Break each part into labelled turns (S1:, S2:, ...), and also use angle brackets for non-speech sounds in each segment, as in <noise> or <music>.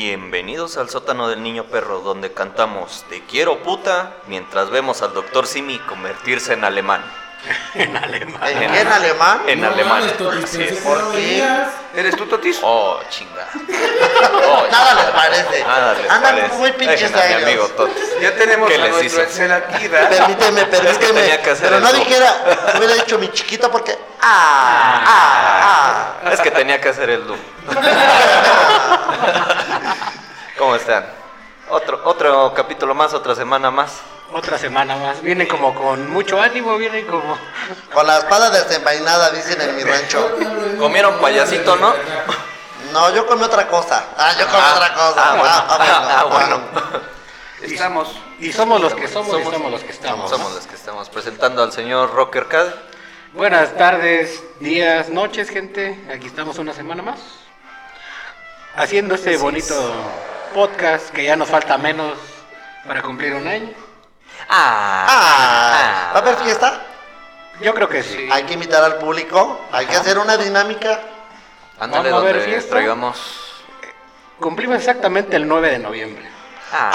S1: Bienvenidos al sótano del niño perro, donde cantamos Te quiero puta mientras vemos al doctor Simi convertirse en alemán.
S2: <laughs> en alemán.
S3: ¿En, en alemán?
S1: En
S4: No
S1: alemán.
S4: mames, Totis,
S1: Así
S4: pensé
S1: es.
S4: que no
S3: ¿Por qué?
S4: veías.
S2: ¿Eres tú, Totis?
S1: Oh, chinga.
S3: <laughs>
S1: Oh,
S3: Nada
S1: chinga.
S3: les parece.
S1: Nada les
S3: Andan
S1: parece.
S3: muy pinches
S1: Dejen a mi
S3: serios.
S1: amigo Totis.
S2: Ya tenemos
S1: ¿Qué
S2: a
S1: les
S2: nuestro
S1: hizo?
S2: Excel aquí, ¿verdad?
S3: Permíteme, permíteme.
S1: tenía que hacer
S3: Pero no
S1: eso.
S3: dijera, hubiera dicho mi chiquito porque. ¡Ah! ¡Ah!
S1: Es que tenía que hacer
S3: <laughs>
S1: el loop. ¿Cómo están? Otro, otro capítulo más, otra semana más.
S2: Otra semana más. Vienen como con mucho ánimo, vienen como...
S3: ah! Con la espada desenvainada, dicen en mi rancho.
S1: Comieron payasito, ¿no?
S3: No, yo comí otra cosa. Ah, yo comí
S1: Ah,
S3: otra cosa.
S1: ah, bueno. Ah, bueno.
S2: Estamos. Y somos los que somos, y somos los que estamos.
S1: Somos los que estamos presentando al señor Rocker Cade.
S2: Buenas tardes, días, noches, gente. Aquí estamos una semana más. Haciendo este bonito podcast que ya nos falta menos para cumplir un año.
S1: Ah,
S3: Ah, ¿Va a haber fiesta?
S2: Yo creo que sí.
S3: Hay que invitar al público. Hay que hacer una dinámica.
S1: Ándale
S2: ¿Vamos a ver
S1: donde
S2: fiesta?
S1: traigamos.
S2: Cumplimos exactamente el 9 de noviembre.
S3: Ah,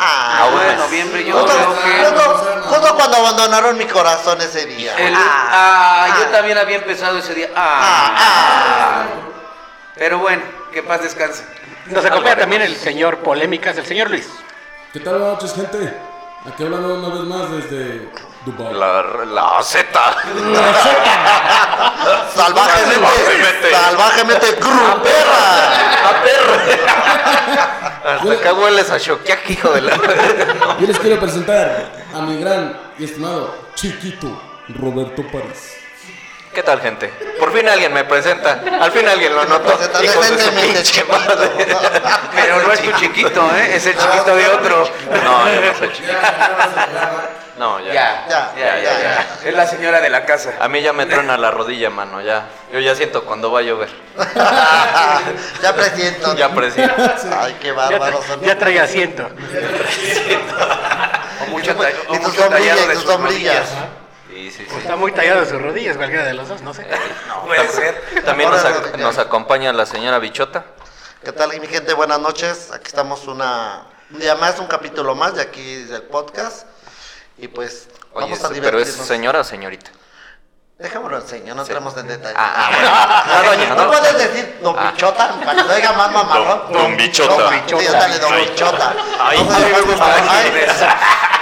S3: ah.
S1: a un mes.
S5: noviembre yo
S3: Justo,
S5: creo que
S3: justo- justo cuando abandonaron mi corazón ese día.
S5: el- ah, yo también había empezado ese día.
S2: Ah.
S5: Ah. Pero bueno, que paz descanse.
S2: Nos acompaña también el señor Polémicas, el señor Luis.
S4: ¿Qué tal? Buenas noches, gente. Aquí hablando una vez más desde Dubai.
S1: La, la Z.
S3: Salvajemente,
S1: Salvajemente.
S3: salvajemente, gru, perra.
S1: La perra. Hasta acá hueles a Shokiaki, hijo de la verga.
S4: Yo les quiero presentar a mi gran y estimado chiquito Roberto París.
S1: ¿Qué tal, gente? Por fin alguien me presenta. Al fin alguien lo notó.
S3: Presenta
S1: Hijos de su
S3: decentemente,
S1: pinche
S3: chiquito.
S1: madre.
S5: Pero no es tu chiquito, ¿eh? es el chiquito de otro.
S1: No, yo no soy chiquito. No, ya.
S5: Ya, ya, ya, ya, Es la señora de la casa.
S1: A mí ya me truena la rodilla, mano. Ya. Yo ya siento cuando va a llover.
S3: <laughs> ya presiento.
S1: Ya presiento.
S3: <laughs> Ay, qué
S2: Ya,
S3: bárbaro.
S2: tra-
S3: son.
S2: ya trae asiento.
S5: O mucho, ta- o
S3: Y tus
S5: mucho tallado
S3: sombrillas,
S5: de
S3: tus
S5: sus
S3: sombrillas.
S5: rodillas.
S1: Sí, sí, sí.
S2: Está muy tallado de sus rodillas, cualquiera de los dos, no sé.
S5: No puede ser.
S1: También nos,
S3: Ahora
S1: ac-
S3: rodillas.
S1: nos acompaña la señora Bichota.
S3: ¿Qué tal, mi gente? Buenas noches. Aquí estamos una, un día más, un capítulo más de aquí del podcast. Y pues,
S1: Oye,
S3: vamos a
S1: es- pero
S3: divertirnos.
S1: es señora o señorita.
S3: Dejémoslo en señor, no entremos en detalle.
S1: Ah, ah, bueno. La doña,
S3: no,
S1: ¿no?
S3: puedes decir don
S1: Ah.
S3: Bichota, para que no diga más mamarrón.
S1: Don- don Bichota.
S3: Don Bichota. Sí, ándale, don Bichota.
S1: Ay,
S3: No se
S1: ay,
S3: le va a
S1: me
S3: gustar.
S1: gusta.
S3: Ay,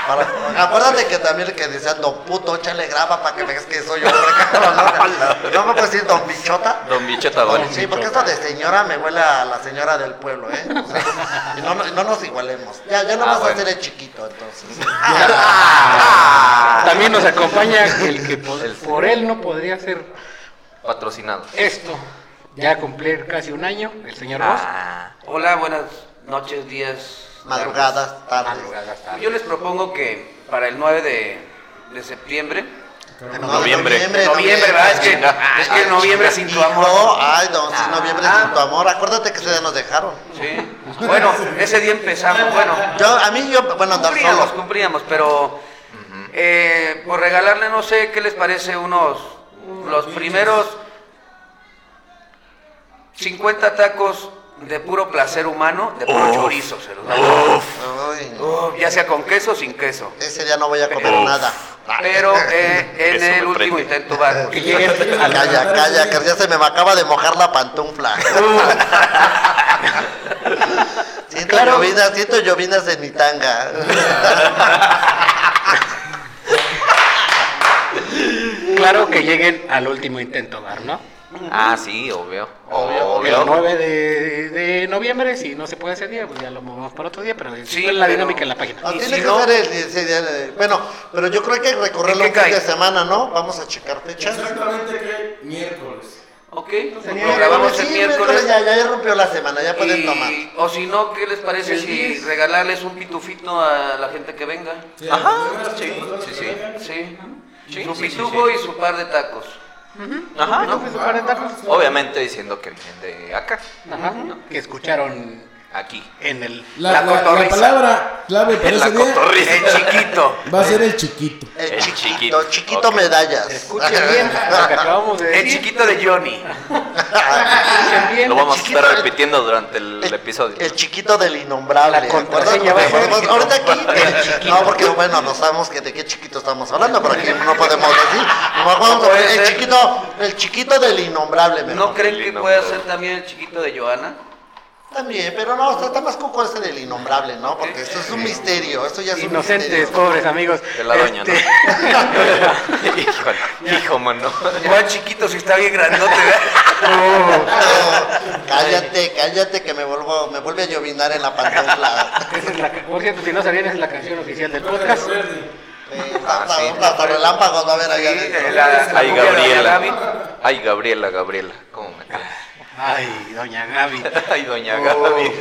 S3: para- Acuérdate que también que decían don puto, échale graba para que veas que soy hombre, <laughs> cabrón. No, no me puedes decir don Bichota.
S1: Don Bichota, vale.
S3: Sí, porque esto de señora me huele a la señora del pueblo, ¿eh? O sea, y no, no- y no nos igualemos. Ya, ya no
S1: Ah,
S3: vas
S1: bueno.
S3: a ser el chiquito,
S1: <laughs>
S3: entonces.
S1: Ah.
S2: También nos acompaña el que po- por él no podría hacer
S1: Patrocinado.
S2: esto. Ya cumplir casi un año, el señor Ross.
S1: Ah,
S5: Hola, buenas noches, días.
S3: Madrugadas, tardes.
S2: Madrugadas tardes.
S5: Yo les propongo que para el 9 de, de septiembre,
S3: No,
S1: Noviembre.
S5: noviembre, ¿verdad? Es que, es que
S3: <laughs>
S5: en noviembre sin tu amor.
S3: Hijo, ay, don, si noviembre
S5: Ah.
S3: sin tu amor, acuérdate que ese día nos dejaron.
S5: Sí. Bueno, ese día empezamos. Bueno,
S3: Yo, a mí, yo, bueno, andar
S5: cumplíamos,
S3: solo.
S5: cumplíamos, pero eh, por regalarle, no sé, ¿qué les parece? Unos, los primeros 50 tacos de puro placer humano, de puro chorizo, se los hago.
S3: Ay,
S5: Uf, ya sea con queso o sin queso.
S3: ese día no voy a comer
S5: Uf.
S3: nada.
S5: Pero eh, en
S1: Eso me
S5: el último
S1: prende.
S5: intento va.
S2: Que llegue a la-
S3: Calla, calla, que ya se me acaba de mojar la pantufla. <laughs> siento
S2: Claro.
S3: llovinas, siento llovinas en mi
S5: <laughs>
S3: tanga.
S2: Claro que lleguen al último intento dar, ¿no?
S1: ah, sí, obvio.
S3: Obvio,
S2: El 9 de, de noviembre, si no se puede ese día, pues ya lo movemos para otro día, pero sí,
S5: Sí,
S2: es la
S5: pero-
S2: dinámica en la página.
S3: No,
S5: Y
S3: tiene
S5: si
S3: que
S5: no-
S3: ser el, ese día de- bueno, pero yo creo que hay que recorrerlo
S5: ¿En
S3: un
S5: qué
S3: fin de
S5: cae?
S3: semana, ¿no? Vamos a checar fechas.
S4: Exactamente que miércoles.
S5: Ok,
S2: Sería-
S5: lo grabamos
S3: Sí,
S5: el miércoles.
S3: Ya, ya, ya rompió la semana, ya pueden
S5: Y-
S3: tomar.
S5: o si no, ¿qué les parece
S4: El
S5: si
S4: 10.
S5: regalarles un pitufito a la gente que venga?
S4: Ajá,
S1: sí, sí.
S5: Sí.
S1: Sí,
S5: su
S1: sí,
S5: pitufo
S1: sí,
S5: y su par de tacos.
S1: Ajá.
S2: ¿No? Pues, para darnos-
S1: Obviamente diciendo que vienen de acá.
S2: Ajá, Que escucharon
S1: Aquí.
S2: En el.
S4: La,
S5: La
S4: la- la
S5: cotorriza.
S4: palabra clave para
S1: En la
S4: ese día
S1: cotorriza.
S5: El chiquito.
S4: va a ser el chiquito.
S3: El,
S1: El
S3: chiquito,
S1: chiquito.
S3: chiquito,
S1: Ok.
S3: medallas.
S2: Escuchen
S3: <laughs>
S2: bien lo que acabamos
S1: <laughs>
S2: de
S5: El
S2: decir.
S5: chiquito de Johnny.
S2: Escuchen bien.
S1: Lo vamos a
S3: chiquito
S1: estar
S3: del-
S1: repitiendo durante el,
S3: El-
S1: episodio.
S3: El chiquito del innombrable.
S2: La
S3: ¿se acuerdan?
S2: contraseña va a ser
S3: Podemos-
S2: el
S3: Ahorita
S2: chiquito.
S3: aquí.
S2: El chiquito.
S3: No, porque bueno, no sabemos que de qué chiquito estamos hablando, pero aquí no podemos decir. Nomás vamos a
S5: Puede
S3: poner el
S5: ser.
S3: chiquito, el chiquito del innombrable, mejor.
S5: ¿No creen que
S1: Lindo,
S5: pueda
S1: pero-
S5: ser también el chiquito de Joana?
S3: También, pero no, está, está más coco este del innombrable, ¿no? Porque esto es un misterio, esto ya es un
S2: Inocentes,
S3: misterio.
S2: pobres amigos.
S1: De la doña,
S2: Este, <laughs>
S1: Híjole, hijo, mano.
S5: ¿Cuál chiquito si está bien grandote?
S2: Oh,
S3: No, cállate, cállate que me vuelvo, me vuelve a llovinar en la
S5: <laughs>
S3: pantalla.
S2: esa es la- por cierto, si no sabían, esa es la canción oficial del podcast.
S1: sí.
S3: Hasta relámpagos va a haber ahí adentro.
S1: Ay, Gabriela. Ay, Gabriela, Gabriela. ¿Cómo me cae?
S2: Ay, doña Gaby.
S1: Ay, doña Gaby.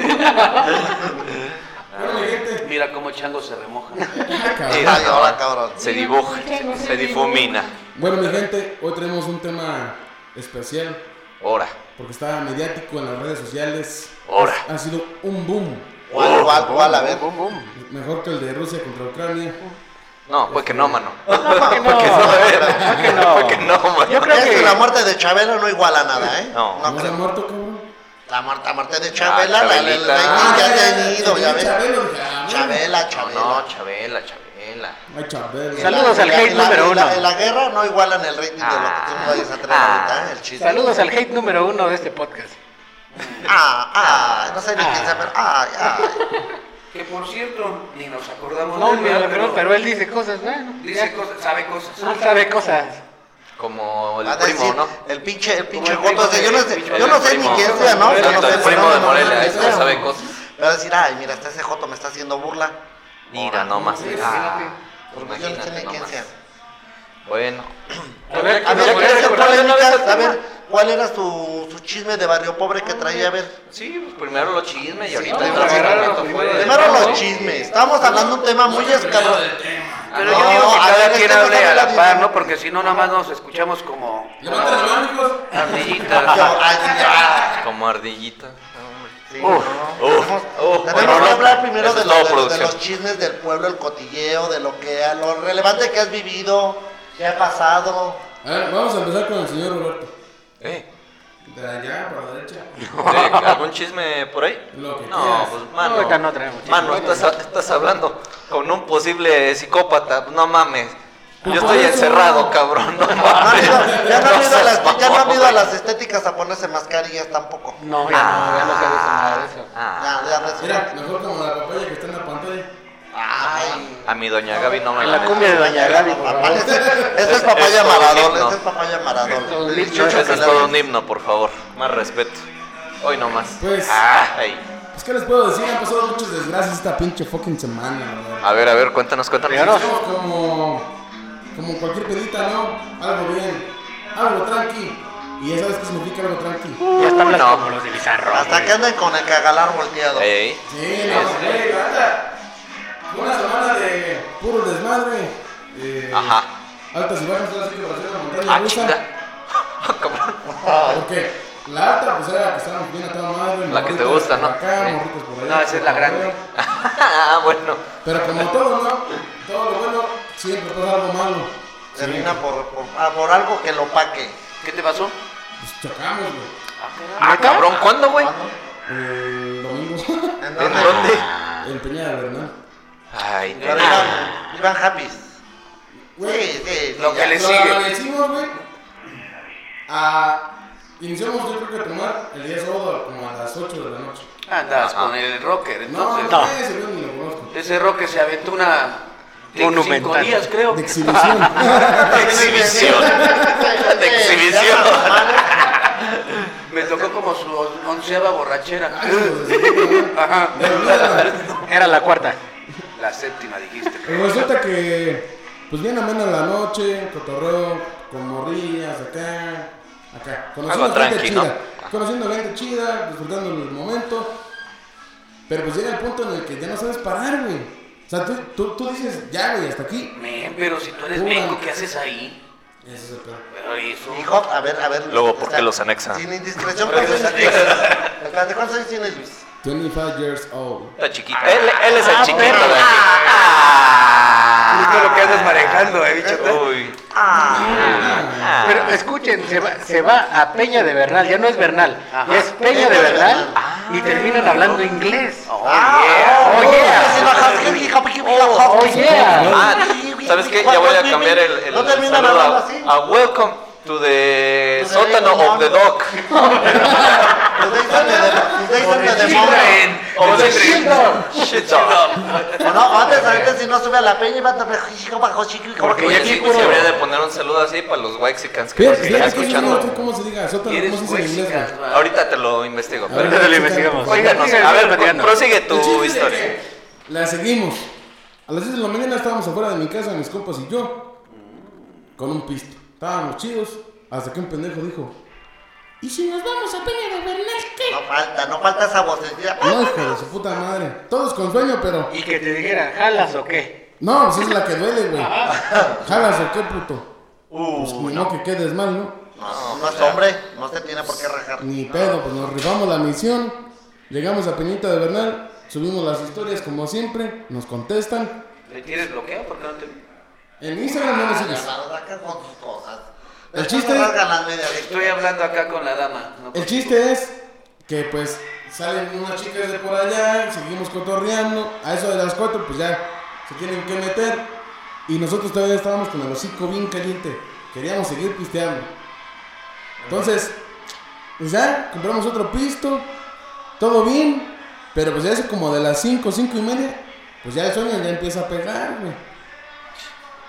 S5: Mira cómo Chango se remoja.
S1: Sí,
S3: Ay,
S1: no,
S3: ahora, cabrón.
S1: Oh. Se dibuja, se difumina.
S4: Bueno, mi gente, hoy tenemos un tema especial
S1: Ahora,
S4: porque está mediático en las redes sociales.
S1: Ahora.
S4: Ha sido un boom,
S3: ¿Cuál, cuál, cuál? A ver.
S2: Bum, bum, bum.
S4: mejor que el de Rusia contra Ucrania.
S1: No, pues que no, mano.
S2: ¿Por qué no? ¿Por qué no?
S1: Porque no, mano.
S2: Yo creo
S3: Esto y
S2: que-
S3: la muerte de Chabela no iguala nada, ¿eh?
S1: No.
S4: ¿No se ha
S3: creo.
S4: muerto, cabrón?
S3: La muerte, la muerte de Chabela, la, la, la,
S1: Chabelita.
S3: la- Ah, ya te han
S4: el-
S3: ido,
S4: el
S3: ya ves.
S4: Chabelo, "Ah, ya,
S3: Chabela,
S1: No,
S3: Chabela.
S1: no, Chabela, Chabela.
S4: Ay, Chabelo.
S3: En la-
S2: Saludos al
S3: en la-
S2: hate
S3: en la-
S2: número
S3: en la-
S2: uno.
S3: En la guerra no igualan el rating de lo que tú vayas a traer
S1: Ah.
S3: ahorita, ¿eh? el chiste.
S2: Saludos al hate número uno de este podcast.
S3: Ah, ah, no sé ni quién se llama. Ah, ah.
S5: Que por cierto, ni nos acordamos
S2: No,
S5: de él, ¿verdad?
S2: pero, pero él dice cosas, bueno.
S5: dice
S2: ya.
S5: cosas, sabe cosas.
S2: Él sabe cosas.
S1: Como el
S3: Va a
S1: primo,
S3: decir,
S1: ¿no?
S3: El pinche, el pinche
S5: el
S3: Joto,
S5: primo
S3: ese, yo
S5: de-
S3: no sé,
S5: el
S3: yo no sé ni
S1: primo.
S3: quién sea, ¿no? Yo no sé,
S1: El primo
S3: pero
S1: de
S3: no,
S1: Morelia,
S3: no,
S1: ese
S3: no,
S1: que
S3: no.
S1: sabe cosas.
S3: Va a decir, ay, mira, hasta ese Joto me está haciendo burla.
S1: Mira nomás. Ah,
S3: Porque yo no sé
S1: imagínate
S3: ni quién
S1: nomás.
S3: sea.
S1: Bueno,
S2: A ver,
S3: A ver,
S2: ¿por qué
S3: ¿qué
S2: recordar de una vez
S3: polémicas?
S2: al
S3: A ver,
S2: tema?
S3: ¿cuál era su, su chisme de barrio pobre que traía? A ver.
S1: sí, pues primero los chismes y ahorita
S2: vamos
S1: entramos
S2: a
S1: al
S2: agarrar
S1: rato
S2: los
S1: fuera de-
S3: Primero
S2: ¿no?
S3: los chismes. Estamos hablando de un tema muy escabroso.
S5: Pero yo
S3: No,
S5: digo que
S3: a
S5: cada
S3: ver,
S5: quien
S3: es que no
S5: hable a la
S3: habla
S5: par,
S3: bien.
S5: ¿no? Porque si no, nada más nos escuchamos como
S4: Levanten la mano, chicos.
S5: ardillitas.
S3: Yo, ay, sí, ah,
S1: Como ardillita.
S3: sí,
S2: Uf,
S3: no. Tenemos-
S1: uf,
S3: Tenemos
S1: no,
S3: que
S1: no,
S3: hablar
S1: no.
S3: primero
S1: Eso
S3: de,
S1: es todo,
S3: los- de- de
S1: producción.
S3: los chismes del pueblo, el cotilleo, de lo que, a lo relevante que has vivido, que ha pasado.
S4: A ver, vamos a empezar con el señor Roberto.
S1: Eh,
S4: De allá para la derecha.
S1: ¿de ¿Algún chisme por ahí?
S4: Lo que
S1: No,
S4: quieras.
S1: pues
S2: No,
S1: mano.
S2: ahorita no traemos chisme.
S1: Mano, estás, estás hablando con un posible psicópata. No mames.
S2: Ah,
S1: Yo
S4: por
S1: estoy
S4: eso.
S1: encerrado, cabrón.
S2: <laughs>
S1: No
S3: No han
S1: mames.
S3: ido- ya no han ido a
S1: seas
S3: las- ya no han
S1: mamón,
S3: ido a
S1: güey.
S3: las estéticas a ponerse mascarillas tampoco.
S2: No, ya no, ya no se dice nada de eso.
S1: Ah,
S3: Ya, ya ves.
S4: Mira, mejor como la papaya que está en la pantalla.
S3: Ay.
S1: a mi doña Gaby no me
S2: En
S1: la
S2: la cumbia de Doña Gaby, por
S3: Papá,
S2: favor.
S3: Ese ese es
S1: Es todo
S3: papaya
S1: un
S3: Maradona,
S1: himno.
S3: ese es papaya
S2: Es todo
S3: Maradona.
S2: un
S3: El
S2: himno.
S3: chucho
S1: Ese
S3: que
S1: es
S3: le
S1: todo
S3: da-
S1: un himno, por favor. Más respeto. Hoy no más. Ah,
S4: Pues-
S1: Ay.
S4: Pues, ¿qué les puedo decir? Han pasado muchas desgracias esta pinche fucking semana, la verdad.
S1: A ver, a ver, cuéntanos, cuéntanos.
S2: Primero-
S4: Estamos como, como cualquier pedita, ¿no? Algo bien, algo tranqui. Y ya sabes qué significa algo tranqui.
S2: Ya está hablando
S1: No.
S2: como los de Bizarro.
S3: Hasta que anden con el cagalar volteado.
S1: Ey, ey.
S4: Sí, no, güey, la neta, fue Una semana de puro desmadre. eh,
S1: Ajá.
S4: Altas y bajas, ahora sí que parecía una montaña
S1: Ah,
S4: rusa.
S1: chinga. <laughs> Ah, cabrón.
S4: Porque la alta, pues era la que estábamos bien a toda madre.
S1: La que te
S4: morritos
S1: gusta,
S4: por
S1: ¿no?
S4: Acá,
S1: Sí.
S4: morritos por allá,
S5: No, esa es la grande.
S4: morritos.
S1: Ah, bueno.
S4: Pero como todo, ¿no? Todo lo bueno siempre pasa algo malo.
S3: Termina por, por, ah, por algo que lo paque.
S5: ¿Qué te pasó?
S4: Pues chocamos, güey.
S1: Ah, cabrón, ¿cuándo, güey?
S4: El domingo. <laughs>
S3: ¿En
S1: ¿En
S3: dónde?
S1: dónde?
S4: en Peña de Bernal.
S1: Ay,
S3: Pero
S1: nena.
S3: iban, iban happy. Sí, sí,
S5: Lo
S3: sí,
S5: que
S3: ya.
S5: le
S4: Lo
S5: sigue.
S4: amanecimos, güey. A... Iniciamos, yo creo que a tomar el día sábado como a las 8 de la noche.
S5: Andas
S1: Ajá.
S5: con el rocker,
S4: No,
S5: entonces.
S4: no, ese güey ni lo conozco.
S5: Ese rocker se aventó una. de
S2: Monumental.
S5: Cinco días, creo.
S4: De
S5: <laughs>
S4: exhibición.
S1: De exhibición. De exhibición.
S5: Me tocó como su on- onceava borrachera.
S4: Ay, hijo de su puta madre.
S5: Ajá.
S4: De olvídala.
S2: Era la cuarta.
S5: La séptima dijiste.
S4: Pues Resulta que, pues bien amena la noche, cotorreo, con morrillas, acá, acá. Conociendo
S1: Algo
S4: gente
S1: tranqui, ¿no?
S4: chida. Conociendo gente chida, disfrutando el momento. Pero pues llega el punto en el que ya no sabes parar, güey. O sea, tú, tú, tú dices, ya, güey, hasta aquí.
S5: Men, pero si tú eres
S4: Pura.
S5: meco, ¿qué haces ahí?
S4: Ese es el pedo.
S5: Pero eso.
S3: Hijo, a ver, a ver.
S1: Luego, ¿por
S3: está-
S1: qué los anexan?
S3: Sin indiscreción, ¿cuántos años tienes? Espérate, ¿cuántos años tienes, Luis?
S4: 25 years old.
S1: Está Ah, chiquito. Él, él es el chiquito de aquí.
S5: Ah, es lo que andas manejando, eh, bicho.
S1: Uy.
S2: Pero
S1: Ah.
S2: escuchen, se va, se va a Peña de Bernal, ya no es Bernal,
S5: Ajá.
S2: ya es Peña de Bernal
S1: Ah.
S2: y terminan hablando inglés.
S3: Oh,
S2: Oh,
S3: yeah.
S2: yeah. Oh, yeah.
S1: Ah, ¿sabes qué? Ya voy a cambiar el, el
S3: No termina
S1: saludo
S3: hablando
S1: a,
S3: así.
S1: a Welcome to the
S3: To the
S1: sótano
S3: Little
S1: of the
S3: Mama.
S1: dog.
S3: Los de ahí son de-
S1: <laughs>
S3: los de ahí son de demonio.
S5: Children.
S1: Of the
S5: Children.
S1: shit dog.
S3: O No, antes, ahorita si no sube a la peña y va a estar
S2: Porque
S1: Oye,
S2: aquí
S1: sí,
S2: puro-
S1: sí habría de poner un saludo así para los Wexicans que
S4: Fíjate,
S1: nos están
S4: fíjate que yo no sé
S1: escuchando.
S4: cómo se diga, sótano,
S5: Eres
S4: cómo se dice en inglés, güey.
S5: huexicas, va.
S1: Ahorita te lo investigo. pero-
S2: Ahorita lo investigamos.
S1: Cuéntanos,
S2: Sigan,
S1: a
S2: sigan
S1: ver,
S2: platicando.
S1: prosigue
S4: El chiste
S1: tu
S4: es de
S1: historia.
S4: que La seguimos. A las 6 de la mañana estábamos afuera de mi casa, mis compas y yo, con un pisto. Estábamos chidos, hasta que un pendejo dijo, ¿y si nos vamos a Peña de Bernal qué?
S3: No falta, no falta esa vocecilla.
S4: No, hijo de su puta madre. Todos con sueño, pero...
S2: Y que te dijera, ¿jalas o qué?
S4: No, pues es la que duele, <laughs> güey. Jalas o qué, puto. Pues
S3: Uh,
S4: ni no que quedes mal, ¿no?
S3: no, no es hombre, no se tiene por qué rajar.
S4: Ni pedo, pues nos rifamos la misión. Llegamos a Peñita de Bernal, subimos las historias como siempre, nos contestan.
S5: ¿Le tienes bloqueo? ¿Por qué no te.?
S4: En Instagram no me sigues.
S3: Rajan con sus cosas.
S4: El chiste-
S3: No rasgan las medias.
S5: Estoy hablando acá con la dama. no
S4: El
S5: con-
S4: chiste es que pues salen unas chicas de por allá, seguimos cotorreando, a eso de las 4 pues ya se tienen que meter y nosotros todavía estábamos con el hocico bien caliente, queríamos seguir pisteando. Entonces, pues ya compramos otro pisto, todo bien, pero pues ya es como de las 5, 5 y media, pues ya el sueño ya empieza a pegar, güey.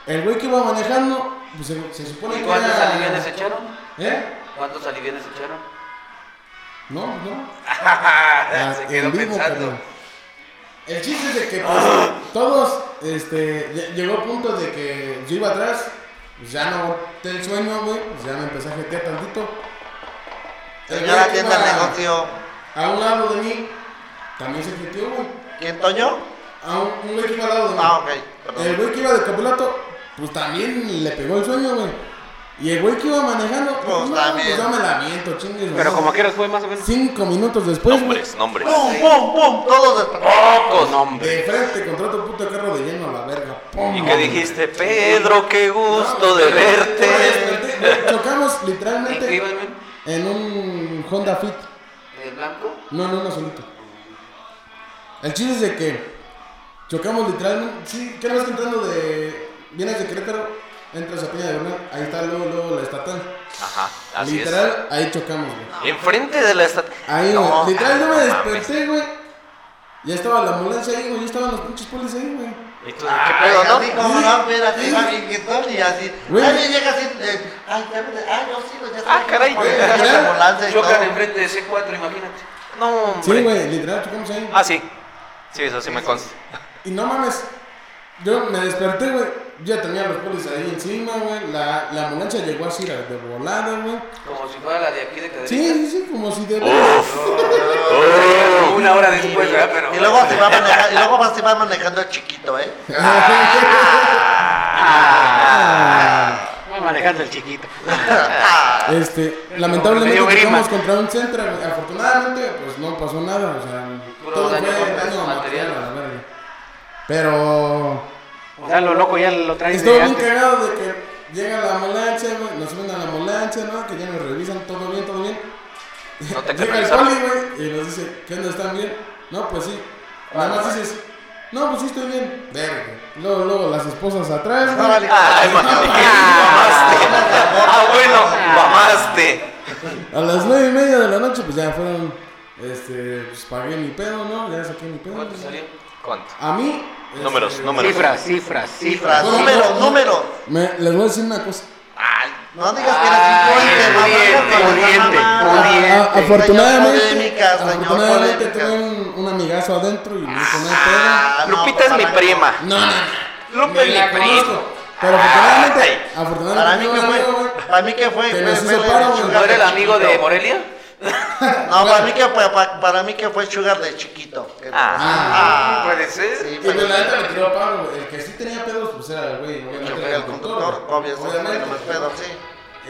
S4: El güey que iba manejando, pues se, se supone
S5: ¿Y
S4: que
S5: cuántos
S4: era-
S5: aliviones echaron?
S4: ¿Eh?
S5: ¿Cuántos aliviones echaron?
S4: No, pues, no.
S5: Ah,
S4: Ah,
S5: Se quedó
S4: en vivo,
S5: pensando.
S4: carnal. El chiste es de que pues, todos, este, lle- llegó a punto de que yo iba atrás, pues ya no aguanté el sueño, güey, pues ya me empecé a jetear tantito. El
S3: Señora
S4: güey que
S3: tienda el
S4: iba
S3: negocio.
S4: A un lado de mí, también se jeteó, güey.
S3: ¿Quién, Toño?
S4: A un, un güey que iba al lado de mí.
S3: Ah, ok.
S4: El
S3: Perdón.
S4: güey que iba de copiloto, pues también le pegó el sueño, güey. Y el güey que iba manejando, pues,
S3: Pues,
S4: no,
S3: también.
S4: pues yo me la viento, chingues.
S2: Pero
S4: güey.
S2: como quieras fue más o menos.
S4: Cinco minutos después, güey,
S1: Nombres, nombres.
S3: ¡Pum, pum, pum! Todos despertaron.
S1: Pocos.
S4: de frente contra otro puto carro de lleno a la verga. ¡Pum!
S1: ¿Y qué dijiste? Pedro, qué gusto de verte.
S4: Chocamos
S5: ¿En qué
S4: literalmente
S5: iban, men?
S4: en un Honda Fit.
S5: ¿De eh, blanco?
S4: No, no, no, solito. El chiste es de que chocamos literalmente. Sí, ¿qué vas entrando de. Vienes de Querétaro, entras a Peña de Bernal, ahí está luego, luego la estatal.
S1: Ajá, así es.
S4: Literal, ahí chocamos, güey.
S1: Enfrente de la estatua.
S4: Ahí, güey.
S1: No, Ah,
S4: Literal, yo me
S1: mames.
S4: desperté, güey. Ya estaba la ambulancia ahí, güey. Ya estaban los pinches polis ahí, güey.
S1: pues, ¿Y tú
S3: Ay,
S1: qué pedo,
S3: Así
S1: no?
S4: ¿Mm?
S3: como no, mira, así va bien quitón y así.
S4: Güey.
S3: Ahí llega así. eh, ay, ya me- ay, yo sí, güey, ya
S1: Ah,
S3: sé.
S1: caray.
S3: Oye, ya la ambulancia y
S5: Chocan
S3: todo.
S5: enfrente de C4, imagínate.
S1: No,
S4: Sí,
S1: hombre.
S4: güey, literal, chocamos ahí.
S1: Ah, sí. Sí, eso sí me consta.
S4: Y no mames, yo me desperté, güey. Yo ya tenía los polis ahí encima, güey. La, la ambulancia llegó así la- de volada, güey.
S5: Como si fuera la de aquí de cadena.
S4: Sí, sí, sí, como si de. Uf,
S5: Una hora después, ¿verdad? Pero.
S3: Y luego se va manejando, y luego va- se va manejando el chiquito, ¿eh?
S1: Ah.
S2: Va Ah. manejando el chiquito.
S4: Este, lamentablemente
S2: Me dio grima.
S4: chocamos contra un centro, güey. Afortunadamente, pues no pasó nada, o sea,
S5: Puro
S4: todo fue
S5: daño corporal,
S4: daño material, a la verga. Pero
S2: O sea, lo loco ya lo traen
S4: estuvo
S2: de
S4: bien
S2: antes.
S4: cagado de que llega la ambulancia, güey, nos suben a la ambulancia, ¿no? Que ya nos revisan, todo bien, todo bien.
S1: No te
S4: Llega el
S1: canalizaron.
S4: poli, güey, y nos dice, ¿qué onda? ¿Están bien? No, pues sí. Nada más dices, no, pues sí estoy bien. Verga. Luego, luego las esposas atrás, güey.
S3: Órale.
S1: Ay, mami, mamaste. Ah, bueno, mamaste.
S4: A las nueve y media de la noche, pues ya fueron, este, pues pagué mi pedo, ¿no? Ya saqué mi pedo.
S5: ¿Cuánto salió?
S1: ¿Cuánto?
S4: A mí... este,
S1: Números, números.
S2: Cifras, cifras,
S3: Cifras,
S2: cifras.
S3: números, números.
S4: me- les voy a decir una cosa.
S3: No digas que eres
S5: Ay,
S3: pudiente,
S2: pudiente, pudiente.
S4: A- a- Ah, afortunadamente,
S3: Señor polémica, señor
S4: afortunadamente
S3: polémica.
S4: tuve un, un amigazo adentro y me hizo
S1: Ah.
S4: nada
S1: Lupita es mi prima.
S4: pedo. No, no, no.
S1: Lupe
S4: Ni la
S1: mi primo.
S4: conozco. Pero afortunadamente,
S1: Ay.
S4: afortunadamente
S3: Para mí
S4: tuve
S3: que
S4: un
S3: fue,
S4: amigo, güey.
S3: para mí que fue,
S4: Que
S3: fue-
S4: nos hizo
S3: fue
S4: paro, güey.
S3: sugar
S5: ¿No era el
S3: de
S5: amigo de
S3: chiquito.
S5: Morelia?
S3: No, para mí que fue, para, para mí que fue sugar de chiquito. Que-
S4: Ah.
S5: Puede ser.
S3: Sí,
S4: Y
S3: pero-
S4: pues la neta me tiró a paro, güey. El que sí tenía pedos, pues era el güey. obviamente,
S3: Yo creo que el conductor, obvio, es el
S4: Obviamente.
S3: que más pedo, sí.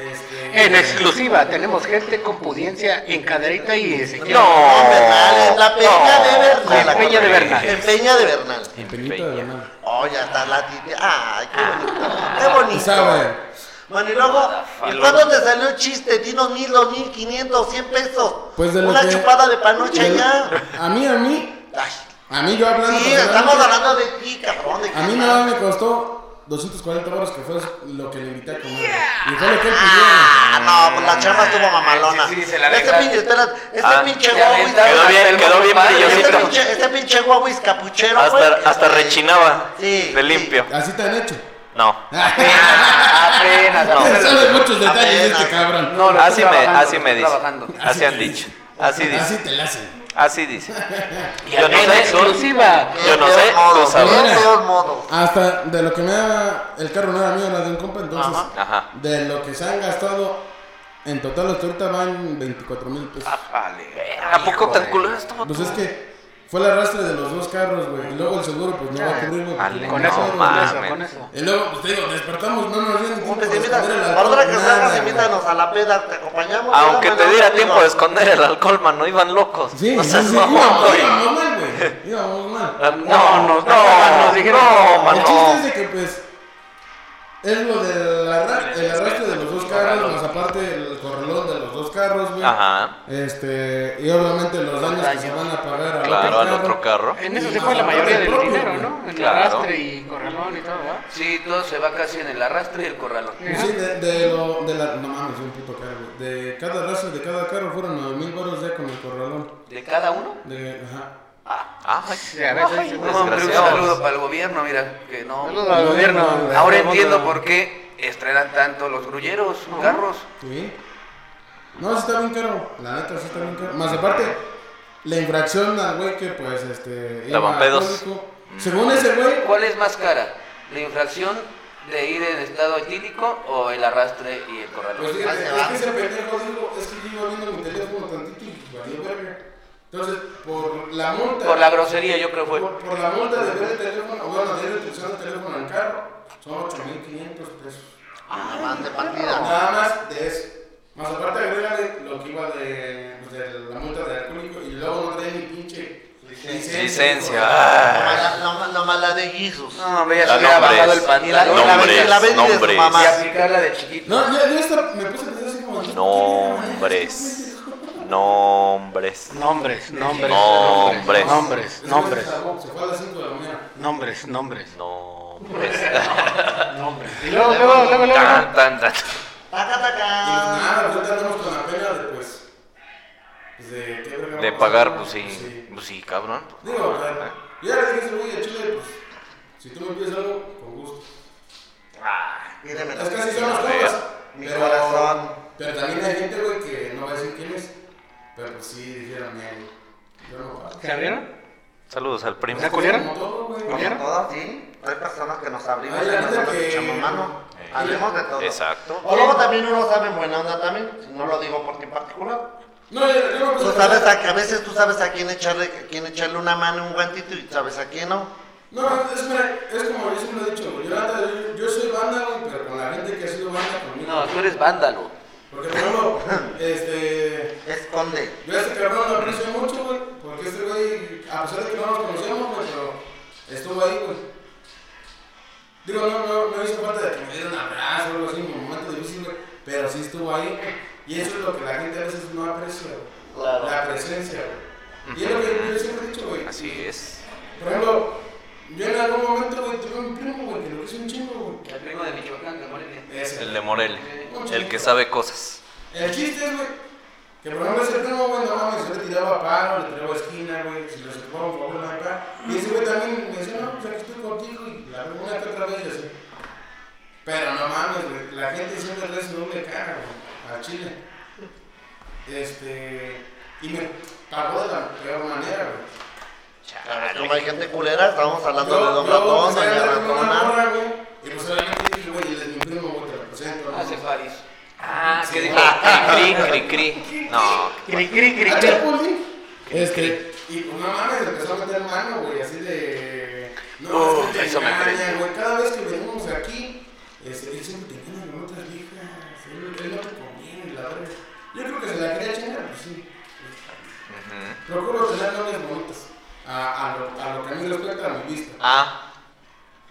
S4: Este,
S2: En exclusiva, tenemos gente con pudiencia en caderita y Ezequiel.
S1: No.
S3: En Bernal, en la Peña
S1: No.
S3: de Bernal.
S2: En
S3: la
S2: Peña de
S3: corre-
S2: Bernal.
S3: En Peña de Bernal.
S4: En Peñita de Bernal.
S3: Oh, ya está la tibia. Ay, qué bonito. Qué bonito.
S4: Sabe.
S3: Bueno, y luego, ¿y cuándo te salió el chiste? Dinos mil, dos mil, quinientos, cien pesos.
S4: Pues de lo
S3: Una
S4: que-
S3: chupada de panocha ya.
S4: A mí, a mí,
S3: Ay,
S4: a mí yo hablando.
S3: sí,
S4: personalmente,
S3: estamos hablando de ti, cabrón. de
S4: A mí
S3: ti.
S4: nada me costó 240 euros, que fue lo que le invité a comer. Y fue lo que él pidió.
S3: Ah, no, pues la chamba estuvo mamalona.
S5: Sí, sí, se la
S3: este
S5: aventaste.
S3: pinche, espera, este
S1: Ah,
S3: pinche
S5: Te
S3: guau,
S5: aventas
S1: Quedó bien-
S5: hasta el
S1: quedó bien
S5: compadre.
S3: Este
S1: brillosito.
S3: pinche, este pinche guauis capuchero, güey.
S1: Hasta, hasta
S3: este,
S1: rechinaba.
S3: Sí,
S1: De
S3: sí.
S1: limpio.
S4: Así te han
S3: <laughs>
S4: hecho. <laughs>
S1: No.
S5: Apenas,
S1: No.
S5: apenas.
S4: Sabes muchos detalles de
S3: Apenas.
S4: este cabrón.
S5: No, lo
S1: Así
S5: estoy
S1: me,
S5: trabajando,
S1: así
S5: lo
S1: me
S5: estoy
S1: dice.
S5: trabajando.
S1: Así han dicho. Así
S4: Así
S1: dice.
S4: te la hacen.
S1: Así dice.
S2: Y
S1: Yo no
S2: en
S1: sé.
S2: exclusiva.
S1: Yo no sé, tú
S3: Modos,
S1: sabrás.
S3: De todos modos.
S4: Hasta de lo que me daba el carro, no era mío, era de un compa. Entonces,
S3: Ajá.
S1: Ajá.
S4: de lo que se han gastado, en total hasta ahorita van 24 mil pesos.
S5: Vale.
S1: ¿A poco tan culero estuvo?
S4: Pues es que fue el arrastre de los dos carros, güey. Y luego el seguro, pues no va a cubrir, güey. porque
S1: Ale,
S4: no
S2: Con
S4: va a
S2: eso,
S1: No
S4: cubrir,
S2: con
S4: güey.
S2: eso,
S1: mames.
S2: con eso.
S4: Y luego, pues te digo, despertamos, no nos dieron tiempo
S3: Hombre,
S4: de
S3: te invitas-
S4: esconder el
S3: Para
S4: alcohol,
S3: otra que
S4: nada,
S3: salgas,
S4: güey.
S3: invítanos a la peda, te acompañamos.
S1: Aunque te
S3: ¿verdad? Bueno,
S1: diera
S3: amigo.
S1: tiempo de esconder el alcohol, mano, iban locos.
S4: Sí,
S1: no
S4: sí,
S1: seas
S4: sí,
S1: mamón,
S4: íbamos,
S1: güey.
S4: íbamos mal, güey. Íbamos mal.
S1: Ah, No, no, no,
S2: Nos dijeron- nos dijeron-
S1: Ah, no,
S4: el
S1: mano.
S4: chiste es de que, pues, es lo del arra- el arrastre de los dos carros, más aparte el corralón de los dos carros, güey.
S1: Ajá.
S4: Este, y obviamente los daños que se van a pagar al
S1: Claro, al otro carro.
S2: En eso se fue la mayoría del dinero, ¿no? En el
S1: Claro.
S2: arrastre y corralón y todo, ¿verdad?
S5: Sí, todo se va casi en el arrastre y el corralón.
S4: Pues Sí, de, de lo, de la, no mames, un puto carro, güey. De cada raza, de cada carro fueron 9 mil baros ya con el corralón.
S5: ¿De cada uno?
S4: De, ajá.
S1: Ay,
S2: Sí, a veces-
S1: ay,
S5: No, hombre, un
S1: desgraciados.
S5: saludo para el gobierno, mira, que no.
S2: Saludos al gobierno.
S5: Ahora entiendo por qué estrenan tanto los grulleros, carros.
S4: Sí. No, sí está bien caro, la neta sí está bien caro. Más aparte, la infracción al güey que pues, este... iba
S1: Lavampedos.
S4: alcohólico. Según ese güey,
S5: ¿Cuál es más cara? ¿La infracción de ir en estado etílico o el arrastre y el
S4: pues
S5: corralón?
S3: Ahí
S4: fíjate,
S3: se
S4: es
S3: va.
S4: que ese pendejo dijo, es que yo iba viendo mi teléfono tantito y valió verga. Entonces, por la multa...
S5: Por la grosería, yo creo fue.
S4: Por, por la multa de ver el teléfono, o bueno, de ir utilizando el teléfono al carro, son 8.500 pesos.
S3: Ah, más de partida.
S4: Nada más de eso. Más aparte agrégale lo que iba de, pues, de la multa de alcohólico y luego no trae ni pinche licencia.
S1: Licencia. ay.
S3: Nomás la- Nomás la de Jesus.
S5: No, hombre, ya se
S1: La
S5: hubiera
S1: nombres,
S5: bajado el
S3: Y la- y
S5: pantalón.
S3: la-
S1: Nombres,
S3: y la vende de su
S1: nombres.
S5: Y
S3: mamá.
S5: aplicarla de chiquito.
S4: No, yo, yo hasta me puse a pensar así como.
S1: Nombres. Nombres.
S2: Nombres, nombres,
S1: Nombres.
S2: nombres, nombres, nombres,
S4: Se fue a las 5 de la mañana.
S2: nombres, nombres,
S1: Nombres.
S2: nombres. Y luego, luego, luego, luego,
S1: Tan,
S2: luego.
S1: tan, tan.
S3: Taca,
S4: Y
S3: taca.
S4: nada, pues ahorita andamos con la pena de pues. pues, de, ¿qué verga
S1: De
S4: vamos a
S1: pagar,
S4: hacer?
S1: pues sí. Pues sí, cabrón.
S4: Digo, o sea, yo ya le dije a ese güey de Chile, pues. Si tú me pides algo, con gusto.
S3: Míreme
S4: Es que así son
S3: la-
S4: las
S1: A ver.
S4: cosas.
S3: Mi
S4: pero-
S3: corazón.
S4: Pero también hay gente, güey, que no va a decir quién es. Pero pues sí, dijeron, mira, yo no pago".
S2: ¿Se abrieron?
S1: Saludos al primo.
S2: ¿Se culieron?
S4: Como todo, güey.
S2: ¿Comieron?
S3: Todas, sí. Hay personas que nos abrimos
S4: Hay
S3: y
S4: gente
S3: nosotros
S4: que-
S3: echamos mano. Hablemos de todo.
S1: Exacto.
S3: O luego también uno sabe buena onda también. si No lo digo por ti en particular.
S4: No, yo, yo no
S3: Tú
S4: puedo
S3: sabes a, que a veces tú sabes a quién echarle, a quién echarle una mano, un guantito y sabes a quién no.
S4: No, es, mira, es como yo siempre he dicho, güey, yo, la neta, yo- yo soy banda, güey, pero con la gente que ha sido banda conmigo.
S5: No, tú eres vándalo.
S4: Porque, por ejemplo, este.
S3: Esconde.
S4: Yo a este cabrón lo aprecio mucho, güey, porque este güey, a pesar de que no nos conocíamos, güey, pero estuvo ahí, güey. Digo, no, no, no hizo falta de que me diera un abrazo o algo así en un momento difícil, güey, pero sí estuvo ahí, güey. Y eso es lo que la gente a veces no aprecia, güey.
S3: Claro.
S4: La presencia, güey. Y es lo que yo siempre he dicho, güey.
S1: Así es.
S4: Por ejemplo, yo en algún momento, güey, tuve un primo, güey, que lo hizo un chingo, güey.
S5: El primo de Michoacán, de Morelia. Eh,
S4: Ese.
S1: El de Morelia. El que sabe cosas.
S4: El chiste es, güey, que por ejemplo ese primo, güey, no mames, yo le tiraba paro, le tiraba esquina, güey, si lo sacaba un favor la acá. Y ese güey también me decía, no, pues aquí estoy contigo y la veo una que otra vez, y así. Pero no mames, güey, la gente siempre le hace doble cara, güey, al chile. Este, y me pagó de la peor manera, güey.
S3: Como hay gente culera, estábamos hablando de
S4: Yo-
S3: Don
S4: yo,
S3: Ratón,
S4: pues, era
S3: Doña
S4: de una
S3: Ratona.
S4: morra, güey, y pues obviamente dije, güey, él es mi primo, güey, te lo presento. ¿no?
S5: Hace París.
S1: Ah, ¿qué dijo? Cri, cri, cri, cri. No.
S2: Cri, cri, cri,
S4: Ah,
S2: cri.
S4: Chapulín. Este, y pues no mames, empezó a meter mano, güey, así de. No,
S5: Uf,
S4: es que te
S5: eso me
S4: engañan,
S5: parece.
S4: güey. Cada vez que venimos aquí, este, él siempre te engaña con otras viejas. Él, él la verga. Yo creo que se la quería chingar, pues sí. Procuro tener novias bonitas. A, a lo, a lo que a mí respecta a mi vista.
S1: Ah.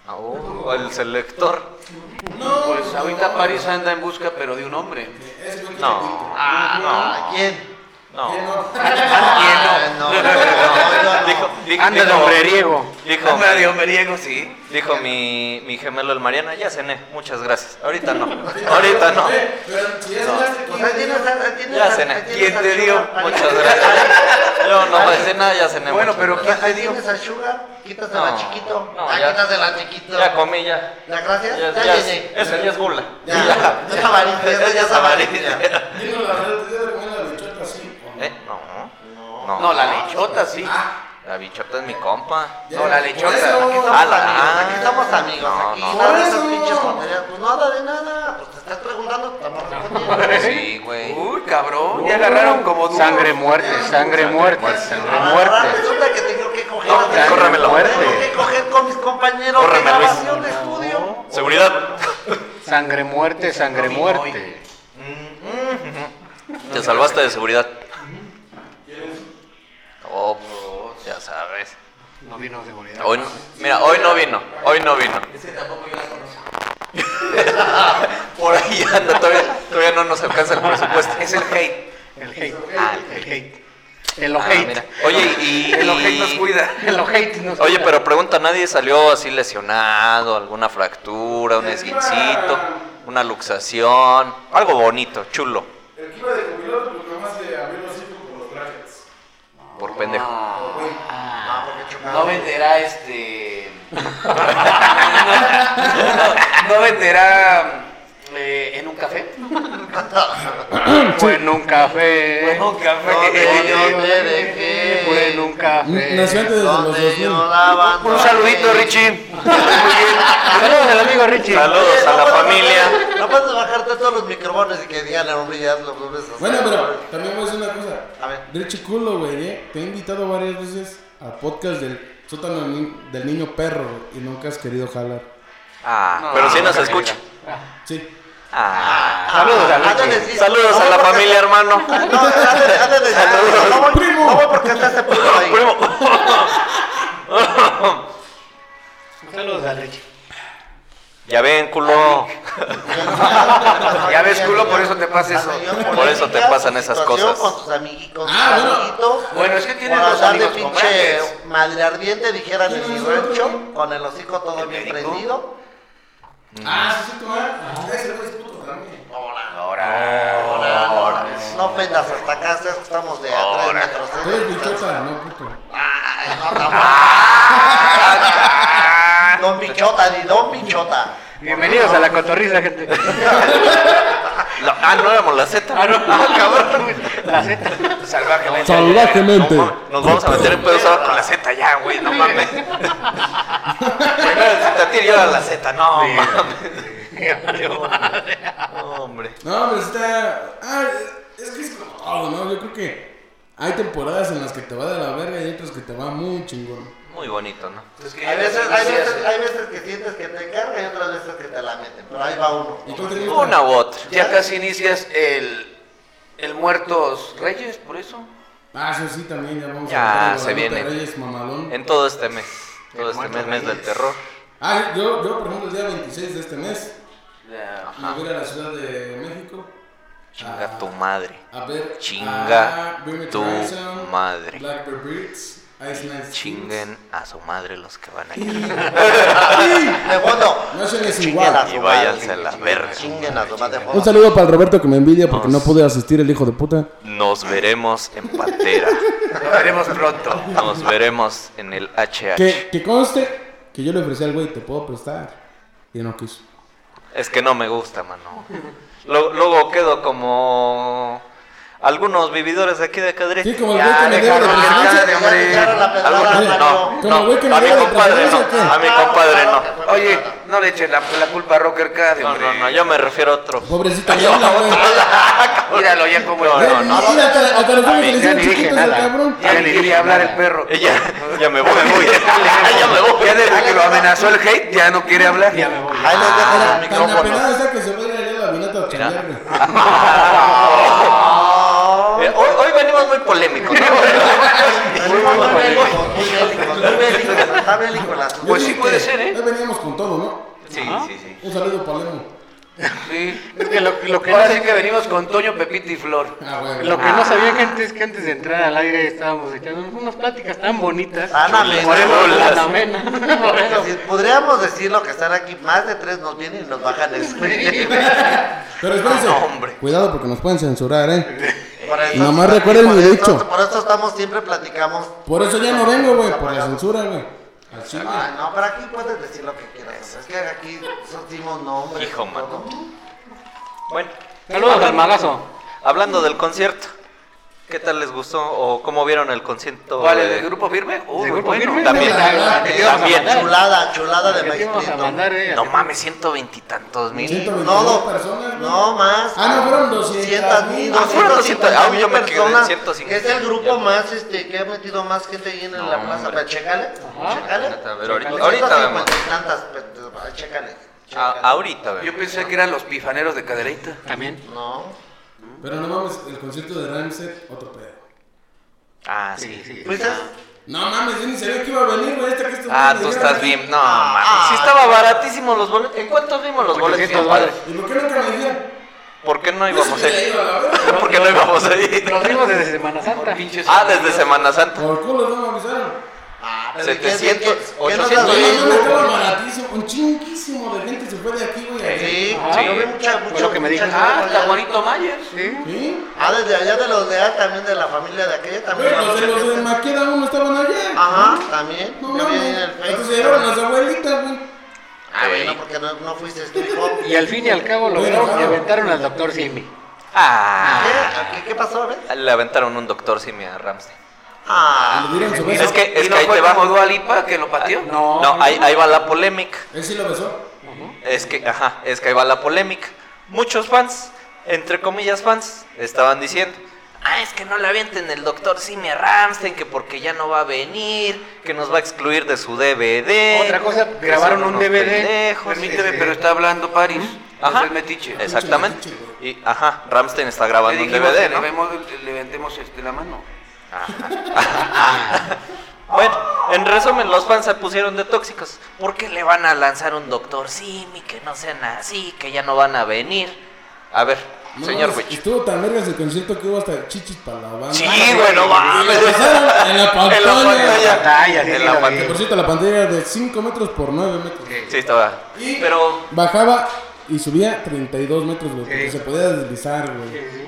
S1: Ah, oh, el selector.
S4: No,
S5: Pues
S4: no,
S5: ahorita
S4: no, eh,
S5: París anda en busca, pero de un hombre.
S4: Ese güey tiene
S1: No.
S4: pito.
S1: Ah,
S3: ¿A quién?
S1: no. No.
S4: ¿Qué no?
S3: <laughs> Ah, no, no, no, no.
S1: Dijo, di-
S2: Anda de
S1: dijo-
S2: hombreriego.
S1: Dijo,
S5: Hombre de hombreriego, sí.
S1: dijo mi, mi gemelo el Mariana, ya cené, muchas gracias. Ahorita no. Ahorita no.
S4: Eh, Pero si ya se me hace
S3: Pues ahí tienes,
S4: que-
S3: ahí tienes,
S1: Ya
S3: ahí
S1: cené.
S3: tienes
S5: ¿Quién
S3: a
S5: te
S3: Sugar.
S5: dio?
S3: Ahí-
S1: Muchas gracias. Yo no pensé nada, ya cené.
S5: Bueno,
S1: muchas
S5: pero
S1: gracias.
S5: ¿quién te
S3: Ahí
S5: dio?
S3: tienes a Sugar, quítasela
S1: No,
S3: chiquito.
S1: no,
S3: Ah,
S1: ya.
S3: quítasela chiquito.
S1: Ya comí, ya.
S3: ¿La gracias?
S1: Ya-
S3: Ya,
S1: ya-
S3: llegué.
S1: eso ya es gula.
S4: Ya.
S1: <laughs>
S3: Ya, ya es avaricia, eso ya es avaricia.
S4: Dinos la verdad, ¿te dieron comer la bichota así o no?
S1: ¿Eh? No. No,
S5: No, la lechota, sí.
S1: La bichota es mi compa.
S4: Ya,
S5: No, la
S4: por
S5: lechota.
S4: eso.
S3: Aquí estamos amigos, aquí estamos amigos.
S1: Ah, No,
S3: aquí
S1: no.
S3: nada de
S4: Por
S3: esas
S4: eso.
S3: pinches tonterías. Pues nada de nada. Pues te estás preguntando, estamos respondiendo.
S1: Sí, güey.
S5: Uy, cabrón. Ya agarraron como duros.
S2: Sangre muerte, sangre muerte, sangre
S3: Ahora
S2: muerte.
S3: Ah, resulta que tengo que coger.
S1: No, pues,
S3: tengo-
S1: córremelo.
S3: Tengo que coger con mis compañeros de
S1: Córreme, Luis.
S3: grabación de estudio.
S1: Seguridad.
S2: Sangre muerte, sangre muerte.
S1: Te salvaste de seguridad. Oh, ya sabes.
S2: No vino seguridad.
S1: Hoy, mira, hoy no vino, hoy no vino.
S5: Es que tampoco yo la conozco.
S1: <laughs> Por ahí anda, todavía, todavía no nos alcanza el presupuesto.
S5: Es el hate.
S2: El hate.
S1: Ah,
S2: el hate. El
S1: Ah,
S2: hate.
S1: mira. Oye, y,
S5: El hate nos
S1: y-
S5: cuida.
S2: El hate nos
S1: Oye,
S2: quita.
S1: pero pregunta, ¿nadie salió así lesionado? ¿Alguna fractura? ¿Un esguincito? ¿Una luxación? Algo bonito, chulo,
S4: El que iba de copiloto, pues nomás se abrió los hijos por los brackets.
S1: por pendejo.
S5: Ah,
S3: Ah, porque chocaba.
S5: No venderá este. <laughs> no, no venderá eh, en un café.
S2: Fue en un café.
S5: En un café.
S3: No, no, no.
S2: Fue en un café.
S4: Nació antes de los
S3: Donde
S4: 2000.
S3: yo daba
S5: Un saludito, Richie.
S2: Saludos al amigo Richie.
S1: Saludos a la
S3: puedes
S1: familia.
S3: bajar- No puedes bajarte todos los micrófonos y que digan el hombre ya los vuelves a hacer.
S4: Bueno, pero también voy a decir una cosa.
S3: A ver.
S4: Richie Culo, güey, ¿eh? te he invitado varias veces al podcast del sótano del ni- del niño perro güey, y nunca has querido jalar.
S1: Ah,
S5: No,
S1: pero si
S5: no
S1: nos
S5: te
S1: escucha.
S4: Sí.
S1: Ah.
S2: Saludos al
S3: Ándale,
S2: Richie.
S3: sí.
S1: Saludos
S3: No,
S1: a la
S3: porque-
S1: familia, hermano.
S3: No, ándale,
S1: <laughs>
S3: ándale, sí. No voy-
S4: Primo.
S3: No voy porque está ese primo ahí.
S1: Primo.
S2: Saludos al Richie.
S1: Ya ven, culo.
S5: <laughs> Ya ves, culo, por eso te pasa eso.
S1: Por eso te pasan esas
S3: Situación
S1: cosas.
S3: Con tus amigui- con tus
S4: Ah, bueno.
S3: amiguitos.
S5: Bueno, es que
S3: por
S5: tienes los
S3: andar de
S5: amigos
S3: pinche
S5: cobardes.
S3: madre ardiente, dijeran en
S4: Sí,
S3: mi
S4: sí, sí.
S3: rancho, con el hocico todo
S5: ¿El
S3: bien
S5: médico?
S3: prendido.
S4: Ah, sí, sí, tomar. Ah, ese güey es puto también.
S5: Ahora.
S1: Ah,
S3: Ahora, ahora. No ofendas hasta acá, sabes que estamos de a tres metros.
S4: Tú eres bichota, no puto.
S3: Ay, no,
S5: <laughs>
S3: tampoco. Don Bichota, ni Don Bichota.
S2: Bienvenidos a la cotorriza, gente.
S1: La- ah, no éramos la Z.
S2: Ah, no, <laughs> cabrón. La Z.
S5: Salvajemente.
S4: Salvajemente.
S1: No mames, nos vamos a meter en pedos ahora con la Z ya, güey, no mames. Primero el Z y ahora la Z, no mames. No, Hombre.
S4: No, pero está. Ah, es que es como todo, ¿no? Yo creo que hay temporadas en las que te va de la verga y otras que te va muy chingón.
S1: Muy bonito, ¿no?
S5: Es Pues que
S3: Hay veces,
S5: ya
S3: hay,
S5: se
S3: veces,
S5: hace.
S3: hay veces que sientes que te carga y otras veces que te la meten, pero ahí va uno.
S4: ¿Y tú te gusta?
S1: Una u otra.
S5: Ya casi inicias el, el Muertos Reyes, por eso.
S4: Ah, eso sí, también ya vamos
S1: Ya,
S4: a meter
S1: se
S4: Guadalupe
S1: viene.
S4: Reyes, mamalón.
S1: En todo este mes. Todo este mes, mes del terror.
S4: Ah, yo, yo, por ejemplo, el día 26 de este mes
S5: Ya.
S4: me voy a ir a la Ciudad de México
S1: Chinga tu madre.
S4: a ver.
S1: Chinga
S4: a Bring Me
S1: tu
S4: Horizon,
S1: madre.
S4: Blackbird Birds, Ice Nice.
S1: Chinguen a su madre los que van a ir.
S3: Segundo,
S4: No se les
S3: chinguen a
S4: igual.
S1: Y
S3: su madre.
S1: váyanse a la verga.
S3: Chinguen a su madre.
S4: Un saludo para el Roberto que me envidia porque no pude asistir el hijo de puta.
S1: Nos veremos en Pantera.
S5: Lo veremos pronto.
S1: Nos veremos en el HH.
S4: Que, que conste que yo le ofrecí al güey, te puedo prestar. Y no quiso.
S1: Es que no me gusta, mano. Lo- Luego quedo como algunos vividores de aquí de Cadre.
S4: Sí, como el güey
S5: Ya,
S4: que me dio
S5: dejaron
S4: la
S5: de
S4: referencia.
S5: hablar, hombre.
S1: Algunos- no,
S4: Como el güey que
S1: no,
S4: me
S1: a mi
S4: dio la
S1: compadre no,
S4: referencia, ¿qué?
S1: a mi compadre no.
S5: Oye, no le eches la, la culpa a Rocker Cade,
S1: No,
S5: hombre.
S1: no, no, yo me refiero a otro.
S4: Pobrecita diabla, güey.
S5: Míralo ya como
S1: No,
S4: Ya
S1: no,
S4: ni-
S1: no.
S4: mira, hasta- hasta los ojos
S2: mí
S4: le
S2: ya
S4: hicieron
S2: ni dije
S4: chiquitos al
S2: nada.
S4: cabrón.
S5: Ya ni quería hablar el perro.
S1: Ya, ya me voy,
S5: <laughs>
S1: voy. ya me voy.
S5: Ya desde que lo amenazó el hate, ya no quiere hablar.
S2: Ya me voy.
S3: Ahí les dejo los
S4: Tan
S3: micrófonos.
S4: apenado está que se va a ir a la vinata
S1: Mira. Ah,
S4: verga.
S1: <laughs> Eh, hoy, hoy venimos muy polémicos,
S5: <laughs>
S1: ¿no?
S3: Venimos muy bélicos, muy bélicos. Está bélico el asunto.
S5: Pues
S4: Yo
S5: sí
S4: creo
S5: puede
S4: que
S5: ser, ¿eh?
S4: Hoy veníamos con todo, ¿no?
S1: Sí, sí, sí.
S4: Un saludo para Lemo.
S5: Sí.
S2: Es que lo, lo que, no,
S5: Ahora sí que venimos con Toño, Pepito y Flor.
S4: Ah, güey.
S2: lo que no sabía, gente, es que antes de entrar al aire estábamos echando unas pláticas tan bonitas.
S1: Ah,
S3: Ana Mena.
S2: Por eso,
S1: Chulas.
S2: Ana <laughs> Mena. Por eso.
S3: Si Podríamos decirlo que están aquí, más de tres nos vienen y nos bajan el stream.
S4: Pero espérense.
S1: No, hombre.
S4: Cuidado porque nos pueden censurar, ¿eh?
S3: Por eso-
S4: Nomás recuerden
S3: por
S4: mi
S3: eso-
S4: dicho.
S3: Por eso estamos, siempre platicamos.
S4: Por eso ya no vengo, güey. Por la censura, güey. Al chile.
S3: Ay, Ah, no, pero aquí puedes decir lo que quieras. Es que aquí sortimos nombres.
S1: Hijo,
S3: y todo.
S1: Bueno,
S2: Saludos al
S1: hablando,
S2: magazo.
S1: hablando del concierto, ¿qué tal les gustó o cómo vieron el concierto?
S5: ¿Cuál?
S1: de-
S5: ¿El de Grupo Firme? Uy,
S2: ¿De
S5: muy
S2: Grupo
S5: bueno.
S2: Firme?
S1: También,
S2: La- la-
S3: Que
S2: la-
S3: te íbamos a
S1: también.
S3: mandar. Eh, Chulada, chulada de
S2: Que te íbamos a mandar,
S3: maestrito.
S2: eh,
S1: No mames, ciento veintitantos mil.
S4: 122
S3: No, no,
S4: personas, güey.
S3: no más.
S4: Ah, no, fueron 200
S3: mil,
S4: mil.
S1: Ah, fueron 200, ah, yo me quedé en
S3: personas.
S1: 150.
S3: Es el grupo más este, que ha metido más gente ahí en
S1: No,
S3: la plaza.
S1: hombre.
S3: Pero chécale,
S2: Ajá.
S3: chécale.
S1: A ver, ahorita,
S3: 250
S1: ahorita vemos.
S3: y tantas, pero, ah, chécale.
S1: A-
S3: chécale.
S1: ahorita vemos.
S5: Yo pensé que eran los pifaneros de Cadereyta.
S2: También.
S3: No.
S4: Pero no mames, el concierto de Ramset, otro pedo.
S1: Ah, sí.
S2: Sí, sí.
S3: Pues es-
S4: No mames, yo ni sabía que iba a venir, güey. Este que estos
S1: Ah,
S4: güeyes
S1: tú
S4: me
S1: estás
S4: dijeron,
S1: bien. No, mames. Sí estaba baratísimo los boletos. ¿En cuánto vimos los boletos,
S2: 800
S1: compadre?
S2: varos.
S4: ¿Y por qué nunca me dijeron?
S1: ¿Por qué no
S4: Yo
S1: íbamos
S4: sí
S1: a
S4: que
S1: ir?
S4: iba a la verga.
S1: ¿Por qué no íbamos a ir?
S2: Los vimos desde Semana Santa.
S5: Pinches
S1: Ah, desde Semana Santa.
S4: Por culo no me avisaron.
S3: Ah, pero
S1: 700,
S3: ¿qué- qué- qué
S1: 800
S3: nos das
S1: Sí,
S4: Güey,
S3: de
S4: no me
S3: grupo?
S4: estaba baratísimo. Un chinguísimo de gente se fue de aquí, güey.
S3: Sí, Ah,
S2: Ajá.
S3: yo vi mucha, mucha,
S2: Fue lo que me
S3: mucha
S2: dijo.
S3: gente
S5: Ah, está
S3: allá.
S5: Juanito Mayer.
S2: Sí.
S4: ¿Sí?
S3: Ah, desde allá de los de allá, también de la familia de aquella también.
S4: Güey,
S3: va
S4: los de
S3: mucha
S4: los de
S3: gente.
S4: Maqueda uno estaban allá.
S1: Ah,
S3: Ajá, también.
S4: No
S3: yo vi en
S4: mames.
S3: el
S4: Entonces
S3: Facebook.
S4: llegaron las abuelitas, güey.
S3: Ah, bueno, porque no, no fuiste hijo.
S2: Y al fin y al cabo lograron y aventaron al doctor Simi.
S1: Ah.
S3: ¿Qué? ¿Qué, qué pasó, a ver?
S1: Le aventaron un doctor Simi a Ramsey.
S3: Ah,
S4: Le dieron su beso.
S1: Es que, es
S5: ¿Y
S1: que
S5: no
S1: ahí
S5: fue
S1: te va.
S5: como Dua Lipa que lo pateó?
S2: No.
S1: No, ahí, ahí va la polémica.
S4: Él sí lo besó.
S1: Es que, ajá, es que ahí va la polémica. Muchos fans, entre comillas fans, estaban diciendo. Ah, es que no le avienten el doctor Simi a Ramstein, que porque ya no va a venir, que nos va a excluir de su DVD.
S2: Otra cosa,
S1: que
S2: grabaron
S1: son
S2: un
S1: unos
S2: DVD.
S1: pendejos.
S5: Permíteme,
S2: Ese-
S5: pero está hablando París.
S1: Ajá.
S5: Es el metiche. Le
S1: Exactamente. Y, ajá, Ramstein está grabando un
S5: dijimos
S1: DVD,
S5: que
S1: ¿no?
S5: le vemos- Le vendemos este, la mano.
S1: <laughs> Bueno, en resumen, los fans se pusieron de tóxicos. ¿Por qué le van a lanzar un doctor Simi? Que no sean así, que ya no van a venir. A ver,
S4: No,
S1: señor
S4: es-
S1: Witch.
S4: Estuvo tan vergas el concierto que hubo hasta chichis para la banda. Ah,
S1: Sí, güey, no mames.
S4: Lo besaron en
S1: <laughs>
S4: la
S1: En la
S4: pantalla.
S1: pantalla.
S2: pantalla, sí,
S1: En
S2: sí,
S1: la
S2: lo
S4: Que
S1: pantalla.
S4: por cierto, la pantalla era de 5 metros por 9 metros.
S1: Sí, estaba.
S4: Y-
S1: Pero
S4: Bajaba y subía 32 metros, güey. Porque
S2: Sí.
S4: se podía deslizar, güey.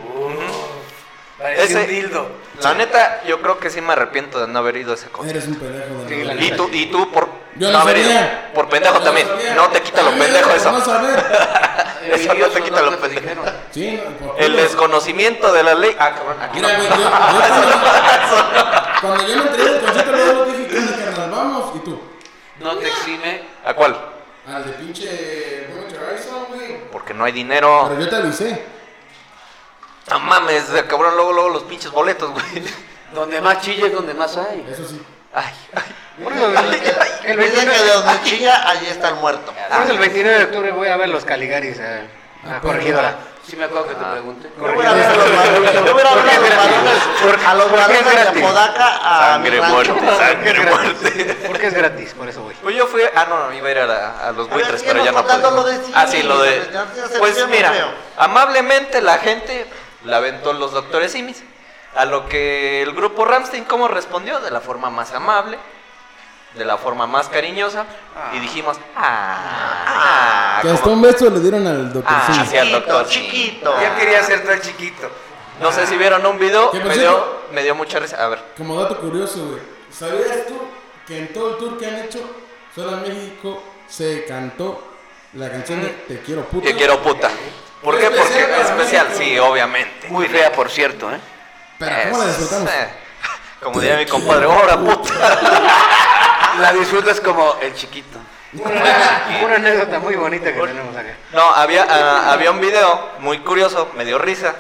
S5: Parece
S1: ese
S5: un dildo.
S1: La neta, yo creo que sí me arrepiento de no haber ido a ese concierto.
S4: Eres un pendejo de la
S2: Sí,
S4: verga.
S2: la
S1: Y tú, y tú por no
S4: Yo no
S1: haber ido.
S4: sabía.
S1: Por pendejo
S4: Yo
S1: también.
S4: sabía.
S1: No te quita lo
S4: También,
S1: pendejo
S4: por
S1: eso.
S4: Ah,
S1: <laughs>
S4: No saber.
S1: Eso no te
S5: Envidioso,
S1: quita lo
S5: te
S1: pendejo.
S5: dijeron.
S4: Sí, no, por
S1: El
S4: culo.
S1: desconocimiento de la ley. Ah, cabrón, aquí no.
S4: Mira, güey, yo,
S1: <laughs>
S4: yo cuando, cuando yo me entré del concierto, luego dije, ¿qué onda, carnal? Vamos. Y tú,
S5: No te exime.
S1: ¿A cuál?
S4: al de pinche Bring Horizon, güey.
S1: Porque no hay dinero.
S4: Pero yo te avisé.
S1: No mames, cabrón, luego, luego los pinches boletos, güey. <laughs>
S5: Donde más chille es donde más hay.
S4: Eso sí.
S1: Ay, ay.
S2: Por eso, el,
S3: dicen que
S2: 29,
S3: de donde chilla, allí está el muerto.
S2: por eso el 29 de octubre voy a ver los Caligaris a, a
S5: <laughs>
S2: Corregidora.
S5: Sí me acuerdo que
S1: Ah.
S5: te pregunté.
S3: Yo voy a ver a los varones, yo voy a ver a los varones, a los varones de Podaca, a mi
S1: Sangre
S3: rancho.
S1: muerte, sangre muerte.
S2: Porque es gratis, por eso voy.
S1: Pues yo fui, ah no, no, iba a ir a, la- a los
S3: ver,
S1: buitres,
S3: sí,
S1: pero
S3: nos
S1: ya no
S3: contando lo de
S1: pude.
S3: Simi,
S1: Ah, sí, lo de...
S3: ya se hace
S1: Pues
S3: bien
S1: mira,
S3: feo.
S1: amablemente la gente la aventó los doctores Simis, a lo que el grupo Ramstein, ¿cómo respondió? De la forma más amable, de la forma más cariñosa, y dijimos, ah, ah,
S4: que
S1: como-
S4: hasta un beso le dieron al doctor
S1: Ah,
S4: Simi.
S1: sí, al doctor
S3: Chiquito,
S1: Simi.
S3: chiquito.
S5: Ya quería ser tan chiquito.
S1: No sé si vieron un video,
S4: ¿Qué
S1: me
S4: pasó?
S1: dio, me dio mucha risa. A ver,
S4: Como dato curioso, güey. ¿Sabías tú que en todo el tour que han hecho, solo en México se cantó la canción de Te quiero puta?
S1: que quiero puta. ¿Por qué? Porque es especial, sí, obviamente.
S5: Muy fea, por cierto, ¿eh?
S4: Pero ¿cómo la
S1: Es-
S4: disfrutamos?
S1: eh, Como diría mi compadre, ahora puta.
S5: La disfrutas como el chiquito.
S2: Una, una anécdota muy bonita que tenemos acá.
S1: No, había, ah, había un video muy curioso, me dio risa,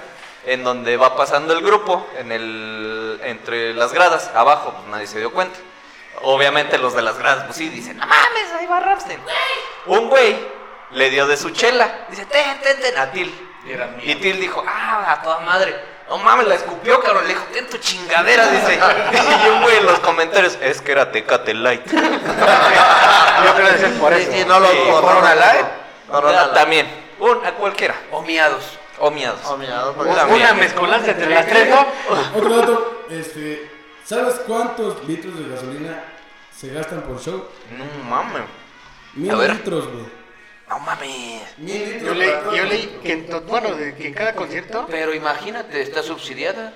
S1: en donde va pasando el grupo en el, entre las gradas, abajo, pues nadie se dio cuenta. Obviamente los de las gradas, pues sí, dicen, no mames, ahí va Ramstein. Un güey le dio de su chela, dice, ten, ten, ten, a Til.
S6: Y eran míos.
S1: Y Till dijo, ah, a toda madre. No mames, la escupió, cabrón. Le dijo, ten tu chingadera, dice. <laughs> Y un güey en los comentarios, es que era Tecate Light.
S2: Yo creo que es por eso.
S3: Y no lo
S1: Sí, Corona Light.
S3: Corona Light.
S1: También, un, a cualquiera.
S5: O miados.
S1: O miados.
S3: Oh, mira, no, porque-
S1: Una
S2: Una
S1: mierda.
S2: mezcolanza entre las tres, ¿no?
S4: <laughs> Otro dato, este, ¿sabes cuántos litros de gasolina se gastan por show?
S1: No mames.
S4: Mil
S1: A ver.
S4: litros, güey.
S1: No mames.
S4: Mil litros.
S2: Yo leí,
S4: para todo.
S2: yo leí que, en to- bueno, de que en cada concierto,
S5: Pero imagínate, está subsidiada.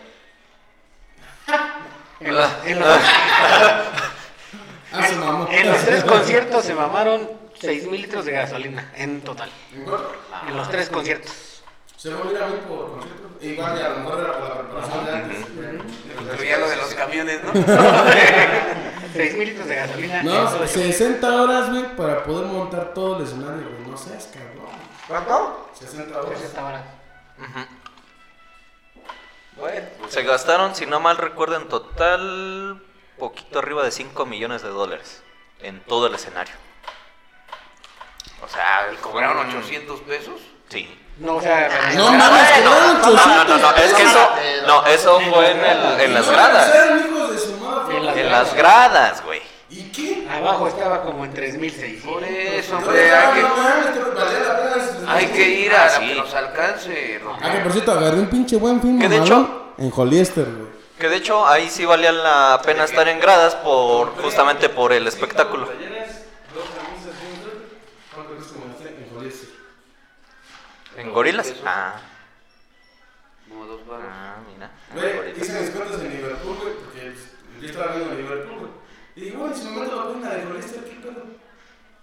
S2: en los, en los-
S4: Ah, se mamó.
S2: en los tres conciertos se mamaron 6 mil litros de gasolina en total.
S4: ¿En cuatro?
S2: En los tres conciertos.
S4: Se lo hubiera muy por concierto. E Igual ya a lo mejor era por la preparación de antes.
S5: Incluía lo de los camiones, <laughs> ¿no?
S2: 6 mil litros de gasolina. en todo
S4: No,
S2: el-
S4: 60 horas, güey, para poder montar todo el escenario, güey. No seas cabrón.
S3: ¿Cuánto?
S4: 60 horas.
S2: 60 horas.
S1: Se gastaron, si no mal recuerdo, en total poquito arriba de 5 millones de dólares en todo el escenario. O sea,
S5: Cobraron 800 pesos.
S1: Sí.
S2: No, o sea,
S4: Ah, No mames,
S1: Bueno,
S4: quedaron
S1: no, no, no, no, es que eso, no, eso fue en, el- en las gradas.
S4: Eran hijos de su madre.
S2: En las-
S1: En las gradas, güey.
S4: ¿Y qué?
S2: abajo estaba como en 3600.
S5: Por eso,
S4: No,
S5: hombre, hay
S4: "Ah, no, no,
S5: que,
S4: mames, que valía la pena ese-
S5: hay que ir a
S1: Ah,
S5: la
S1: sí.
S5: que nos alcance. Roque.
S4: Ah, que por cierto, agarré un pinche buen film,
S1: ¿Qué de
S4: mamalón, En Holliester, güey.
S1: Que de hecho ahí sí valía la pena estar en gradas por justamente por el espectáculo. ¿En gorilas? Ah,
S5: Como dos varos.
S1: ah, mira. en
S4: Güey,
S1: gorilas.
S4: hice mis cuentas en Liverpool, güey, porque pues, yo estaba viendo Liverpool, güey. Y digo, güey, si me meto la cuenta de Hollister, ¿qué pedo?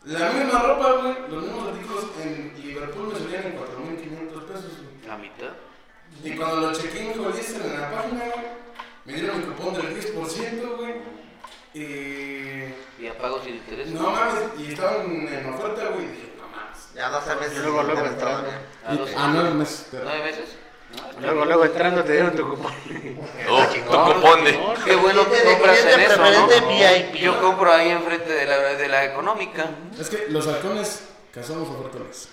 S4: La misma ropa, güey, los mismos artículos en Liverpool me salían en 4.500 pesos, güey.
S5: La mitad.
S4: Y cuando lo chequé en Hollister en la página, güey, me dieron mi cupón del 10%, güey. Eh,
S5: Y a pago sin interés.
S4: no mames, y estaban en oferta, güey, y dije, no mames.
S3: Ya no sabes.
S2: Luego, luego
S3: debe estar
S2: entraba.
S3: bien.
S5: A dos-
S4: Ah, no, no es-
S5: ¿Nueve meses?
S2: Luego, luego entrando te dieron tu cupón.
S1: Oh, tu cupón de-
S5: Qué bueno que compras en eso,
S3: Preferente
S5: ¿no?
S3: VIP.
S5: Yo compro ahí enfrente de la, de la económica.
S4: Es que los halcones cazamos ofertones.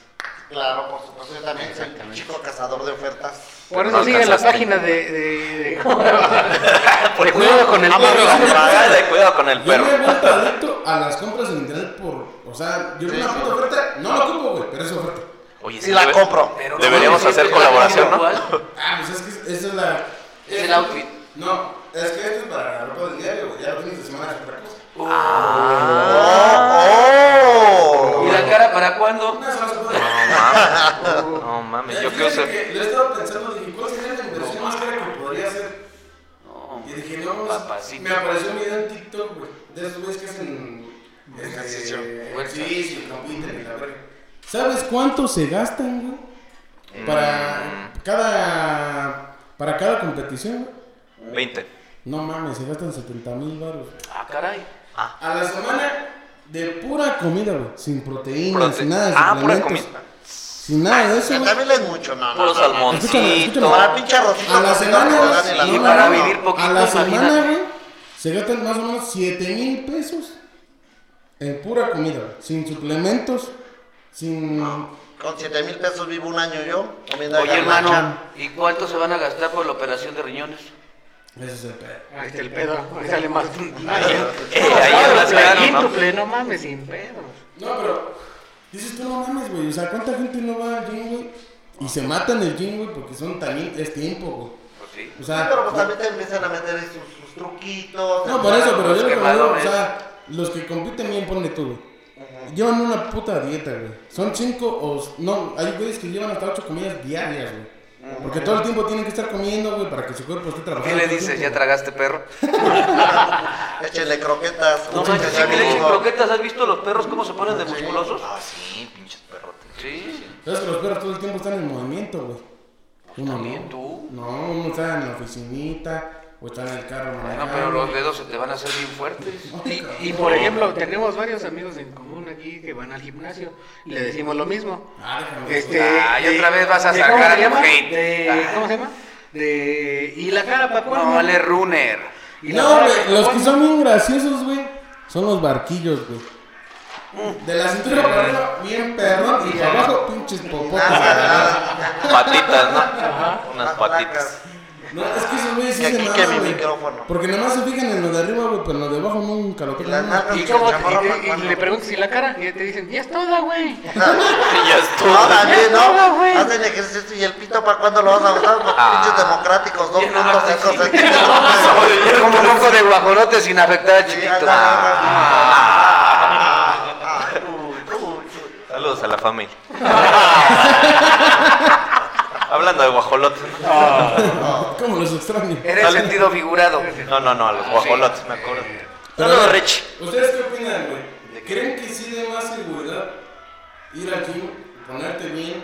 S3: Claro, por supuesto, yo también soy un chico cazador de ofertas.
S2: Por
S1: No
S2: eso sigue la
S1: alcanzaste.
S2: página de. de, de, de cuidado con el
S3: Vamos,
S2: perro.
S3: vamos.
S1: Ah, de cuidado con el
S4: Yo me he
S1: perro.
S4: vuelto adicto a las compras en internet por. O sea, yo veo una puta oferta, no la ocupo, güey, pero es oferta.
S1: Oye,
S3: Y la
S1: debe-
S3: compro.
S5: Pero no
S1: Deberíamos
S5: me siento
S1: hacer
S5: tan
S1: colaboración, ¿no?
S5: igual.
S4: Ah, pues es que esa es la.
S5: Es el outfit.
S4: No, es que esto es para la ropa del diario, güey. Ya los fines de semana es otra cosa.
S1: Ah.
S3: ¡Oh!
S5: ¿Y la cara para cuándo?
S4: Una sola se puede.
S1: No mames. No mames, yo
S4: Fíjate
S1: que uso.
S4: que Lo he estado pensando, dije, ¿cuál sería la inversión más cara que podría hacer? Y dije, no,
S5: Papacito.
S4: me apareció un
S1: pues.
S4: video en TikTok, güey. De esos güeyes que hacen. este,
S3: Ejercicio.
S4: Ejercicio, computer y la verga. ¿Sabes cuánto se gastan, güey?
S1: Mm.
S4: Para cada. Para cada competición, güey.
S1: 20.
S4: No mames, se gastan 70 mil baros.
S5: Ah, caray.
S4: A la semana de pura comida, güey. Sin proteína,
S1: Prote-
S4: sin nada de
S1: Ah, pura
S4: suplementos,
S1: comida. Ah,
S4: Sin nada de eso,
S3: Ya
S4: güey.
S3: También es mucho, no, no.
S1: Puro
S3: no, no.
S1: salmoncito.
S3: Para pinche arrocito.
S4: A la
S3: pues,
S4: semana,
S3: no, no, ni la
S4: sí,
S3: semana,
S5: para
S3: no.
S5: vivir po- poquito,
S4: A la semana,
S5: imagínate.
S4: güey, se gastan más o menos 7 mil pesos en pura comida, güey. Sin suplementos, sin...
S3: Con 7 mil pesos vivo un año yo. comiendo
S5: Oye,
S3: garnacha.
S5: hermano, ¿y cuánto se van a gastar por la operación de riñones?
S4: Ese es el pedo.
S2: Ahí está el pedo. Ahí sale más.
S1: Eh, ahí en las gradas, ¿no?
S2: Quíntuple, no mames, sin pedo.
S4: No, pero... Dices tú, no mames, güey. O sea, ¿cuánta gente no va al gym, güey? Y se matan el gym, güey, porque son tan... in- Es tiempo, güey.
S5: Pues sí.
S4: O
S3: Sí,
S4: sea...
S3: Pero pues también te empiezan a meter ahí sus, sus truquitos.
S4: No, por eso, pero
S5: Los
S4: yo lo que me digo, o
S5: quemadores.
S4: sea, los que compiten bien, ponle tú, güey. Llevan una puta dieta, güey. Son cinco o... s- No, hay güeyes que llevan hasta ocho comidas diarias, güey. Porque todo el tiempo tienen que estar comiendo, güey, para que su cuerpo esté trabajando.
S5: ¿Qué le
S4: todo el
S5: dices? ¿Ya
S4: tiempo,
S5: tragaste perro?
S3: Échele croquetas.
S5: No
S3: mucho
S5: manches,
S3: que
S5: ¿a qué le
S3: sea
S5: echen
S3: rico.
S5: croquetas? ¿Has visto los perros cómo se ponen de musculosos?
S1: Ah, sí, pinches perrotes.
S5: Sí.
S4: güey. Sabes que los perros todo el tiempo están en movimiento, güey. Uno
S5: También
S4: no.
S5: tú.
S4: No, uno está en la oficinita, o está en el carro
S5: Bueno,
S4: manejando.
S5: pero los dedos se te van a hacer bien fuertes.
S2: Y, y,
S5: Oh.
S2: por ejemplo, tenemos varios amigos en común aquí que van al gimnasio y le decimos lo mismo.
S4: Ah, déjame.
S2: Este,
S5: Ay, otra vez vas a
S2: de-
S5: sacar
S2: ¿cómo se
S5: a tu
S2: llama?
S5: hate.
S2: De-
S5: Ah.
S2: ¿Cómo se llama? De, y la cara, papá.
S5: No vale runner.
S2: Y la
S4: No,
S2: cara,
S4: güey,
S2: pa'
S4: los que
S2: cuándo?
S4: son bien graciosos, güey, son los barquillos, güey. De la cintura para arriba, bien perrón, y para abajo, pinches popotes.
S3: Ah,
S1: Patitas, ¿no? Unas patitas.
S4: No, es que esos güeyes sí
S3: Que
S4: se
S3: aquí
S4: maman,
S3: que mi
S4: güey.
S3: micrófono.
S4: Porque nomás se fijan en lo de arriba, güey, pero en lo de abajo nunca lo
S3: Y
S4: tocan.
S3: las
S4: ¿no?
S3: nalgas
S2: ¿Y,
S3: que
S2: cómo,
S3: se amarran
S2: y- y- y
S3: cuando-
S2: le preguntas si la cara y te dicen, ya es toda,
S5: <laughs>
S1: <laughs>
S2: güey.
S1: Y ya estuvo.
S3: No, también
S2: No, güey.
S3: no. Haz el ejercicio y el pito para cuando lo vas a usar, los
S1: Ah.
S3: pinches democráticos, dos
S5: Ya nada
S3: puntos
S5: más
S3: cinco
S5: así.
S3: centímetros.
S5: Es como un poco de guajolote sin afectar a
S3: Sí,
S5: chiquito.
S3: ándale, ándale.
S1: Saludos a la familia. Hablando de guajolotes. ¿no?
S4: <laughs> ¿Cómo los extraño?
S3: Eh,
S5: En el sentido figurado.
S1: No, no, no, a los guajolotes, me acuerdo.
S4: Pero,
S1: Saludos,
S4: a ver,
S1: Rich.
S4: ¿Ustedes qué opinan, güey? ¿Creen que sí de más seguridad ir al gym, ponerte bien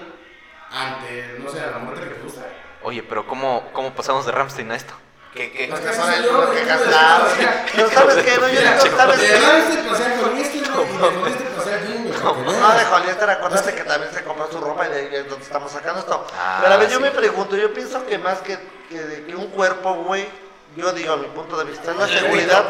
S4: ante, no sé, a la muerte que te gusta?
S1: Oye, pero ¿cómo, cómo pasamos de Ramstein a esto? ¿Qué, qué?
S3: Los que son el culo que casados. <laughs> Pero sabes qué, no, yo no, sabes
S4: Te
S3: qué.
S4: ganaste pasar con este, güey, y te jodiste pasar al gym, güey, este. para que
S3: No, de
S4: veas.
S3: Joliester, acuérdate que también se compró su ropa y de ahí es donde estamos sacando esto.
S1: Ah,
S3: Pero a ver, yo
S1: sí.
S3: me pregunto, yo pienso que más que, que, de- que un cuerpo, güey, yo digo, a mi punto de vista, es la seguridad.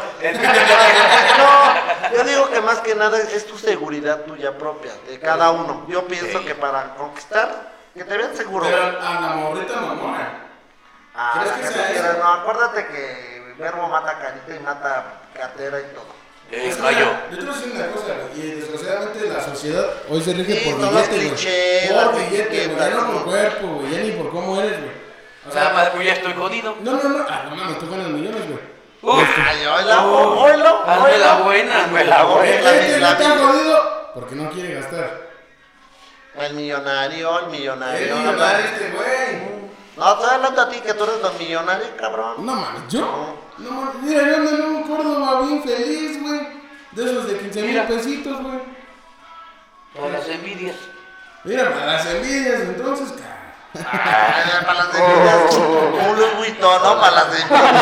S3: no, yo digo que más que nada es tu seguridad tuya propia, de cada uno. Yo pienso
S1: Sí.
S3: que para conquistar, que te vean seguro.
S4: Pero a la morrita mamona.
S3: Ah,
S4: ¿Crees
S3: la
S4: que
S3: que
S4: sea
S3: tú quieras,
S4: eso?
S3: no, acuérdate que Verbo mata carita y mata cartera y todo.
S1: Eh,
S4: Es que,
S1: gallo.
S4: mira, Yo te voy a decir una cosa, güey, y desgraciadamente la sociedad hoy se rige
S3: Sí,
S4: por
S3: todo es
S4: billete, güey.
S3: cliché,
S4: Por
S3: la
S4: billete, güey,
S3: etiqueta,
S4: ya no por
S3: ¿no?
S4: cuerpo, güey, ya ni por cómo eres, güey. O sea, pues,
S5: ya estoy jodido.
S4: No, no, no. Ah, no mames, tú ganas millones, güey. pues,
S3: Ay, hola,
S5: Oh,
S3: hola,
S5: hazme la
S3: hola.
S5: buena.
S3: Hazme la
S4: ¿Por
S3: buena.
S4: qué
S3: la-
S4: no Este te han jodido? Porque no quiere gastar.
S3: El millonario, el millonario.
S4: Eres
S3: no,
S4: millonario este güey.
S3: No, estoy hablando a ti que tú eres don millonario, cabrón.
S4: No mames, yo. No mames, mira, yo ando en un Córdoba bien feliz, güey. De esos de 15 mil
S5: Mira.
S4: pesitos, güey.
S5: Por las envidias.
S4: Mira, para las envidias, entonces, cara.
S3: Ay, Ah, para las envidias. Un Louis Vuitton, ¿no? Para las envidias.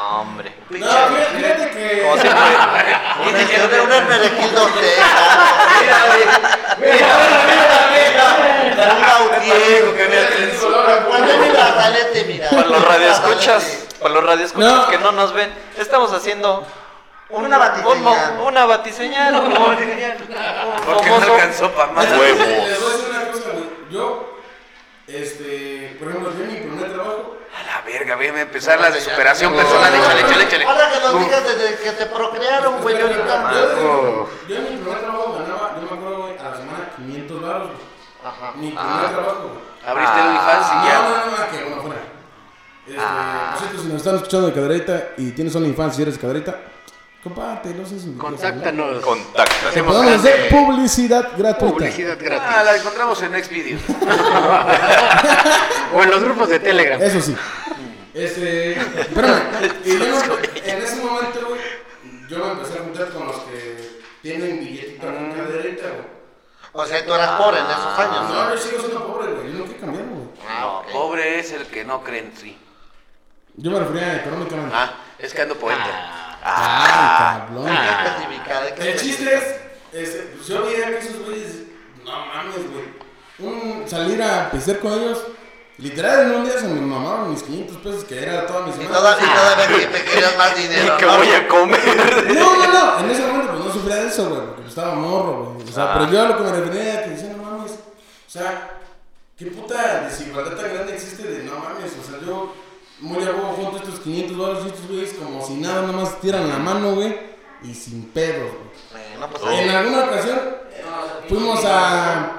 S1: No, hombre.
S4: No,
S3: Pinche.
S4: mira, fíjate que.
S1: Como siempre.
S3: Una acción de <laughs> un hermerequil dos de esas. Un Gautier.
S4: <laughs>
S5: que vea que le insulta.
S3: Cuando mira, salete, mira.
S1: Para los radioescuchas, para los radioescuchas
S4: No.
S1: que no nos ven, estamos haciendo un-
S3: Una batiseñal.
S1: un mo- una batiseñal. Un
S5: Porque no
S1: famoso-
S5: alcanzó para más.
S4: Mira, Les voy a decir una cosa, güey. Yo, este, por ejemplo, yo en mi primer trabajo.
S5: A la verga, voy a empezar la de superación personal. Échale, échale, échale.
S3: Ahora que nos digas desde que te procrearon, güey, yo ahorita.
S4: Yo, yo en mi primer trabajo ganaba, yo me acuerdo, güey, a la semana 500 baros, güey.
S3: Ajá.
S4: Mi primer trabajo, güey.
S5: Abriste el OnlyFans
S2: Ah.
S5: y
S4: No,
S5: ya.
S4: no, no, no, que bueno, fuera. Este, por cierto, si nos están escuchando de cadereita y tienes una infancia y eres cadereita, comparte, no seas envidioso,
S2: Contáctanos.
S1: Contacta.
S4: ¿no?
S2: Hacemos
S4: Podemos hacer
S2: grande.
S4: publicidad gratuita.
S2: publicidad
S5: Ah,
S2: gratis.
S5: la encontramos en Xvideos.
S2: <laughs> O en los grupos de Telegram.
S4: Eso sí. Este, espérame. Y yo, en ese momento, güey, yo me empecé a juntar con los que tienen billetito en cadereita, güey.
S3: O sea, tú eras pobre en esos años,
S4: No,
S3: ¿no?
S4: yo sigo siendo pobre, güey. Yo no quiero cambiar, güey.
S5: No, pobre es el que no cree en sí.
S4: Yo me refería económicamente.
S5: Ah, es que ando poeta.
S4: Ah, cabrón.
S3: Qué especificada, qué
S4: El chiste
S3: especificada.
S4: es, este, pues yo veía que esos güeyes, no mames, güey. Un, salir a pistear con ellos, literal, en un día se me mamaron mis 500 pesos, que era toda mi
S3: Y
S4: semana.
S3: toda, y toda vez que me querías más dinero,
S1: <laughs> ¿Y qué
S3: ¿no?
S1: voy a comer?
S4: No, no, no, en ese momento pues no sufría de eso, güey, porque pues, estaba morro, güey. O sea,
S3: Ah.
S4: pero yo a lo que me refería era que decía, no mames, o sea, qué puta desigualdad tan grande existe de no mames, o sea, yo muy a huevo junto estos 500 dólares y estos güeyes como si nada, nomás tiran la mano, güey, y sin pedos, güey.
S3: Bueno, pues
S4: En
S3: ahí.
S4: alguna ocasión fuimos a,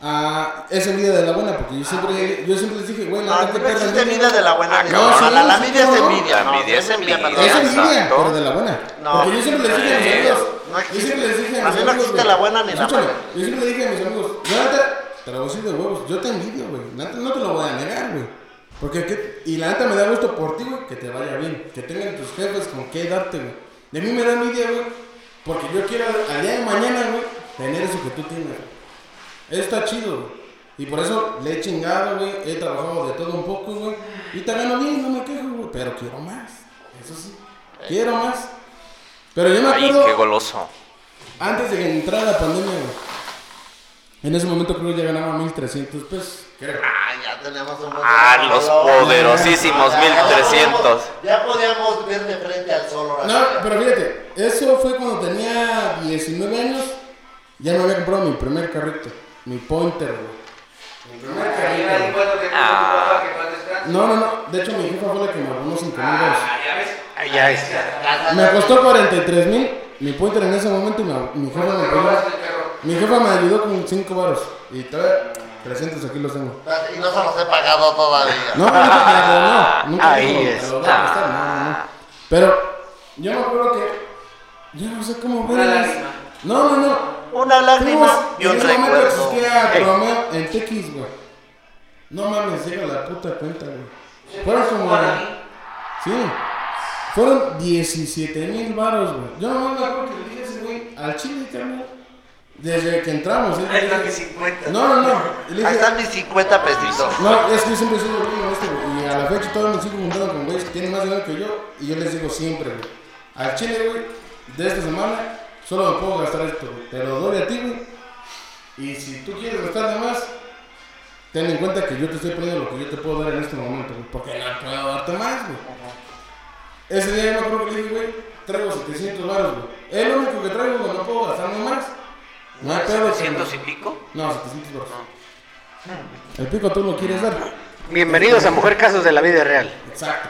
S4: a ese día de la buena, porque yo siempre, yo siempre les dije, güey, la
S3: Ah, No,
S4: neta
S3: no
S4: perra
S3: existe
S4: envidia.
S3: envidia de la buena ni de
S4: no,
S3: la
S4: sí,
S3: mala. La, la
S4: sí,
S3: envidia es
S4: no.
S3: envidia.
S1: Ah, La
S3: no,
S1: envidia es envidia.
S3: perdón.
S4: Es envidia,
S1: Exacto.
S4: pero de la buena.
S3: No.
S4: Porque yo siempre les dije a mis
S1: Eh,
S4: amigos.
S3: no existe.
S4: Yo siempre les dije a
S3: A
S4: mis
S3: mí no
S4: amigos,
S3: existe
S4: güey.
S3: la buena ni la
S4: Escúchame,
S3: mala.
S4: Yo siempre le dije a mis amigos, yo la neta, te lo voy a decir de huevos, yo te envidio, güey. La neta no te lo voy a negar, güey. Porque, qué- y la neta me da gusto por ti, güey, que te vaya bien. Que tengan tus jefes con qué darte, güey. De mí me da envidia, güey. Porque yo quiero al día de mañana, güey, tener eso que tú tienes, güey. Eso está chido, güey. Y por eso le he chingado, güey. He trabajado de todo un poco, güey. Y te gano bien, no me quejo, güey. Pero quiero más. Eso sí. Quiero más. Pero yo me
S1: Ay, qué
S4: acuerdo
S1: goloso.
S4: antes de que entrara la pandemia, güey. En ese momento creo que ya ganaba 1300 pesos. creo.
S3: Ah, ya tenemos un buen
S1: Ah, los
S3: valor.
S1: poderosísimos
S3: Ya
S1: 1300.
S3: podíamos- Ya podíamos ver de frente al sol ahora.
S4: No, pero fíjate, eso fue cuando tenía 19 años. Ya me había comprado mi primer carrito, mi pointer, güey. Mi primer carrito. güey.
S5: Ah.
S1: Ah,
S4: No, no, no. De hecho, mi jefa fue la que me abonó 5 mil dólares.
S2: Ah, ya está.
S4: Me costó 43 mil. Mi pointer en ese momento, y mi, mi jefa me ayudó. Mi jefa me ayudó con 5 baros. Y todavía 300 aquí los tengo.
S3: Y no se los he pagado todavía.
S4: No, nunca me abonó, Nunca
S2: Ahí
S4: dijo,
S2: está.
S4: "Te lo voy a prestar", no, no, no. Pero yo me acuerdo que. Yo no sé cómo
S5: Una
S4: vergas.
S5: lágrima.
S4: No, no, no.
S3: Una lágrima
S4: Fuimos-
S3: y un
S4: en ese momento
S3: recuerdo.
S4: existía Promeo en TX, güey. No mames, llega la puta cuenta, güey. Fueron como. Sí. Fueron 17 mil baros, güey. Yo no me acuerdo que le dije a ese güey al chile, carnal. Desde que entramos, ¿eh?
S5: Ahí están mis 50.
S4: No, no, no. Le dije,
S3: Ahí están mis 50 pesitos.
S4: no, es que yo siempre he sido bien honesto, güey. Y a la fecha todavía me sigo juntando con güeyes que tienen más dinero que yo. Y yo les digo siempre, güey. Al chile, güey, de esta semana, solo me puedo gastar esto, güey. Te lo doy a ti, güey. Y si tú quieres gastar de más, ten en cuenta que yo te estoy poniendo lo que yo te puedo dar en este momento, güey. Porque no puedo darte más, güey. Ese día yo me acuerdo que le dije, güey, traigo 700 baros, güey. Es lo único que traigo, güey, no puedo gastar más. No hay pedo,
S5: ¿700 y
S4: carnal.
S5: pico?
S4: No, 700 baros. El pico tú lo quieres dar.
S2: Bienvenidos a Mujer Casos de la Vida Real.
S4: Exacto.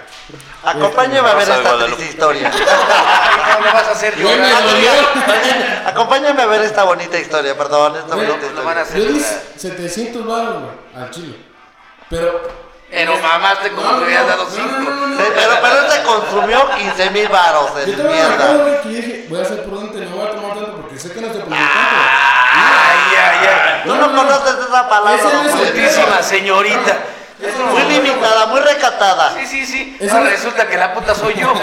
S3: Acompáñame a ver
S1: Rosa de
S3: esta
S1: Guadalupe.
S3: triste historia.
S5: ¿Cómo lo vas a hacer
S4: Yo me
S5: llorar?
S4: dolió.
S3: Acompáñame a ver esta bonita historia, perdón, esta
S4: Bueno,
S3: bonita
S5: lo van a
S3: historia.
S5: hacer.
S4: Yo di 700 baros, güey, al chile. Pero.
S5: Pero mamaste como
S4: No,
S5: te hubieras
S4: no,
S5: dado
S4: no,
S5: 5.
S4: no, no, no.
S3: Sí, Pero, pero se consumió 15 mil baros
S4: Yo
S3: en
S4: también me acuerdo,
S3: mierda.
S4: güey, que dije, voy a ser prudente, no voy a tomar tanto porque sé que no estoy poniendo
S5: Ay, ay, ay.
S3: Ah. Tú
S4: No,
S3: no
S4: no, no.
S3: conoces esa palabra.
S4: Ese no es
S3: don
S4: el
S3: Julio.
S5: Santísima señorita.
S3: Muy limitada, muy recatada.
S5: Sí, sí, sí.
S4: Ese
S5: Ahora
S4: no-
S5: resulta que la puta soy
S4: <laughs>
S5: yo. No.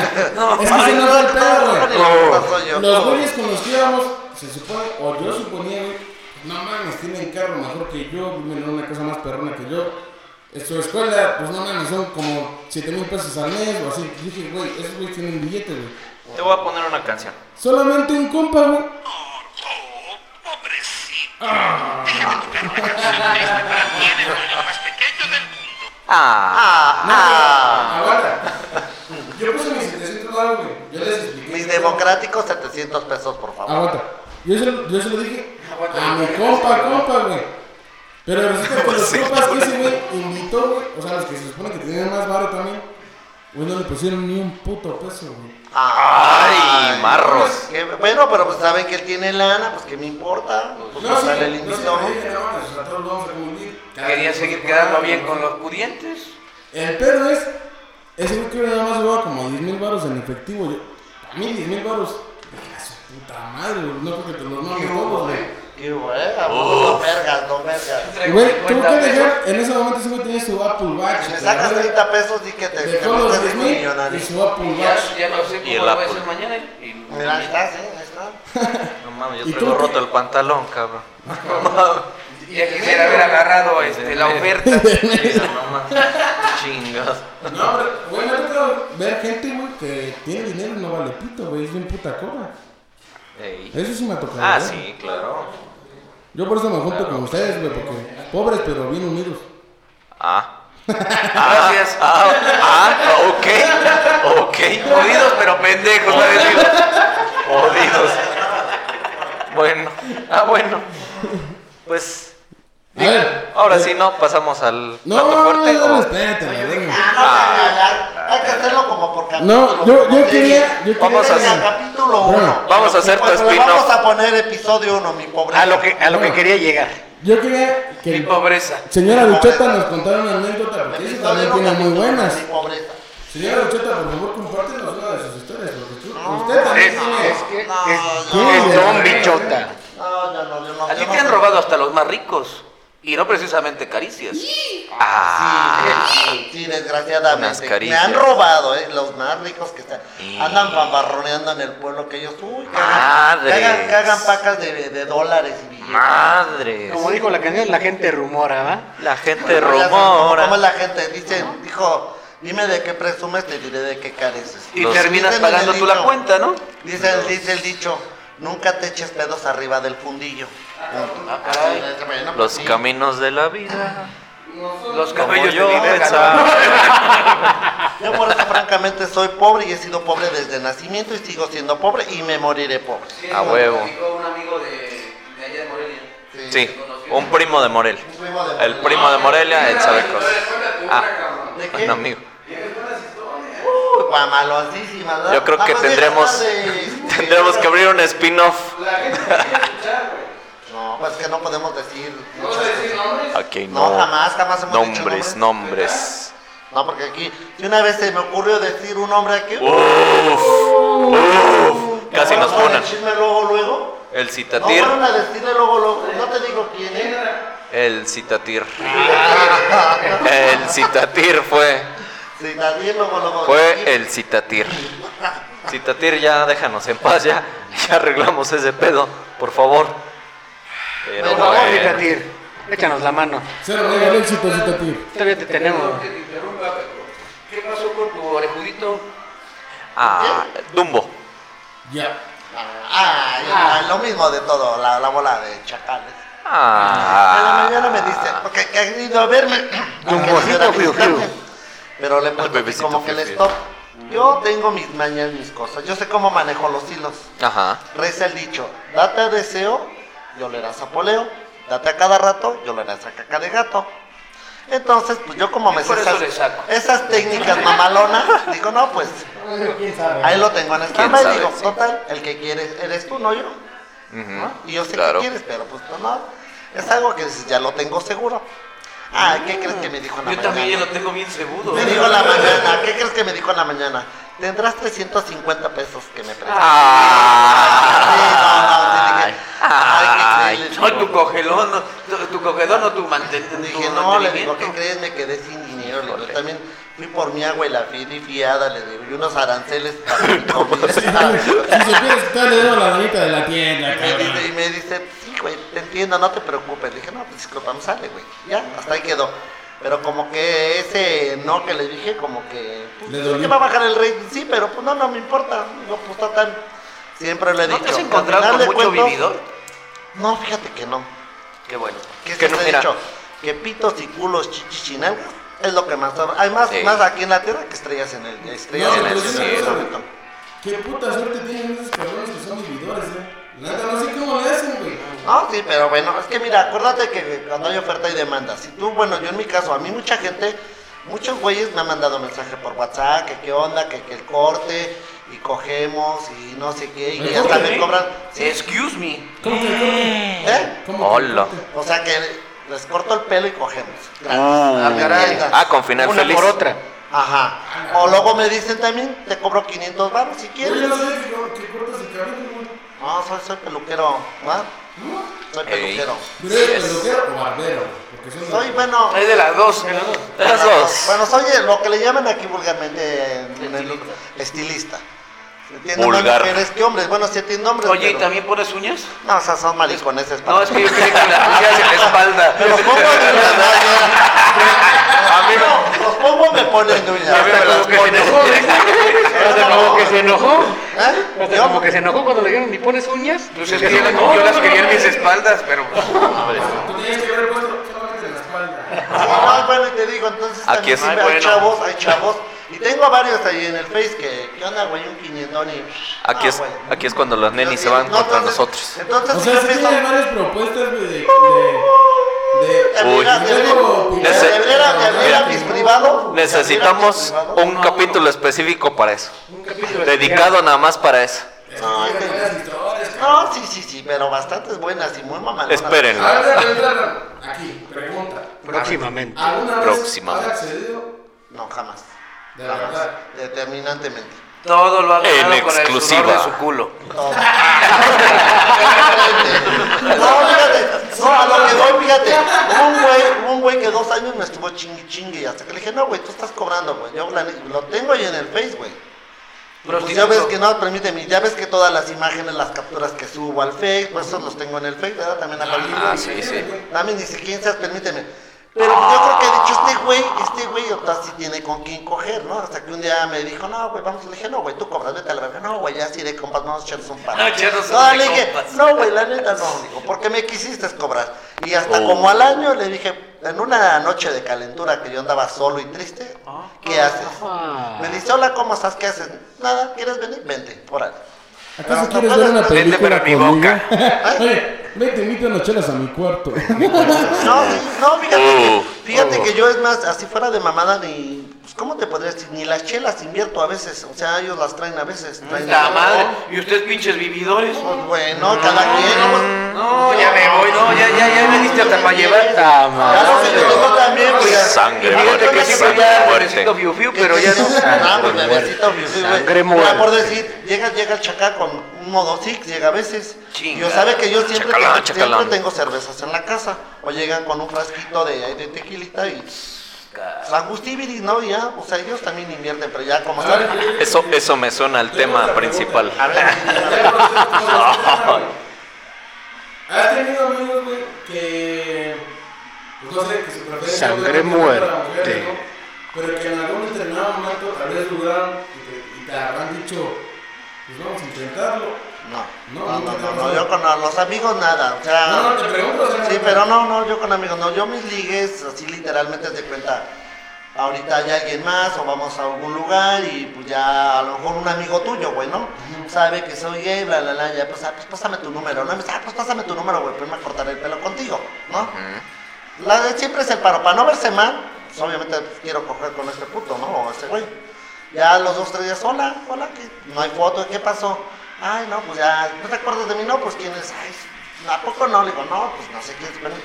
S4: tanto. Es que
S3: Ay,
S4: ese no
S3: no,
S4: es el pedo,
S3: no,
S4: güey.
S3: no, no, no soy yo.
S4: Los güeyes con los que íbamos, se supone, o yo suponía, güey, no mames, tienen carro mejor que yo, viven en una casa más perrona que yo. En su escuela, pues no mames, son como 7 mil pesos al mes o así. Dije, güey, esos güeyes tienen billete, güey.
S1: Te voy a poner una canción.
S4: Solamente un compa, güey.
S1: Ah,
S3: Ah, ah.
S4: Aguanta. Yo puse mis 700 dólares, güey. Yo les expliqué.
S3: Mis democráticos 700 pesos, por favor.
S4: Aguanta. Yo se, lo, yo se lo dije a mi compa, compa, güey. Pero resulta que los compas que ese güey invitó, güey. O sea, los que se supone que tenían más barro también. Güey, no le pusieron ni un puto peso, güey.
S1: Ay, marros.
S3: Que- bueno, pero pues saben que él tiene lana, pues que me importa. Pues
S4: No, sí,
S3: sale el
S4: no se
S3: invitado.
S4: lo dije, no, o sea, todos vamos a convivir. Cada
S5: Quería
S4: quien
S5: seguir
S4: su
S5: quedando
S4: barro,
S5: bien
S4: güey.
S5: con los pudientes.
S4: El pedo es, ese güey creo que nada más llevaba como 10 mil baros en efectivo. Yo, a mí 10 mil baros, a su puta madre, güey, no porque te los mando todos, güey.
S3: Y bueno, no vergas, no vergas.
S4: Y, Güey, tuvo que dejar, en ese momento ese güey tenía su Apple Watch.
S3: Si me
S4: la
S3: sacas
S4: verga.
S3: 30 pesos, di que te que
S4: Dejó
S3: me
S4: los
S3: estás
S4: 10 mil y
S3: millonario.
S4: su Apple
S5: <laughs> Ya,
S4: Watch.
S5: ya no sé
S1: Y
S5: cómo
S1: el
S5: lo voy a
S1: Apple.
S5: hacer mañana. y-
S3: Mira, ahí estás, ¿eh? Ahí está.
S1: no mames,
S4: ¿Y
S1: yo traigo
S4: tú qué?
S1: roto el pantalón,
S4: <laughs>
S1: cabrón.
S5: Y ya quisiera haber agarrado
S1: <laughs>
S5: este,
S4: <laughs>
S5: la oferta.
S1: Sí, no mames. Chingados.
S4: No, pero, güey, me ha tocado ver gente, güey, que tiene dinero y no vale pito, güey, es bien puta coba.
S1: Ey.
S4: Eso sí me ha tocado.
S1: Ah,
S4: güey.
S1: sí, claro.
S4: Yo por eso me junto con ustedes, güey, porque pobres pero bien unidos.
S1: Ah.
S5: Gracias.
S1: Ah, ah, ok. Ok.
S5: Jodidos pero pendejos, ¿no?
S1: Jodidos. Bueno. Ah, bueno. Pues.
S4: A ver.
S1: Ahora
S4: eh,
S1: sí, ¿no? Pasamos al
S4: No,
S1: plato fuerte.
S4: no,
S1: o-
S4: espérate, la verga.
S3: Ah, no, ya, ya, Hay que hacerlo como por capítulo.
S4: No, yo, yo
S3: como
S4: quería.
S3: serie.
S4: Yo
S1: Vamos
S4: quería-
S1: a
S3: Venga, capítulo 1.
S1: Vamos a hacer tu spin-off.
S3: Vamos a poner episodio 1, mi pobre.
S2: A lo que, a lo que quería llegar.
S4: Yo quería que
S5: Mi
S4: el-
S5: pobreza.
S4: señora Lucheta nos contara una anécdota, porque esa
S3: Episodio
S4: también
S3: uno,
S4: tiene muy
S3: capítulo uno,
S4: buenas.
S3: Mi pobreza.
S4: Señora Lucheta, por favor, compártenos una de sus historias, porque tú- usted también tiene.
S2: que
S3: No,
S4: no,
S2: es
S4: no.
S2: Don Bichota.
S3: No, yo no, yo no.
S5: A ti
S3: yo no
S5: te han
S3: sé.
S5: robado hasta los más ricos. Y no precisamente caricias. Ah.
S3: Sí, sí,
S1: Unas
S3: desgraciadamente. Me
S1: caricias.
S3: han robado, eh, los más ricos que están.
S1: Sí.
S3: Andan bambarroneando en el pueblo que ellos. Uy, que hagan- que
S1: Madres.
S3: hagan, que hagan pacas de, de dólares y billetes.
S1: Madres.
S2: Como dijo la canción, la gente rumora, ¿va?
S1: La gente
S3: Bueno, ya sabes cómo- ¿Cómo es
S1: rumora.
S3: la gente? Dicen, dijo, dime de qué presumes, te diré de qué careces.
S5: Y
S1: Los-
S5: terminas
S3: dicen en
S5: pagando
S3: el
S5: tú la
S3: libro.
S5: cuenta, ¿no?
S3: Dice, el- dice el dicho, Nunca te eches pedos arriba del fundillo. este
S5: Ah, caray.
S1: Los
S3: pues
S1: caminos de la vida.
S5: Los
S1: Como
S5: caballos
S1: yo
S5: de mi verga,
S1: pensaba.
S3: Yo por eso francamente soy pobre y he sido pobre desde nacimiento y sigo siendo pobre y me moriré pobre.
S5: Sí,
S1: A
S5: me
S1: huevo.
S5: platicó Un amigo de, de allá de Morelia.
S1: Sí, un primo de Morel.
S3: primo de
S1: El
S3: Morelia.
S1: primo de Morelia, él sabe cosas. Ah,
S3: ¿De qué?
S1: un amigo. <laughs>
S3: Guamalosísima, ¿verdad?
S1: Yo creo
S3: Nada
S1: que
S3: más deja
S1: tendremos,
S3: de-
S1: <laughs> tendremos que abrir un spin-off.
S3: No, pues que no podemos decir.
S1: Ok, no.
S3: No, jamás, jamás hemos dicho
S1: Nombres,
S3: nombres.
S1: nombres.
S3: No, porque aquí, si una vez se me ocurrió decir un hombre aquí.
S1: Uf, uf, Uh, casi nos
S3: fueron a
S1: funan.
S3: decirme luego, luego?
S1: El
S3: No
S1: citatir,
S3: fueron a decirle luego, luego. No te digo quién ¿eh? es.
S1: <laughs> el citatir. El citatir fue,
S3: Sí, nadie luego, luego.
S1: fue el citatir. Citatir, ya déjanos en paz, ya, ya arreglamos ese pedo, por favor. Pero
S2: Por favor,
S1: bueno.
S2: Citatir, échanos la mano.
S4: Cero niega el éxito, Citatir.
S2: Todavía te tenemos.
S5: Perdón que te interrumpa, pero ¿Qué pasó con tu orejudito?
S1: Ah, Dumbo.
S4: Ya.
S3: Ay, ay, Ah, lo mismo de todo, la, la bola de chacales. A la
S1: Ah,
S3: mañana me dice, porque que ha ido a verme.
S1: <laughs>
S3: Aunque no
S2: mojito,
S3: era
S2: fiu,
S3: mexicano.
S2: fiu.
S3: Pero le
S1: Al
S3: puse
S1: bebecito,
S3: como que
S1: fiu,
S3: le
S1: fiu.
S3: stop. Yo tengo mis mañas, mis cosas. Yo sé cómo manejo los hilos.
S1: ajá.
S3: Reza el dicho, date a deseo, yo le das a poleo. Date a cada rato, yo le das a caca de gato. Entonces, pues yo como me
S5: Por eso
S3: esas,
S5: le saco.
S3: esas técnicas mamalonas, digo, no, pues ahí lo tengo en stand-by.
S1: sabe,
S3: Digo,
S1: sí.
S3: total, el que quieres eres tú, no yo. ¿no?
S5: Mm,
S1: ujú,
S3: Y yo sé
S1: claro.
S3: que quieres, pero pues no, no. Es algo que dices, ya lo tengo seguro. Ah, ¿qué crees que me dijo en la
S5: Yo
S3: mañana?
S5: también ya lo tengo bien seguro.
S3: Me dijo en la mañana, ¿qué crees que me dijo en la mañana? Tendrás 350 pesos que me prestas.
S1: Ah,
S3: Sí, no, no, sí, dije, ay,
S1: ay,
S3: ¿qué crees?
S5: No, tu cogelón, no, tu, tu cogedor no tu manten.
S3: Dije,
S5: tu
S3: no, le digo,
S5: mantenimiento.
S3: ¿qué crees? Me quedé sin dinero. Le digo, también fui por mi agua y la fui fiada, le digo, y unos
S5: <laughs>
S3: aranceles para mi comida.
S4: Si supieras que te le debo la manita de la tienda,
S3: <laughs> Y me dice, y
S4: cabrón.
S3: me dice, sí, güey, te entiendo, no te preocupes. Le dije, no, pues disculpame, sale, güey. Ya, hasta ahí quedó. Pero como que ese no que le dije, como que. Pues,
S4: Le
S3: ¿sí
S4: dolió.
S3: que va a bajar el rating, sí, pero pues no, no me importa. No, pues total. Siempre le he
S5: ¿No
S3: dicho.
S5: te has
S3: al
S5: encontrado
S3: final
S5: con
S3: de
S5: mucho
S3: cuentas,
S5: vividor?
S3: No, fíjate que no.
S5: Qué bueno.
S3: Que,
S1: Que
S3: que
S1: no,
S3: no,
S1: mira.
S3: dicho, que pitos y culos chichichinalgas es lo que más. Hay más,
S1: Sí.
S3: más aquí en la tierra que estrellas en el. Estrellas
S4: No,
S3: en el
S4: pero sí me
S3: cielo.
S4: gusta. Qué puta suerte tienen esos cabrones que son vividores, eh. La neta, no sé cómo le hacen, güey.
S3: No, sí, pero bueno, es que mira, acuérdate que cuando hay oferta y demanda, si tú, bueno, yo en mi caso, a mí mucha gente, muchos güeyes me han mandado mensaje por WhatsApp, que qué onda, que, que el corte, y cogemos, y no sé qué, y
S4: ¿El
S3: que hasta
S4: corte?
S3: me cobran, sí,
S5: Excuse me.
S4: ¿Cómo que corte?
S3: ¿eh?
S4: ¿Cómo que
S1: Hola.
S4: corte?
S3: O sea que les corto el pelo y cogemos.
S2: Ah,
S3: caray.
S1: Ah, con final
S2: Una
S1: feliz.
S2: por otra.
S3: Ajá. O luego me dicen también, te cobro 500 baros si
S4: Yo
S3: quieres.
S4: no sé que cor- que cortas el cabrón, güey.
S3: No, soy, soy peluquero, ¿va? Soy
S1: Ey.
S3: peluquero.
S4: Pero eres peluquero o barbero, porque son
S3: Soy, bueno,
S5: Es de las dos.
S1: Las dos.
S3: Bueno, soy el- lo que le llaman aquí vulgarmente en- en el- estilista. Se entiende más
S1: Vulgar.
S3: mujeres que hombres. Bueno, sí entiendo hombres.
S5: Oye, ¿y
S3: pero-
S5: también pones uñas?
S3: No, o sea, son maricones.
S5: No, es que yo creí que las uñas en la espalda.
S3: Me los pongo de
S5: <laughs>
S3: A mí no. Los pongo me ponen de uñas.
S5: A mí me las
S2: Hasta como que se enojó.
S3: ¿Eh?
S2: Hasta
S3: Yo-
S2: como que se enojó cuando le dijeron, ¿y pones uñas?
S5: Pues es que yo, no- yo las quería en mis espaldas, pero pues,
S4: Tú tenías que haber puesto solamente en la espalda.
S3: Sí, no, bueno, y te digo, entonces
S1: Aquí
S3: también
S1: es-
S3: hay
S1: Ay, bueno.
S3: chavos, hay chavos. Y tengo varios ahí en el Face que, ¿qué onda, güey? Un quinientón y...
S1: Aquí
S3: Ah,
S1: es,
S3: güey.
S1: aquí es cuando los nenis se
S3: No,
S1: van contra
S3: entonces-
S1: nosotros.
S3: Entonces,
S4: O
S3: sí,
S4: sea,
S3: yo
S4: sí
S3: pienso-
S4: tienes varias propuestas, güey, de... de, de
S3: Te
S1: Uy.
S3: mira, te mira,
S4: Luego,
S3: te
S1: Nece-
S3: mira, te mira
S1: Mira.
S3: mis privados.
S1: Necesitamos
S3: Te mira mis privados.
S1: un capítulo específico para eso. Dedicado nada más para eso.
S3: No,
S4: Ay,
S3: es que-
S4: las historias,
S3: No, sí, sí, sí, pero bastantes buenas y muy mamalonas.
S1: Espérenlo.
S4: A ver, a ver, a ver, aquí, pregunta.
S2: Próximamente.
S4: ¿Alguna vez
S1: Próximamente.
S4: has accedido?
S3: No, jamás.
S4: De
S3: Jamás.
S4: verdad.
S3: Determinantemente.
S5: todo lo ha
S1: En
S5: ganado con el sudor
S1: exclusiva.
S5: de su culo.
S3: No, No, fíjate. No, a lo que voy, fíjate. Hubo un güey, hubo un güey que dos años me estuvo chingui chingui. Hasta que le dije, no, güey, tú estás cobrando, güey. Yo la neta, lo tengo ahí en el Face, güey. Pues ya ves que no, permíteme, ya ves que todas las imágenes, las capturas que subo al Face, pues esos los tengo en el Face, ¿verdad? También acá.
S1: Ah, sí, sí.
S3: También dice, quién seas, permíteme. Pero yo creo que he dicho, este güey, este güey, o sea, sí tiene con quién coger, ¿no? Hasta que un día me dijo, no, güey, vamos. Le dije, no, güey, tú cobras, vete a la verga. No, güey, ya sí de compas, vamos a echarnos un par.
S5: No, echarnos
S3: No,
S5: unos de
S3: le dije,
S5: compas.
S3: no, güey, la neta no. Digo, ¿por qué me quisiste cobrar? Y hasta como al año le dije, en una noche de calentura que yo andaba solo y triste, ¿qué haces?
S2: Ah.
S3: Me dice, hola, ¿cómo estás? ¿Qué haces? Nada, ¿quieres venir? Vente, órale.
S4: ¿Acaso
S3: Pero
S4: quieres
S3: no
S4: ver
S3: puedes-
S4: una
S5: Vente,
S4: película
S5: pero en mi
S4: conmigo? <laughs>
S3: boca.
S4: Oye, ve, te invito unas chelas a mi cuarto.
S3: No, sí, no, fíjate, que,
S5: Uh,
S3: fíjate
S5: uh.
S3: que yo es más, así fuera de mamada ni, pues, ¿cómo te podría decir? Ni las chelas invierto a veces, o sea, ellos las traen a veces. Traen
S5: Mm, La madre. Mm, Y ustedes pinches vividores.
S3: Pues, bueno, cada quien. nomás-
S5: No, ya me voy, no, ya, ya, ya me diste hasta para llevar.
S2: Ta
S3: Ya lo que
S2: madre.
S3: te tocó también, güey.
S6: Sangre,
S5: Fíjate que
S6: Muerte,
S5: siempre
S6: sangre,
S5: ya
S6: muerte.
S5: necesito fiu fiu, pero ya no.
S3: Ah, pues,
S2: Sangre
S3: bebecito, mi güey.
S2: Sangre
S3: Mira,
S2: muerta.
S3: por decir, llega, llega el chacá con un modo six, llega a veces.
S5: Chinga.
S3: Yo sabe que yo siempre,
S6: Chacalán,
S3: tengo, siempre
S6: chacalán.
S3: tengo cervezas en la casa. O llegan con un frasquito de, de tequilita y. San Justibiris, ¿no? Y Ya, o sea, ellos también invierten, pero ya como
S5: <laughs>
S3: saben.
S6: Eso, eso me suena al tema principal.
S3: A ver,
S4: ¿Has tenido amigos, güey, que. Pues no sé, que su preferencia.
S2: Sangre
S4: obviamente, no
S2: muerte.
S4: para mujeres, ¿no? Pero que en algún determinado momento tal vez dudaron y te, y te habrán dicho, pues vamos a intentarlo.
S3: No,
S4: No,
S3: no, no,
S4: nunca
S3: no,
S4: te
S3: no,
S4: pasó.
S3: yo con los amigos nada, o sea...
S4: No, no, te pregunto, o sea,
S3: Sí,
S4: no-
S3: pero no, no, yo con amigos no, yo mis ligues, así literalmente haz de cuenta, ahorita hay alguien más o vamos a algún lugar y pues ya a lo mejor un amigo tuyo, güey, ¿no? Sabe que soy gay, bla, bla, bla, ya, pues, ah, pues pásame tu número, ¿no? Y me dice, ah, pues pásame tu número, güey, pues me cortaré el pelo contigo, ¿no? La de siempre es el paro, para no verse mal, pues obviamente pues, quiero coger con este puto, ¿no? O este güey. Ya los dos, tres días, hola, hola, ¿qué? no hay foto, ¿qué pasó? Ay, no, pues ya, ¿no te acuerdas de mí? No, pues quién es, ay, ¿a poco no? Le digo, no, pues no sé quién, pero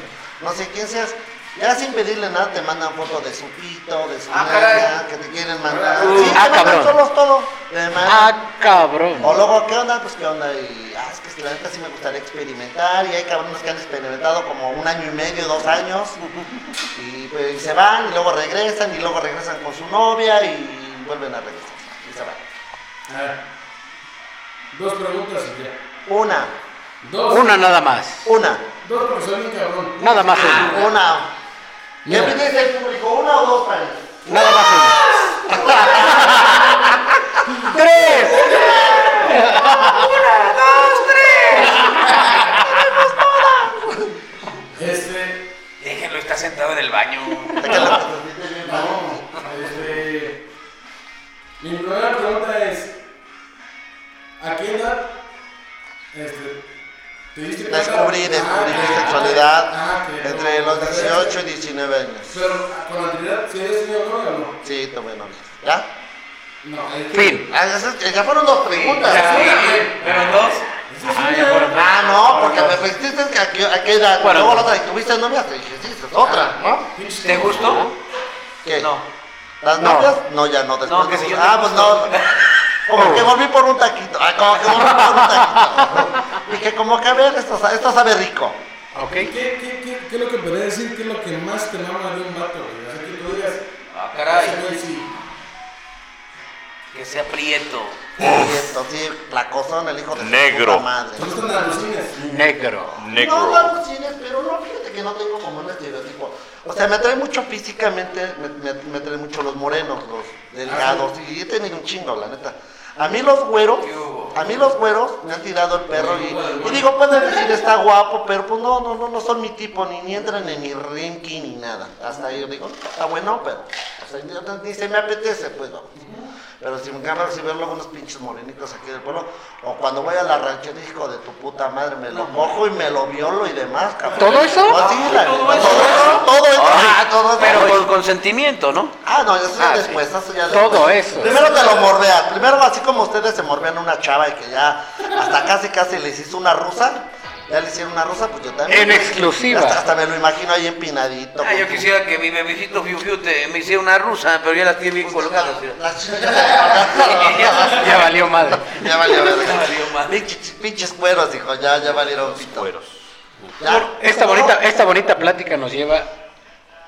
S3: no sé quién seas. Ya sin pedirle nada te mandan fotos de su pito, de su
S5: Ah,
S3: nalga,
S5: caray.
S3: que te quieren mandar.
S2: Uh,
S3: sí,
S2: ah,
S3: te mandan
S2: cabrón.
S3: solos todo. Te mandan-
S2: Ah, cabrón.
S3: o luego, ¿qué onda? Pues qué onda. Y ah, es que la neta sí me gustaría experimentar. Y hay cabrones que han experimentado como un año y medio, dos años. Y pues se van, y luego regresan, y luego regresan con su novia, y vuelven a regresar. Y se van.
S4: A ver, dos preguntas y ya.
S3: Una,
S4: Dos.
S2: Una nada más.
S3: una,
S4: Dos porque soy bien cabrón.
S2: Nada más una.
S3: una. ¿Qué
S4: Mira.
S3: opinas del público? ¿Una o dos, Fanny?
S2: Nada más una. ¡Tres!
S4: Este.
S5: Déjenlo, está sentado en el baño.
S3: Te quedas-
S4: No, este. Mi primera pregunta es: ¿a qué edad este, te diste cuenta?
S3: Descubrí, descubrí
S4: Ah,
S3: mi
S4: ah,
S3: sexualidad
S4: ah, que
S3: entre
S4: no,
S3: los
S4: pero-
S3: 18 y 19 años.
S4: Pero con anterioridad, ¿sí habías tenido novia o no?
S3: Sí, tuve novia. ¿Ya?
S4: No, ahí tiene-
S2: Fin.
S3: Ah, esas- Ya fueron dos preguntas.
S5: Pero dos.
S3: Ah, no, porque me ofreciste que aquí, aquí era.
S2: Bueno.
S3: luego la otra, y tuviste novia, te dije, sí, esa es otra, ¿no?
S4: Pinche
S5: ¿Te gustó?
S3: ¿Qué?
S5: No.
S3: ¿Las
S2: No.
S3: novias? No, ya no, después.
S5: No, que
S3: de-
S5: si yo te
S3: ah, pues no. Como que volví por un taquito. Ah, como que volví por un taquito. dije, como que a ver, esto, sa- esto sabe rico.
S4: ¿Qué,
S2: Ok.
S4: qué, qué, ¿Qué es lo que podría decir? ¿Qué es lo que más te mama de un vato, güey? O sea, que tú digas.
S5: Ah,
S4: ese güey
S5: caray.
S4: sí.
S5: Que sea prieto.
S3: Y esto sí, la cosa, el hijo de su
S6: Negro.
S3: puta madre.
S4: ¿Te gustan las alucines?
S2: Negro.
S6: Negro.
S3: No, claro, sí, pero no, fíjate que no tengo como un estereotipo. O sea, me atrae mucho físicamente, me, me, me atraen mucho los morenos, los delgados, y he tenido un chingo, la neta. A mí los güeros, a mí los güeros me han tirado el perro y, y digo, pueden decir está guapo, pero pues no, no, no, no son mi tipo, ni, ni entran en mi rinky ni nada. Hasta ahí yo digo, está bueno, pero o sea, ni- ni se me apetece, pues no. Pero si me encanta si veo luego unos pinches morenitos aquí del pueblo, o cuando voy a la ranchería, hijo de tu puta madre, me lo cojo y me lo violo y demás, cabrón.
S2: ¿Todo eso?
S3: No, sí, la-
S5: ¿Todo
S3: todo
S5: eso?
S3: eso, todo eso,
S5: Ah,
S3: sí, todo eso.
S5: Pero con consentimiento, ¿no?
S3: Ah, no, eso ya
S5: Ah, sí.
S3: después, eso ya después.
S2: Todo eso.
S3: Primero te lo mordeas, primero así como ustedes se mordían a una chava y que ya hasta casi casi les hizo una rusa, ya le hicieron una rusa, pues yo también.
S2: En exclusiva.
S3: Hasta, hasta me lo imagino ahí empinadito.
S5: Ah, yo
S3: con-
S5: quisiera que mi bebecito Fiu Fiu te, me hiciera una rusa, pero ya la tiene bien colocada. ¿sí?
S3: La chica ya se-
S2: Ya valió madre.
S3: <laughs> Ya valió, verga.
S5: Ya valió madre.
S3: Pinches, pinches cueros, hijo, ya, ya valieron pito.
S6: Cueros.
S3: Ya.
S2: Esta bonita, eh, esta bonita plática nos lleva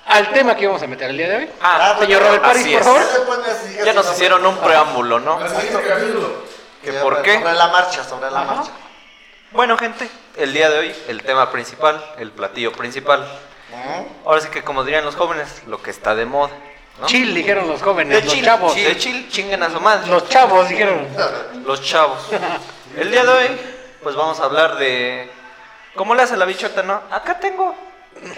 S2: al tema que íbamos a meter el día de hoy.
S5: Ah,
S3: Ah,
S2: Señor Robert Paris,
S6: así
S2: por
S6: es.
S2: favor.
S6: Ya nos hicieron un preámbulo, ¿no?
S4: Al siguiente capítulo.
S6: ¿Que por qué?
S3: Sobre la marcha, sobre la
S2: Ajá.
S3: marcha.
S6: Bueno, gente, el día de hoy, el tema principal, el platillo principal,
S3: ¿no?
S1: Ahora sí que como dirían los jóvenes, lo que está de moda. ¿no?
S2: Chill, dijeron los jóvenes,
S1: De
S2: los
S1: chill,
S2: chavos.
S1: chill, de chill, chinguen a su madre.
S2: Los chavos dijeron.
S1: los chavos. El día de hoy, pues vamos a hablar de. ¿Cómo le hace la bichota, no? Acá tengo.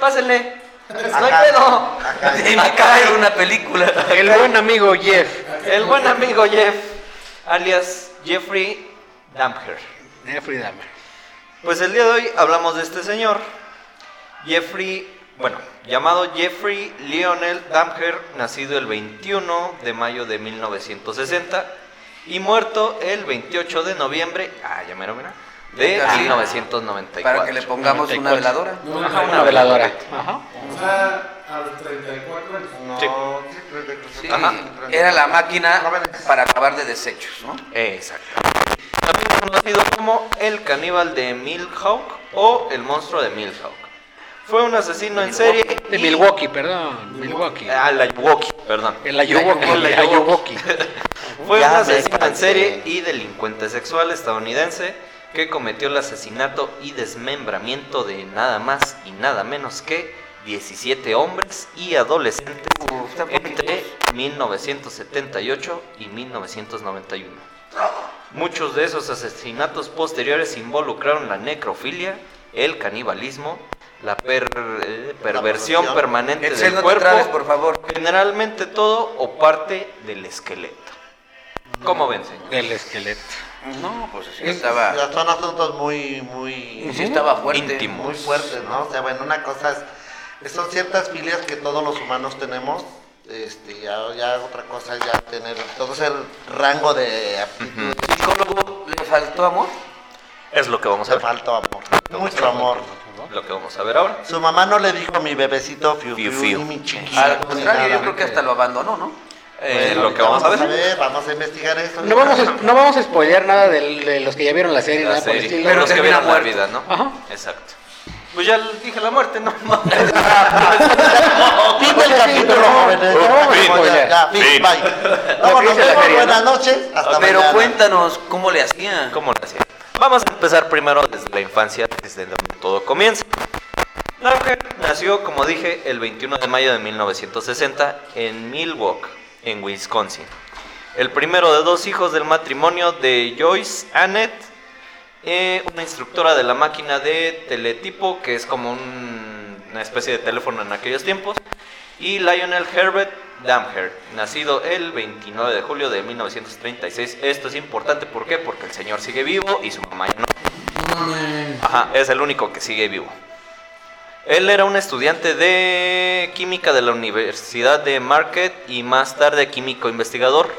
S1: Pásele. No hay
S3: Acá,
S1: pedo.
S3: acá.
S1: Sí, me cae una película.
S2: El buen amigo Jeff.
S1: El buen amigo Jeff, alias Jeffrey Damher.
S2: Jeffrey Dahmer.
S1: Pues el día de hoy hablamos de este señor, Jeffrey, bueno, llamado Jeffrey Lionel Damher, nacido el 21 de mayo de 1960 y muerto el 28 de noviembre, ah, ya mero, mira, de
S5: Ah,
S1: 1994.
S5: Para que le pongamos una veladora.
S4: No,
S1: Ajá,
S4: no,
S1: una veladora.
S2: Ajá.
S4: O sea, a los 34 años.
S3: No,
S1: Sí.
S3: sí, creo que-
S5: Sí,
S1: Ajá.
S5: era la máquina para acabar de desechos, ¿no?
S1: Exacto. También conocido como el caníbal de Milhawk o el monstruo de Milhawk. Fue un asesino en serie
S2: De
S1: y-
S2: Milwaukee, perdón. Milwaukee.
S1: Ah, la Milwaukee, perdón.
S2: El Ayuwoki. El Ayuwoki.
S1: Fue
S5: Ya
S1: un
S5: me
S1: asesino en
S5: cansé.
S1: serie y delincuente sexual estadounidense que cometió el asesinato y desmembramiento de nada más y nada menos que 17 hombres y adolescentes entre 1978 y 1991. Muchos de esos asesinatos posteriores involucraron la necrofilia, el canibalismo, la per- eh, perversión
S3: perversión.
S1: permanente
S5: Excel,
S1: del
S5: no te
S1: cuerpo
S5: trabes, por favor.
S1: generalmente todo o parte del esqueleto. ¿Cómo ven, señor?
S2: Del esqueleto.
S5: No, pues sí
S2: Es-
S5: estaba,
S3: Ya son asuntos muy, muy,
S5: sí estaba fuerte.
S1: Íntimo.
S3: muy fuertes, ¿no? O sea, bueno, una cosa es, son ciertas filias que todos los humanos tenemos, este, ya, ya otra cosa es ya tener todo ese rango de aptitud,
S5: ¿El psicólogo le faltó amor?
S1: Es lo que vamos a
S3: se
S1: ver.
S3: faltó amor, mucho amor.
S1: Lo que vamos a ver ahora.
S3: Su mamá no le dijo mi bebecito fiu
S1: Fiu,
S3: fiu,
S1: fiu.
S3: ni mi chiquito,
S5: Al
S3: ni
S5: contrario, yo
S3: nada.
S5: creo que hasta lo abandonó, ¿no?
S1: Eh,
S3: Bueno,
S1: lo que vamos a ver.
S3: Vamos a investigar eso.
S2: No vamos, a, no vamos a spoilear nada del- de, los que ya vieron la serie,
S1: La
S2: nada por el
S1: serie.
S2: estilo.
S5: Pero
S1: los que
S5: termina
S1: vieron la
S5: muerto.
S1: vida, ¿no?
S2: Ajá.
S1: Exacto. Pues ya les dije la muerte,
S5: <laughs>
S1: no mames.
S3: Pinta el
S2: Oye, sí,
S3: capítulo,
S2: pero-
S3: jóvenes.
S2: pero vamos a
S3: Ya,
S2: spoilear.
S3: ya, fin,
S6: Fin.
S3: bye.
S2: Lo que
S3: Vámonos,
S2: dice la feria,
S3: buenas noches. Hasta
S5: Pero
S3: mañana.
S5: cuéntanos, ¿cómo le hacía?
S1: ¿Cómo nació? Vamos a empezar primero desde la infancia, desde donde todo comienza. Langer nació, como dije, el 21 de mayo de 1960 en Milwaukee, en Wisconsin. El primero de dos hijos del matrimonio de Joyce Annette, eh, una instructora de la máquina de teletipo, que es como un- una especie de teléfono en aquellos tiempos, y Lionel Herbert Damher, nacido el 29 de julio de 1936. Esto es importante, ¿por qué? Porque el señor sigue vivo y su mamá ya no.
S4: No mames.
S1: Ajá, es el único que sigue vivo. Él era un estudiante de química de la Universidad de Marquette y más tarde químico investigador.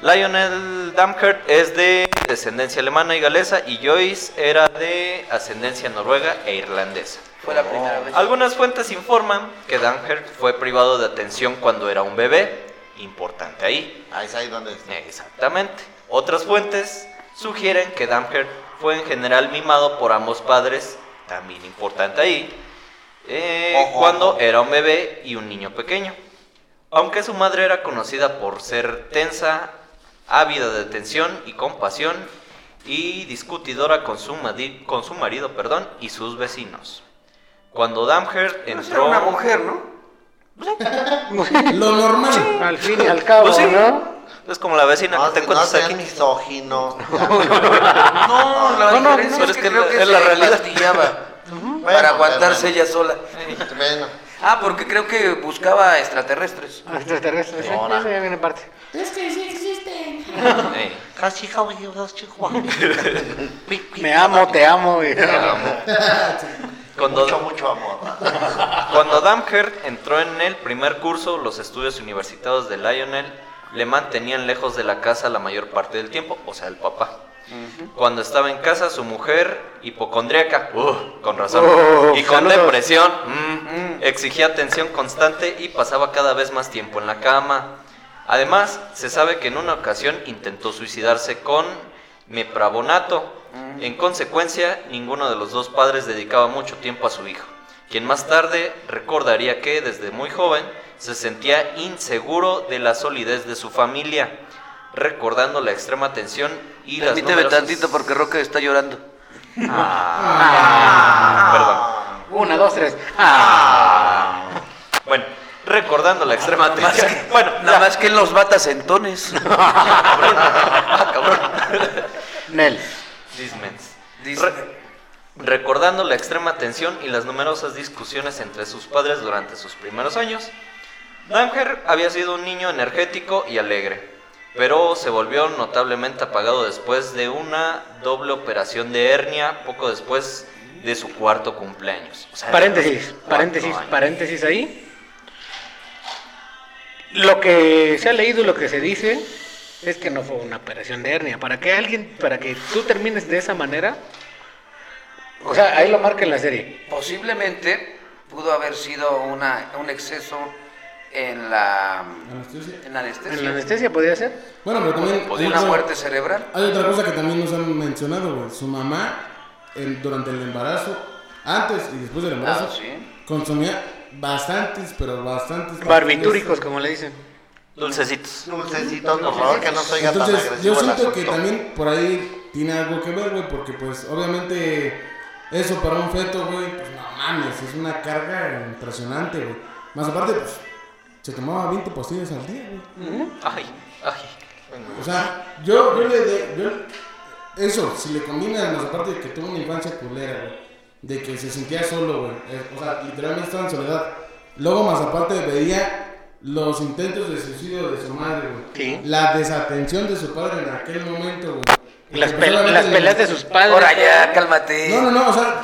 S1: Lionel Damhert es de descendencia alemana y galesa y Joyce era de ascendencia noruega e irlandesa.
S5: Fue la primera vez.
S1: Algunas fuentes informan que Damhert fue privado de atención cuando era un bebé. Importante ahí.
S3: Ahí es ahí donde está.
S1: Exactamente. Otras fuentes sugieren que Damher fue en general mimado por ambos padres, también importante ahí, eh,
S3: Ojo,
S1: cuando
S3: ojo.
S1: era un bebé y un niño pequeño. Aunque su madre era conocida por ser tensa, ávida de atención y compasión, y discutidora con su, madi- con su marido perdón, y sus vecinos. Cuando Damher
S5: Pues
S1: entró...
S5: Era una mujer, ¿no?
S4: Lo normal.
S2: Al fin y al cabo,
S1: Pues sí.
S2: ¿no?
S1: Es como la vecina
S3: No,
S1: que te
S3: si- no
S1: encuentras
S3: sean
S1: aquí.
S3: misóginos.
S1: <laughs>
S5: No, la
S2: No, no,
S5: diferencia
S1: no,
S5: es
S1: es
S5: que
S1: que
S5: creo
S1: la-
S5: que
S1: es la
S5: se
S1: realidad. <laughs>
S5: pastillaba <laughs> para
S3: Bueno,
S5: aguantarse
S3: bueno.
S5: ella sola.
S3: Bueno,
S5: Ah, porque creo que buscaba extraterrestres.
S2: A Extraterrestres. sí,
S3: Ahora.
S2: sí, viene parte.
S1: Eh.
S3: casi joven, yo dos chihuahuas.
S1: <laughs>
S2: Me amo, te amo. y-
S1: Cuando,
S3: Mucho, mucho amor.
S1: Cuando Damhert entró en el primer curso, los estudios universitarios de Lionel le mantenían lejos de la casa la mayor parte del tiempo, o sea, el papá. Cuando estaba en casa, su mujer, hipocondríaca, uh, con razón,
S2: Oh,
S1: y con
S2: saludos.
S1: depresión, mm, exigía atención constante y pasaba cada vez más tiempo en la cama. Además, se sabe que en una ocasión intentó suicidarse con meprabonato.
S5: Mm.
S1: En consecuencia, ninguno de los dos padres dedicaba mucho tiempo a su hijo, quien más tarde recordaría que desde muy joven se sentía inseguro de la solidez de su familia, recordando la extrema tensión y las
S5: Permíteme
S1: numerosas-
S5: tantito porque Roque está llorando.
S1: Ah, perdón.
S2: Una, dos, tres. Ah.
S1: recordando la extrema
S5: <laughs> Nada Ah, más
S1: tristeza.
S5: que-
S1: Bueno,
S5: nada más que él los mata sentones. Ah, cabrón.
S2: Nel.
S1: Dismens.
S5: Dis-
S1: Re- recordando la extrema tensión y las numerosas discusiones entre sus padres durante sus primeros años, Damher había sido un niño energético y alegre, pero se volvió notablemente apagado después de una doble operación de hernia poco después de su cuarto cumpleaños. O sea, de
S2: Paréntesis,
S1: los
S2: paréntesis,
S1: cuatro años.
S2: paréntesis ahí. Lo que se ha leído y lo que se dice es que no fue una operación de hernia. Para que alguien, para que tú termines de esa manera, o sea, ahí lo marca en la serie.
S5: <laughs> Posiblemente pudo haber sido una, un exceso en la,
S4: Anestesia.
S5: en la anestesia.
S2: En la anestesia podía ser.
S4: pues, Bueno, pero también.
S5: De una muerte cerebral.
S4: Hay otra cosa que también nos han mencionado, güey. Su mamá, en- durante el embarazo, antes y después del embarazo,
S5: Ah, sí.
S4: consumía bastantes, pero bastantes.
S2: Barbitúricos, como le dicen.
S1: Dulcecitos.
S3: Dulcecitos, por favor, que no se oiga tan
S4: Entonces,
S3: agresivo
S4: yo
S3: el
S4: siento que
S3: asunto.
S4: también por ahí tiene algo que ver, güey, porque pues obviamente eso para un feto, güey, pues no mames, es una carga impresionante, güey. Más aparte, pues, se tomaba 20 pastillas al día, güey.
S1: Ay, ay.
S4: O sea, yo, yo le de- yo- eso, si le combinan más aparte de que tuvo una infancia culera, güey, de que se sentía solo, güey, eh, o sea, literalmente estaba en soledad. Luego más aparte veía los intentos de suicidio de su madre, güey.
S2: Sí.
S4: La desatención de su padre en aquel momento, güey.
S2: Las,
S4: Porque
S2: pel-
S4: solamente
S2: las
S4: le-
S2: peleas de sus padres.
S5: Ahora ya, cálmate.
S4: No, no, no, o sea,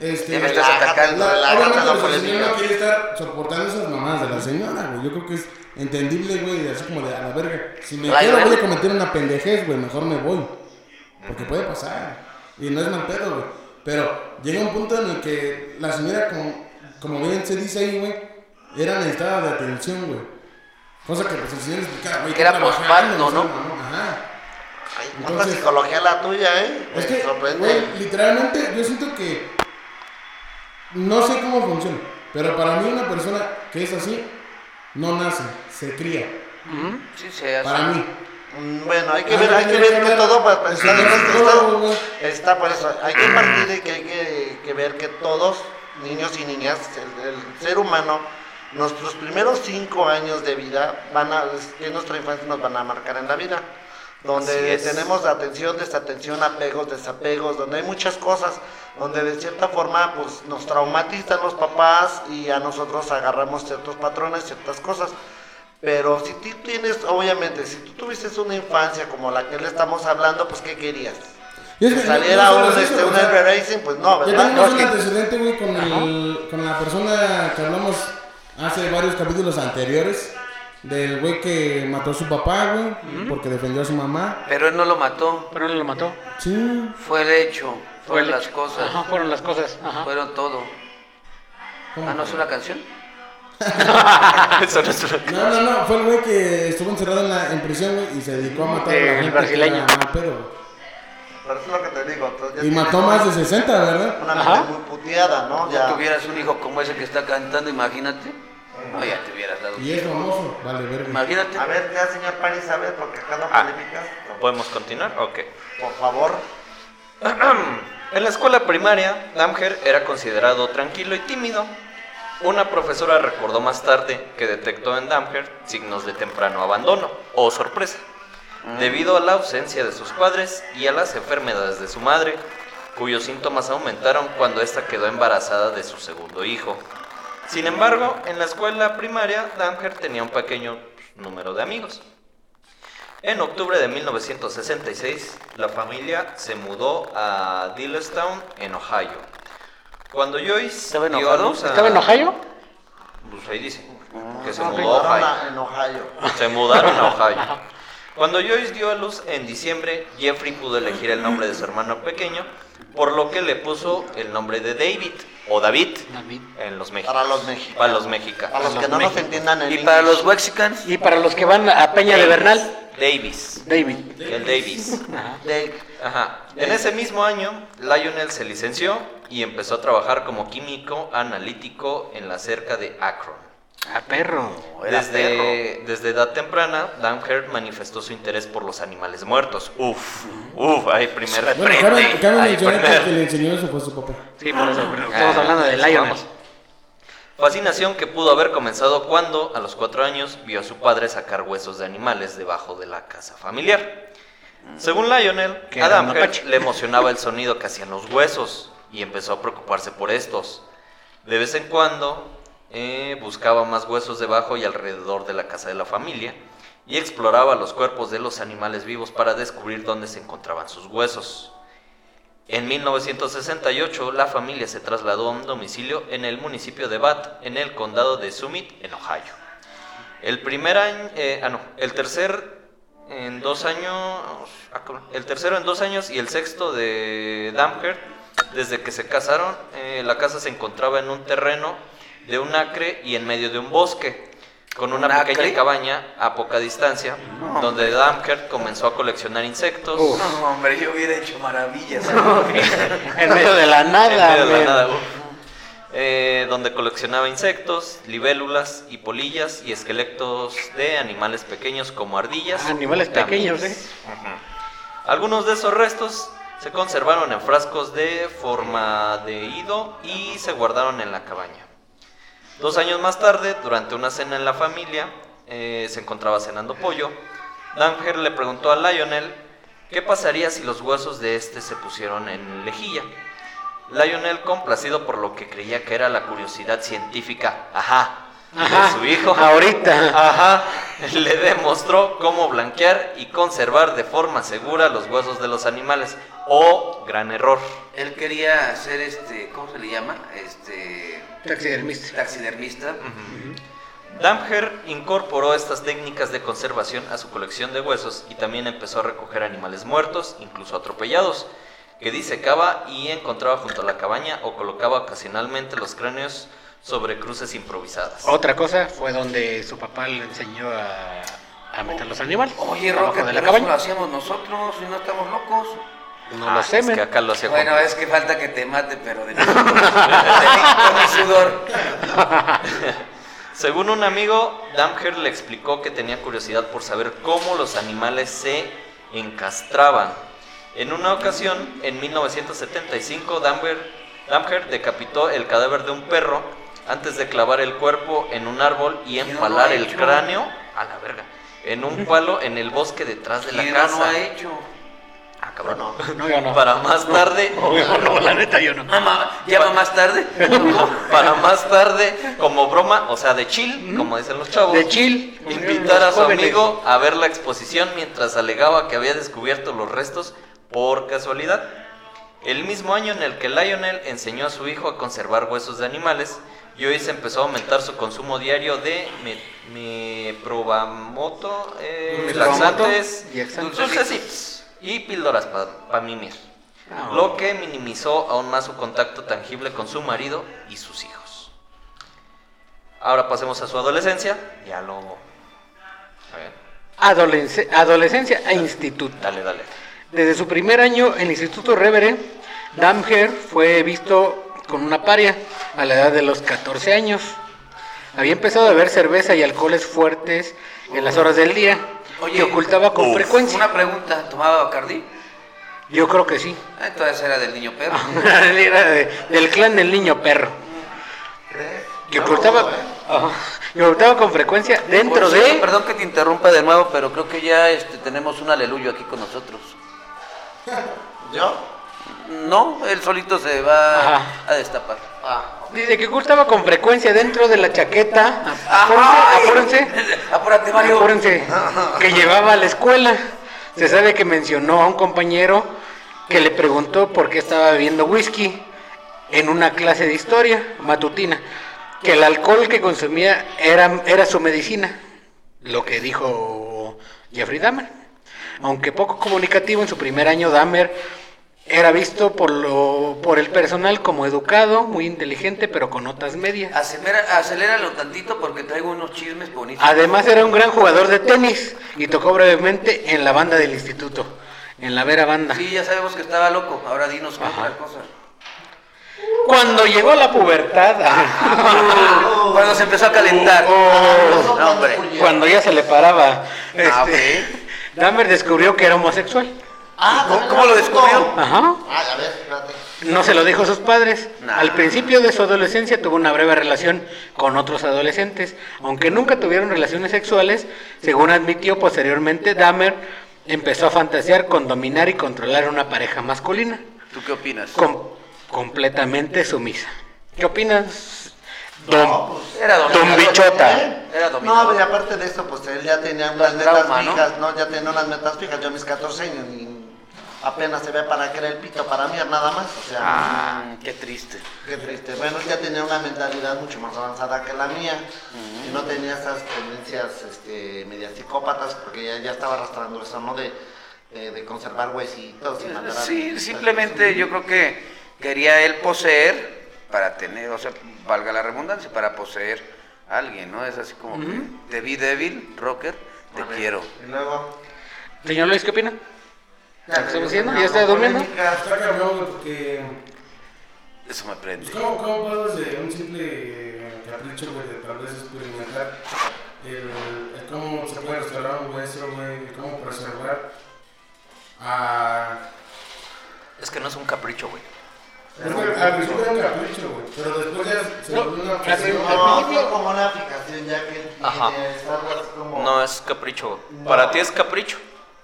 S4: este,
S5: Ya me estás
S4: la-
S5: atacando,
S4: la-
S3: relájate,
S4: obviamente,
S3: no
S4: pues,
S3: puedes
S4: el señor no
S3: mirar.
S4: quiere estar soportando esas mamadas de la señora, güey. Yo creo que es entendible, güey, así como de a la verga. Si me
S5: La
S4: quiero, voy
S5: llorona.
S4: a cometer una pendejez, güey, mejor me voy. Porque puede pasar. Y no es mal pedo, güey. Pero llega un punto en el que la señora, como, como bien se dice ahí, güey, era necesitada de atención, güey. Cosa que pues, el señor explicaba, güey.
S5: Que era
S4: trabajando,
S5: posparto, ¿no?
S4: Ajá.
S3: Ay, cuánta
S4: Entonces-
S3: psicología la tuya, ¿eh?
S4: Es
S3: Me
S4: que,
S3: sorprende.
S4: güey, literalmente, yo siento que. No sé cómo funciona, pero para mí, una persona que es así, no nace, se cría.
S5: Sí, se hace.
S4: Para mí.
S3: Mm, Bueno, hay que ver, hay que ver que todo para pensar en este estado. Está por eso, hay que partir de que hay que, que ver que todos, niños y niñas, el, el ser humano, nuestros primeros cinco años de vida, van a, que nuestra infancia nos van a marcar en la vida.
S1: Así
S3: Donde
S1: es.
S3: tenemos atención, desatención, apegos, desapegos, donde hay muchas cosas, donde de cierta forma pues nos traumatizan los papás y a nosotros agarramos ciertos patrones, ciertas cosas. Pero si tú tienes, obviamente, si tú tuviste una infancia como la que le estamos hablando, pues ¿qué querías? Que saliera un, este, un Elber Racing, pues no,
S4: Ya
S3: ¿verdad?
S4: tenemos
S2: No,
S4: un
S2: es que-
S4: antecedente, güey, con, el- con la persona que hablamos hace varios capítulos anteriores. Del güey que mató a su papá, güey, porque defendió a su mamá.
S5: Pero él no lo mató.
S2: Pero no lo mató.
S4: Sí.
S5: Fue el hecho.
S2: Fue el
S5: Fueron las
S2: hecho.
S5: cosas.
S2: Ajá, fueron las cosas. Ajá.
S5: Fueron todo.
S4: ¿Cómo?
S5: Ah, no es una canción.
S1: Eso no es una-
S4: No, no, no, fue el güey que estuvo encerrado en, la, en prisión güey, y se dedicó a matar a la
S2: El
S4: gente
S2: brasileño.
S4: que era mal pedo.
S3: Pero eso es lo que te digo. entonces ya
S4: Y mató
S3: tienes
S4: más de 60, ¿verdad?
S3: Una
S2: Ajá.
S3: mente muy puteada, ¿no?
S5: Si
S3: Ya.
S5: tuvieras un hijo como ese que está cantando, imagínate.
S1: Oh,
S5: No, ya te hubieras dado.
S4: Y es famoso, vale, verga.
S5: Imagínate.
S3: A ver, ya, señor París, a ver, porque acá no
S1: Ah.
S3: polémicas.
S1: ¿Podemos continuar? Ok.
S3: Por favor.
S1: En la escuela primaria, Damher era considerado tranquilo y tímido. Una profesora recordó más tarde que detectó en Damher signos de temprano abandono o sorpresa, Ah. debido a la ausencia de sus padres y a las enfermedades de su madre, cuyos síntomas aumentaron cuando ésta quedó embarazada de su segundo hijo. Sin embargo, en la escuela primaria, Damher tenía un pequeño pues, número de amigos. En octubre de 1966, la familia se mudó a Dillestown, en Ohio. Cuando Joyce
S5: ¿Estaba
S1: dio
S5: enojado?
S1: a luz a-
S2: ¿Estaba en Ohio? Ah.
S1: Pues ahí dice que se
S3: No,
S1: mudó a
S3: no,
S1: Ohio.
S3: no, En Ohio.
S1: Se mudaron a Ohio. Cuando Joyce dio a luz en diciembre, Jeffrey pudo elegir el nombre de su hermano pequeño, por lo que le puso el nombre de David o David en los México.
S3: Para los mexicanos.
S1: Para los mexicanos.
S3: Para los que no nos
S1: México.
S3: entiendan en
S5: Y para
S3: inglés.
S5: los Wexicans,
S2: Y para los que van a Peña de Bernal,
S1: Davis.
S2: David.
S1: El Davis.
S3: De-
S1: Ajá. En ese mismo año, Lionel se licenció y empezó a trabajar como químico analítico en la cerca de Akron.
S2: Ah, perro.
S5: era
S1: Desde, desde edad temprana, Damher manifestó su interés por los animales muertos. Uf, uf, ahí primer
S4: Bueno, cabe,
S1: pues,
S4: cabe mencionar que el que le enseñó eso fue su papá.
S2: Sí, por eso, pero
S5: Ah,
S2: estamos hablando de
S5: eso
S2: Lionel.
S5: vamos.
S1: Fascinación que pudo haber comenzado cuando, a los cuatro años, vio a su padre sacar huesos de animales debajo de la casa familiar. Según Lionel,
S2: Que era
S1: Adam
S2: un
S1: Hertz
S2: mapache.
S1: le emocionaba el sonido que hacían los huesos y empezó a preocuparse por estos. De vez en cuando eh, buscaba más huesos debajo y alrededor de la casa de la familia y exploraba los cuerpos de los animales vivos para descubrir dónde se encontraban sus huesos. En 1968, la familia se trasladó a un domicilio en el municipio de Bath, en el condado de Summit, en Ohio. El primer año, eh, ah no, el tercer en dos años, ah, cabrón, el tercero en dos años y el sexto de Damher, desde que se casaron, eh, la casa se encontraba en un terreno de un acre y en medio de un bosque, con una
S5: ¿Un
S1: pequeña
S5: acre?
S1: cabaña a poca distancia, donde Damher comenzó a coleccionar insectos.
S2: Uf.
S5: No, hombre, yo hubiera hecho maravillas.
S2: En medio de la nada.
S1: En medio de la
S2: men.
S1: nada, uf. Eh, donde coleccionaba insectos, libélulas y polillas y esqueletos de animales pequeños como ardillas.
S2: Ah, Animales
S1: gaminos.
S2: pequeños, ¿eh?
S1: Algunos de esos restos se conservaron en frascos de forma de ido y se guardaron en la cabaña. Dos años más tarde, durante una cena en la familia, eh, se encontraba cenando pollo. Danger le preguntó a Lionel qué pasaría si los huesos de este se pusieron en lejía. Lionel, complacido por lo que creía que era la curiosidad científica, ajá,
S2: Ajá, Ah,
S1: de su hijo,
S2: Ahorita.
S1: Ajá, le demostró cómo blanquear y conservar de forma segura los huesos de los animales. Oh, gran error.
S5: <laughs> Él quería hacer este, ¿cómo se le llama? Este
S2: Taxidermista.
S5: taxidermista.
S1: Damher incorporó estas técnicas de conservación a su colección de huesos y también empezó a recoger animales muertos, incluso atropellados, que disecaba y encontraba junto a la cabaña o colocaba ocasionalmente los cráneos sobre cruces improvisadas.
S2: Otra cosa fue donde su papá le enseñó a, a meter los animales.
S5: Oye,
S2: abajo
S5: Roque,
S2: de
S5: pero
S2: la
S5: eso lo
S2: cabaña.
S5: hacíamos nosotros y no estamos locos.
S2: No
S1: Ah,
S2: lo sé,
S1: es que
S2: men.
S1: acá lo hacía con-
S5: Bueno, es que falta que te mate, pero de mi sudor. Con mi sudor.
S1: Según un amigo, Damher le explicó que tenía curiosidad por saber cómo los animales se encastraban. En una ocasión, en 1975, Damher, Damher decapitó el cadáver de un perro antes de clavar el cuerpo en un árbol y
S5: ¿Quién lo
S1: empalar
S5: ha
S1: el
S5: hecho?
S1: cráneo a la verga en un palo en el bosque detrás de la
S5: ¿Quién
S1: casa.
S5: no ha hecho?
S1: Ah, cabrón.
S3: No,
S2: No, yo no.
S1: Para más
S5: <laughs>
S1: tarde,
S2: <laughs> No, no, la neta, yo no.
S5: Mamá, Ah, ¿ya va más tarde?
S1: para más tarde, como broma, o sea, de chill, como dicen los chavos.
S2: De chill.
S1: Invitar a su
S2: Jóvenes.
S1: amigo a ver la exposición mientras alegaba que había descubierto los restos por casualidad. El mismo año en el que Lionel enseñó a su hijo a conservar huesos de animales, y hoy se empezó a aumentar su consumo diario de me- meprobamoto, eh,
S2: Meprobamoto
S1: laxantes,
S2: y laxantes.
S1: dulces chips y píldoras para mimir,
S2: Ah.
S1: lo que minimizó aún más su contacto tangible con su marido y sus hijos. Ahora pasemos a su adolescencia. Ya lo. A ver,
S2: Adolesce- adolescencia e instituto.
S1: dale, dale.
S2: Desde su primer año en el Instituto Revere, Damher fue visto con una paria a la edad de los 14 años. Había empezado a beber cerveza y alcoholes fuertes en las horas del día
S5: Oye,
S2: que ocultaba con
S5: uf,
S2: frecuencia.
S5: Una pregunta, ¿tomaba Bacardi?
S2: Yo creo que sí. <laughs>
S5: Ah, Entonces era del niño perro.
S2: Ah, Él Era de- del clan del niño perro. Que ocultaba, Ajá, que ocultaba con frecuencia dentro
S5: Por cierto,
S2: de...
S5: Perdón que te interrumpa de nuevo, pero creo que ya este, tenemos un aleluyo aquí con nosotros.
S3: ¿Yo?
S5: No, él solito se va
S2: Ajá.
S5: a destapar. <laughs>
S2: Dice que ocultaba con frecuencia dentro de la chaqueta.
S5: Ajá.
S2: Apúrense, apúrense.
S5: Apúrate, Mario.
S2: Acuérdense que llevaba a la escuela. Se sabe que mencionó a un compañero que le preguntó por qué estaba bebiendo whisky en una clase de historia matutina, que el alcohol que consumía era, era su medicina, lo que dijo Jeffrey Dahmer. Aunque poco comunicativo en su primer año, Dahmer era visto por, lo, por el personal como educado, muy inteligente, pero con notas medias.
S5: Acelera, aceléralo tantito porque traigo unos chismes bonitos.
S2: Además era un gran jugador de tenis y tocó brevemente en la banda del instituto, en la Vera Banda.
S5: Sí, ya sabemos que estaba loco. Ahora dinos otra
S2: Ajá.
S5: cosa.
S2: Cuando llegó a la pubertad,
S5: <laughs> Cuando se empezó a calentar.
S2: Oh.
S5: No, hombre.
S2: <laughs> cuando ya se le paraba,
S5: Ah,
S2: este, Dahmer descubrió que era homosexual.
S3: Ah,
S5: ¿Cómo- cómo lo descubrió?
S2: Ajá.
S3: Ah, a ver, espérate.
S2: No se lo dijo a sus padres.
S5: Nah.
S2: Al principio de su adolescencia tuvo una breve relación con otros adolescentes. Aunque nunca tuvieron relaciones sexuales, según admitió posteriormente, Dahmer empezó a fantasear con dominar y controlar a una pareja masculina,
S5: ¿Tú qué opinas?
S2: com- completamente sumisa. ¿Qué opinas, don,
S3: pues,
S5: Era
S2: don
S5: dominador.
S2: Bichota?
S5: Era
S3: ¿Eh? No,
S5: dominador.
S3: y aparte de eso, pues él ya tenía unas
S5: Las
S3: metas
S5: trauma, ¿no?
S3: fijas, ¿no? Ya tenía unas metas fijas. Yo a mis 14 años y apenas se ve para que era el pito para mí, nada más. O sea,
S5: Ah, qué triste.
S3: Qué triste. Bueno, él ya tenía una mentalidad mucho más avanzada que la mía y no tenía esas tendencias este, medias psicópatas porque ya, ya estaba arrastrando eso, ¿no? De, de, de conservar huesitos y mandar a-
S5: Eh, Sí, simplemente yo creo que quería él poseer para tener, o sea, valga la redundancia, para poseer a alguien, ¿no? Es así como que te vi débil, rocker, te
S3: A ver,
S5: quiero.
S3: Y luego.
S2: Señor Luis, ¿qué opina?
S3: Ya,
S2: ¿Estamos
S3: yo
S2: diciendo?
S3: creo
S2: ¿Ya
S3: que
S2: está
S3: no,
S2: durmiendo?
S3: polémicas.
S4: Está cabrón, güey, porque.
S5: Eso me prende.
S4: pues, ¿Cómo, cómo pasas de un simple eh, capricho, güey, de tal vez experimentar el, el cómo se puede restaurar un hueso, güey, el cómo preservar Ah, a.
S1: Es que no es un capricho, güey.
S4: Es que al principio era un capricho, güey, pero después ya se volvió una
S3: No,
S4: obsesión.
S3: fue como una fijación ya que él
S1: Ajá.
S3: tiene, es algo así como.
S1: No es capricho. Para ti es capricho,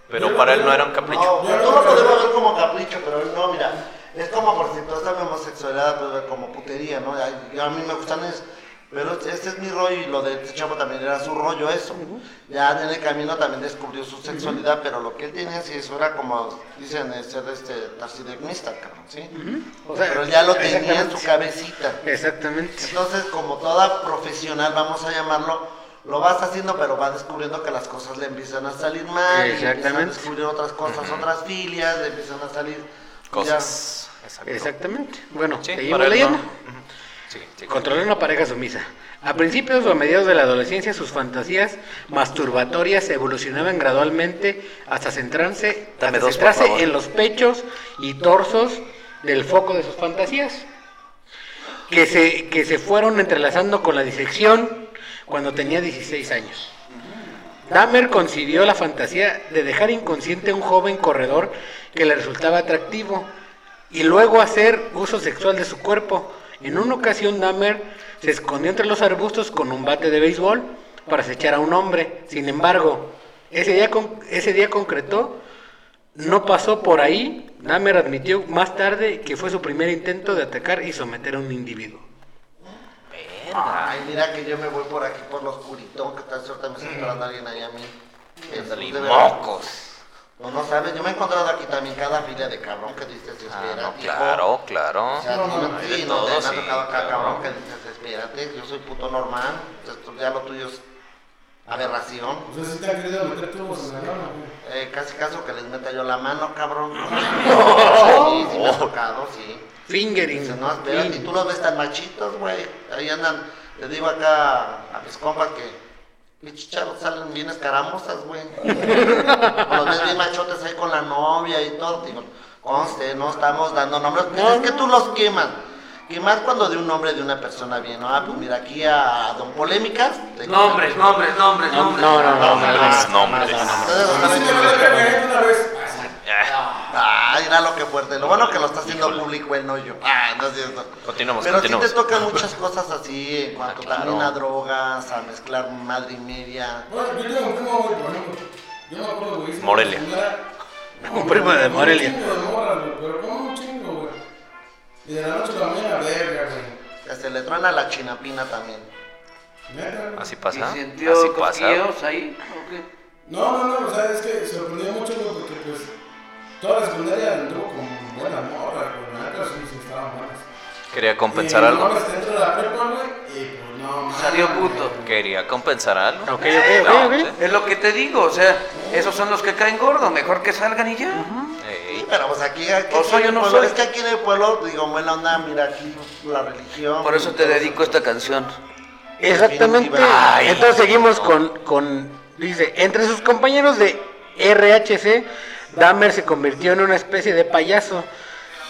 S1: pero para él no era un capricho.
S3: No, pero tú lo podemos ver como capricho, pero él no, mira. Es como por si tú estás en homosexualidad, pues, como putería, ¿no? Ay, yo- a mí me gustan es. Pero este es mi rollo y lo de este chavo también era su rollo, eso. Ya en el camino también descubrió su sexualidad, pero lo que él tenía sí, eso era como, dicen, eh, ser este tarsidecnista, cabrón, ¿sí?
S2: O sea,
S3: pero ya lo tenía en
S2: exactamente.
S3: su cabecita.
S2: Exactamente.
S3: Entonces, como toda profesional, vamos a llamarlo, lo vas haciendo, pero vas descubriendo que las cosas le empiezan a salir mal, y empiezan a
S2: Exactamente.
S3: descubrir otras cosas, otras filias, le empiezan a salir
S1: Cosas. Exacto.
S2: Exactamente. Bueno,
S1: Sí,
S2: seguimos
S1: para él
S2: leyendo.
S1: no. Ujú. Sí, sí.
S2: Controlar una pareja sumisa. A principios o a mediados de la adolescencia, sus fantasías masturbatorias evolucionaban gradualmente hasta centrarse,
S1: Dame
S2: hasta
S1: dos, por
S2: centrarse
S1: favor.
S2: en los pechos y torsos del foco de sus fantasías, que se, que se fueron entrelazando con la disección cuando tenía 16 años. Dahmer concibió la fantasía de dejar inconsciente a un joven corredor que le resultaba atractivo y luego hacer uso sexual de su cuerpo. En una ocasión Dahmer se escondió entre los arbustos con un bate de béisbol para acechar a un hombre. Sin embargo, ese día, con- ese día concretó no pasó por ahí. Dahmer admitió más tarde que fue su primer intento de atacar y someter a un individuo.
S3: ya. Ay, mira que yo me voy por aquí, por lo oscuritón, que tal suerte me está esperando alguien ahí a mí.
S1: Ándale,
S3: De verdad.
S1: mocos.
S3: No, no sabes, yo me he encontrado aquí también cada filia de cabrón que dices, espera,
S1: Ah, no,
S3: hijo".
S1: claro, claro.
S3: O sea, no, no,
S1: Hay de
S3: sí, no,
S1: todo,
S3: te han
S1: sí,
S3: tocado acá,
S1: claro.
S3: cabrón, que dices, espérate, yo soy puto normal, esto ya lo tuyo es aberración.
S4: O sea, si te han querido meter tubos en la cama, güey.
S3: Eh, casi caso que les meta yo la mano, cabrón. sí, sí me ha tocado, sí.
S2: Fingering.
S3: Dice, no, espérate, y tú los ves tan machitos, güey. Ahí andan, le digo acá a mis compas que... Pinches chavos salen bien escaramuzas, güey. <laughs> O los ves bien machotes ahí con la novia y todo. Digo, conste, no estamos dando nombres. pues, es que tú los quemas. Quemar cuando de un nombre de una persona bien, ¿no? Ah, pues mira, aquí a Don Polémicas. le-
S5: Nombres, nombres, nombres,
S2: No,
S5: nombres.
S2: no, no, no, no, no.
S6: nombres.
S3: Ustedes lo
S4: A mí
S3: saben
S4: sí
S3: que
S4: me
S3: yo
S4: la
S3: le quemo.
S4: cagué una vez. Ah, sí.
S3: Ay, era lo que fuerte. Lo bueno que lo está haciendo público él, no yo. Ah, no es cierto.
S1: Continuamos,
S3: Pero
S1: continuamos.
S3: sí te tocan muchas cosas así, en cuanto
S1: Ah, claro.
S3: también a drogas, a mezclar madre y media.
S4: Bueno, yo tengo un primo, güey, por ejemplo. Yo me acuerdo, güey. hice
S1: Morelia.
S4: una señora-
S2: Un primo de Morelia.
S4: Un chingo de morras, güey, pero como un chingo, güey. Y de la noche a la mañana, verga, güey.
S3: Que se le truena la chinapina también.
S4: Neta, güey.
S1: Así
S5: ¿Y
S1: pasa.
S5: sintió
S1: Así pasa.
S5: cosquilleos ahí? ¿O qué?
S4: No, no, no, o sea, es que sorprendió mucho, güey, porque pues toda la secundaria anduvo con buena morra, güey. La neta sí, sí estaban buenas.
S1: Quería compensar
S4: Y
S1: algo.
S4: morras dentro de la prepa, güey, y pues no, mames,
S5: Salió
S4: güey.
S5: puto.
S1: Quería compensar algo.
S2: Ok, ok, ok, ok.
S5: Es lo que te digo, o sea, esos son los que caen gordo, mejor que salgan y ya.
S3: Sí,
S1: Ey,
S3: pero pues aquí, aquí
S5: O soy
S3: en el
S5: o no
S3: pueblo-
S5: soy.
S3: es que aquí en el pueblo, digo, buena onda, mira aquí la religión.
S5: Por eso te dedico esta canción.
S2: Exactamente.
S3: Ay,
S2: Entonces seguimos con, con- dice, entre sus compañeros de RHC, Dahmer se convirtió en una especie de payaso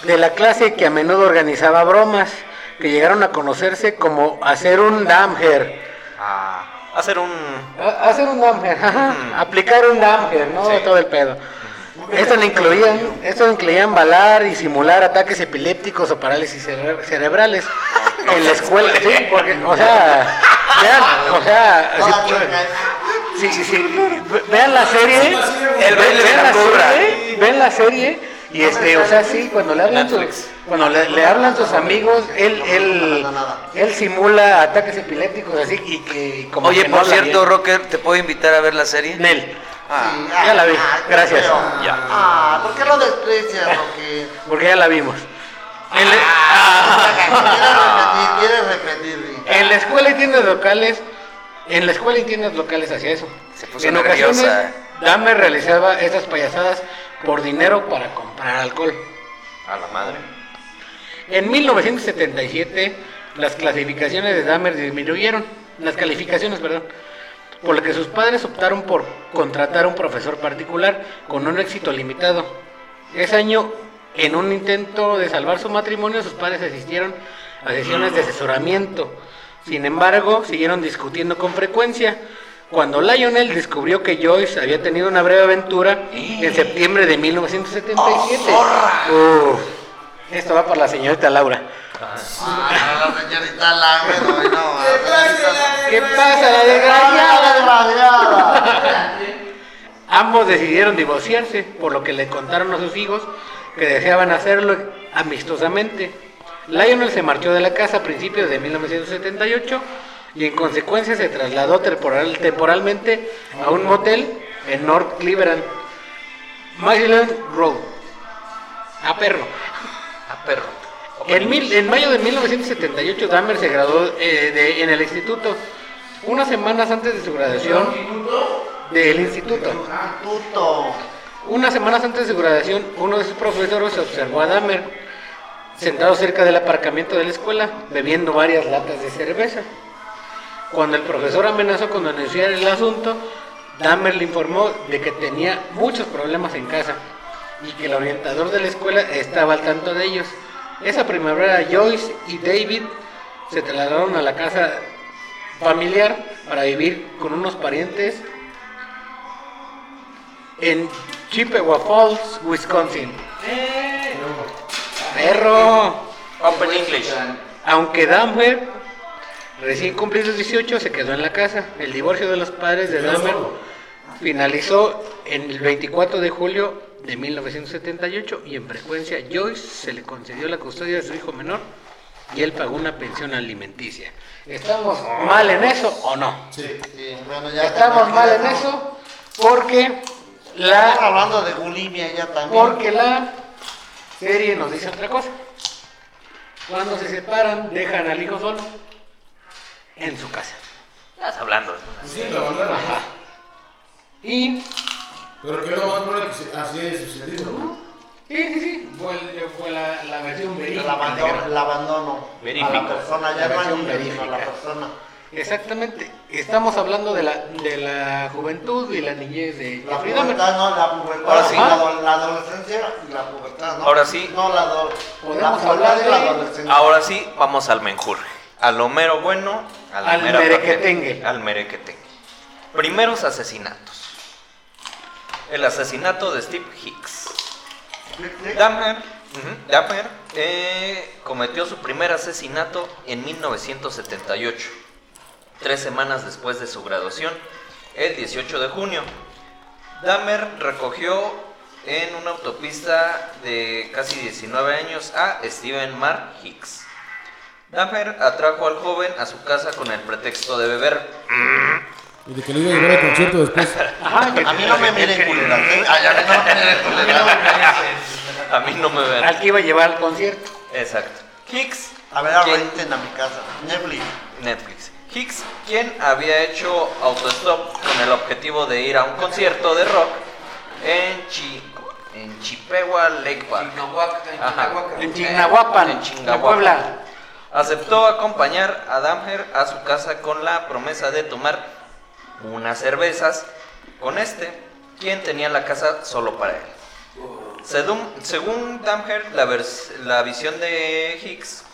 S2: de la clase que a menudo organizaba bromas, que llegaron a conocerse como hacer un Damher.
S1: ah, hacer un.
S2: Hacer un Damher, ajá. aplicar un Damher, ¿no?
S1: Sí.
S2: Todo el pedo.
S3: Un
S2: Esto le incluían, esto incluían balar y simular ataques epilépticos o parálisis cere- cerebrales en la escuela. Sí, porque, o sea, vean, o sea,
S3: Toda
S2: si-
S3: chueca, ¿eh?
S2: Sí, sí, sí. Ve- Vean la serie.
S4: El
S1: baile de
S2: vean
S1: la cobra.
S2: serie, Vean la serie. Y este, o sea, sí, cuando le hablan, sus,
S1: Netflix.
S2: cuando le, le hablan sus amigos, él, él, él simula ataques epilépticos así y que como
S5: Oye,
S2: que no
S5: por
S2: habla
S5: cierto,
S2: bien.
S5: Rocker, ¿te puedo invitar a ver la serie?
S2: Nel,
S5: Ah,
S2: ya la vi,
S3: Ay, qué
S2: gracias,
S3: feo.
S1: Ya.
S3: Ah, ¿por qué lo desprecias? Porque
S2: porque ya la vimos. En la-
S5: Ah.
S3: quieres repetir, quieres repetir.
S2: En la escuela y tiendas locales, en la escuela y tiendas locales hacía eso.
S5: Se puso
S2: en
S5: nerviosa.
S2: ocasiones, Dahmer realizaba estas payasadas por dinero para comprar alcohol.
S1: A la madre.
S2: En 1977, las clasificaciones de Dahmer disminuyeron, las calificaciones, perdón, por lo que sus padres optaron por contratar a un profesor particular con un éxito limitado. Ese año, en un intento de salvar su matrimonio, sus padres asistieron a sesiones de asesoramiento. Sin embargo, siguieron discutiendo con frecuencia. Cuando Lionel descubrió que Joyce había tenido una breve aventura en septiembre de 1977. Uf. Esto va para la señorita Laura.
S3: Ah, la señorita Laura, no, no.
S2: ¿Qué pasa, la
S3: ¡Desgraciada,
S2: desgraciada?
S3: desgraciada!
S2: Ambos decidieron divorciarse, por lo que le contaron a sus hijos que deseaban hacerlo amistosamente. Lionel se marchó de la casa a principios de 1978 y en consecuencia se trasladó temporal- temporalmente a un motel en North Cleveland, Maryland Road. A perro.
S1: A perro.
S2: En, mil- en mayo de 1978, Dahmer se graduó eh, de- en el instituto. Unas semanas antes de su graduación del instituto.
S3: Puto.
S2: Unas semanas antes de su graduación, uno de sus profesores observó a Dahmer sentado cerca del aparcamiento de la escuela, bebiendo varias latas de cerveza. Cuando el profesor amenazó con denunciar el asunto, Dahmer le informó de que tenía muchos problemas en casa y que el orientador de la escuela estaba al tanto de ellos. Esa primavera Joyce y David se trasladaron a la casa familiar para vivir con unos parientes en Chippewa Falls, Wisconsin. ¡Perro!
S1: Open English.
S2: Aunque Dahmer recién cumplió sus 18, se quedó en la casa. El divorcio de los padres de Dahmer finalizó en el 24 de julio de 1978 y en frecuencia Joyce se le concedió la custodia de su hijo menor y él pagó una pensión alimenticia. ¿Estamos mal en eso o no?
S4: Sí.
S3: Sí, bueno, ya
S2: Estamos
S3: ya
S2: mal en
S3: estamos-
S2: eso porque
S3: Estamos
S2: la
S3: hablando de bulimia ya también.
S2: porque la serie nos dice otra cosa. Cuando se separan, dejan al hijo solo en su casa.
S1: Estás hablando.
S4: Pues Sí, la abandonan.
S2: Y, sí,
S4: Pero que lo más probable que se- así es sucedido, ¿no?
S2: sí, sí, fue, fue la, la versión
S3: El
S2: verídica.
S3: abandono, el abandono a la
S1: Verifico.
S3: persona,
S2: La
S3: ya no hay
S2: versión
S3: niño, sino a la
S2: verifica.
S3: persona.
S2: Exactamente, estamos hablando de la, de la juventud y la niñez de
S3: La
S2: Jeffrey Dahmer.
S3: pubertad, no, la pubertad,
S1: Ahora sí.
S3: la, ado- la adolescencia y la pubertad, ¿no?
S1: Ahora sí.
S3: No, la, ado- la
S2: Podemos
S3: pubertad
S2: hablar
S3: y la
S2: de-
S3: adolescencia.
S1: Ahora sí, vamos al menjurje. Al homero bueno, al,
S2: Al
S1: mera
S2: merequetengue.
S1: papel, Al merequetengue. Primeros asesinatos. El asesinato de Steve Hicks. Dahmer, ujú, Dahmer, eh, cometió su primer asesinato en 1978, tres semanas después de su graduación, el 18 de junio. Dahmer recogió en una autopista de casi 19 años a Steven Mark Hicks. Dahmer atrajo al joven a su casa con el pretexto de beber.
S4: Y de que le iba a llevar al concierto <laughs> después.
S2: Ajá, que-
S3: A mí no me miren culeras, ¿eh? Ay, a mí no me miren culeras.
S1: A mí no me ven.
S2: al que iba a llevar al concierto.
S1: Exacto. Hicks.
S3: A ver, ahora
S1: quien-
S3: entren a mi casa. Netflix.
S1: Netflix. Hicks, quien había hecho autostop con el objetivo de ir a un concierto de rock en, Chi, en Chipewa Lake Park. Ajá.
S2: En Chignahuapan,
S1: En
S2: en
S1: Chignahuapan.
S2: Puebla.
S1: Aceptó acompañar a Damher a su casa con la promesa de tomar unas cervezas con este, quien tenía la casa solo para él. Sedum- según Damher, la, vers- la visión de Hicks,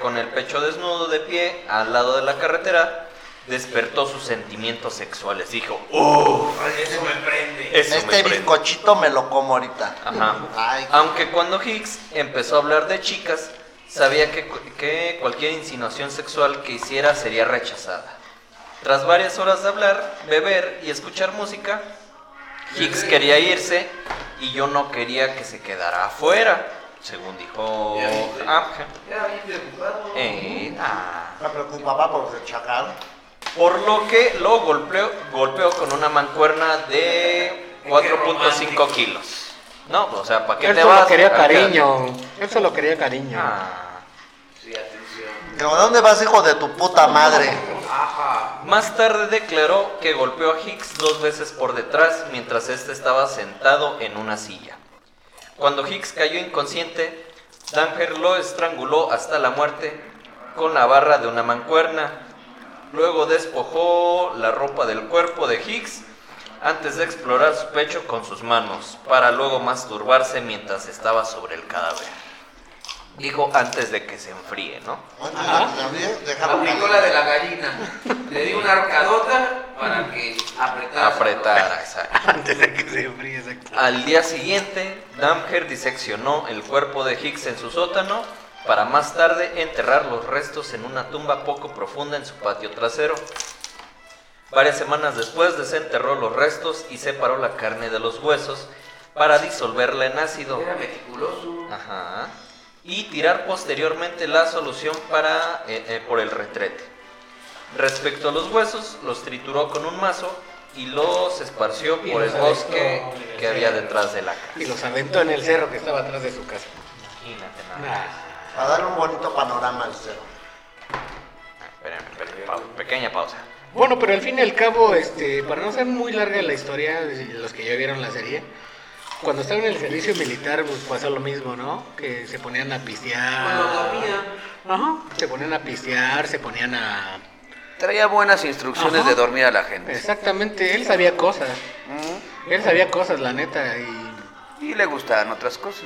S1: con el pecho desnudo de pie al lado de la carretera, despertó sus sentimientos sexuales. Dijo, ¡Uf! Eso me prende. Eso me Ah.
S3: Este
S1: prende".
S3: bizcochito me lo como ahorita.
S1: Ajá.
S3: Ay,
S1: Aunque cuando Hicks empezó a hablar de chicas, sabía que, cu- que cualquier insinuación sexual que hiciera sería rechazada. Tras varias horas de hablar, beber y escuchar música, Hicks quería irse y yo no quería que se quedara afuera, según dijo Amgen. Eh, ah.
S3: me preocupaba por el chacal.
S1: Por lo que lo golpeó, golpeó con una mancuerna de 4.5 kilos. No, o sea, ¿para qué
S2: Él
S1: te
S2: solo
S1: vas?
S2: quería
S1: ¿Para qué?
S2: cariño. Él solo quería cariño.
S1: Ah.
S3: Pero ¿dónde vas, hijo de tu puta madre?
S1: Más tarde declaró que golpeó a Hicks dos veces por detrás mientras este estaba sentado en una silla. Cuando Hicks cayó inconsciente, Danger lo estranguló hasta la muerte con la barra de una mancuerna. Luego despojó la ropa del cuerpo de Hicks antes de explorar su pecho con sus manos, para luego masturbarse mientras estaba sobre el cadáver. Dijo antes de que se enfríe, ¿no?
S3: Dejaron
S5: Aplicó la de la gallina. Le di una arcadota para que apretara.
S2: <laughs>
S1: Apretar, exacto.
S2: Antes de que se enfríe ese
S1: Al día siguiente, Damher diseccionó el cuerpo de Hicks en su sótano para más tarde enterrar los restos en una tumba poco profunda en su patio trasero. Varias semanas después desenterró los restos y separó la carne de los huesos para disolverla en ácido.
S5: Era meticuloso.
S1: Ajá. Y tirar posteriormente la solución para, eh, eh, por el retrete. Respecto a los huesos, los trituró con un mazo y los esparció por el
S2: los
S1: bosque
S2: aventó en el
S1: que había
S2: cerro.
S1: detrás de la casa.
S2: Y los aventó en el cerro que estaba atrás de su casa.
S1: Imagínate nada más.
S2: Nah.
S3: Para darle un bonito panorama al cerro.
S1: Espérame, espérame, pau- pequeña pausa.
S2: Bueno, pero al fin y al cabo, este, para no ser muy larga la historia, los que ya vieron la serie, cuando estaba en el servicio militar, pues pasó lo mismo, ¿no? Que se ponían a pistear. Ajá. Se ponían a pistear, se ponían a.
S5: Traía buenas instrucciones
S2: Ajá.
S5: de dormir a la gente.
S2: Exactamente, él sabía cosas.
S5: Mm,
S2: Él sabía cosas, la neta. Y
S5: Y le gustaban otras cosas.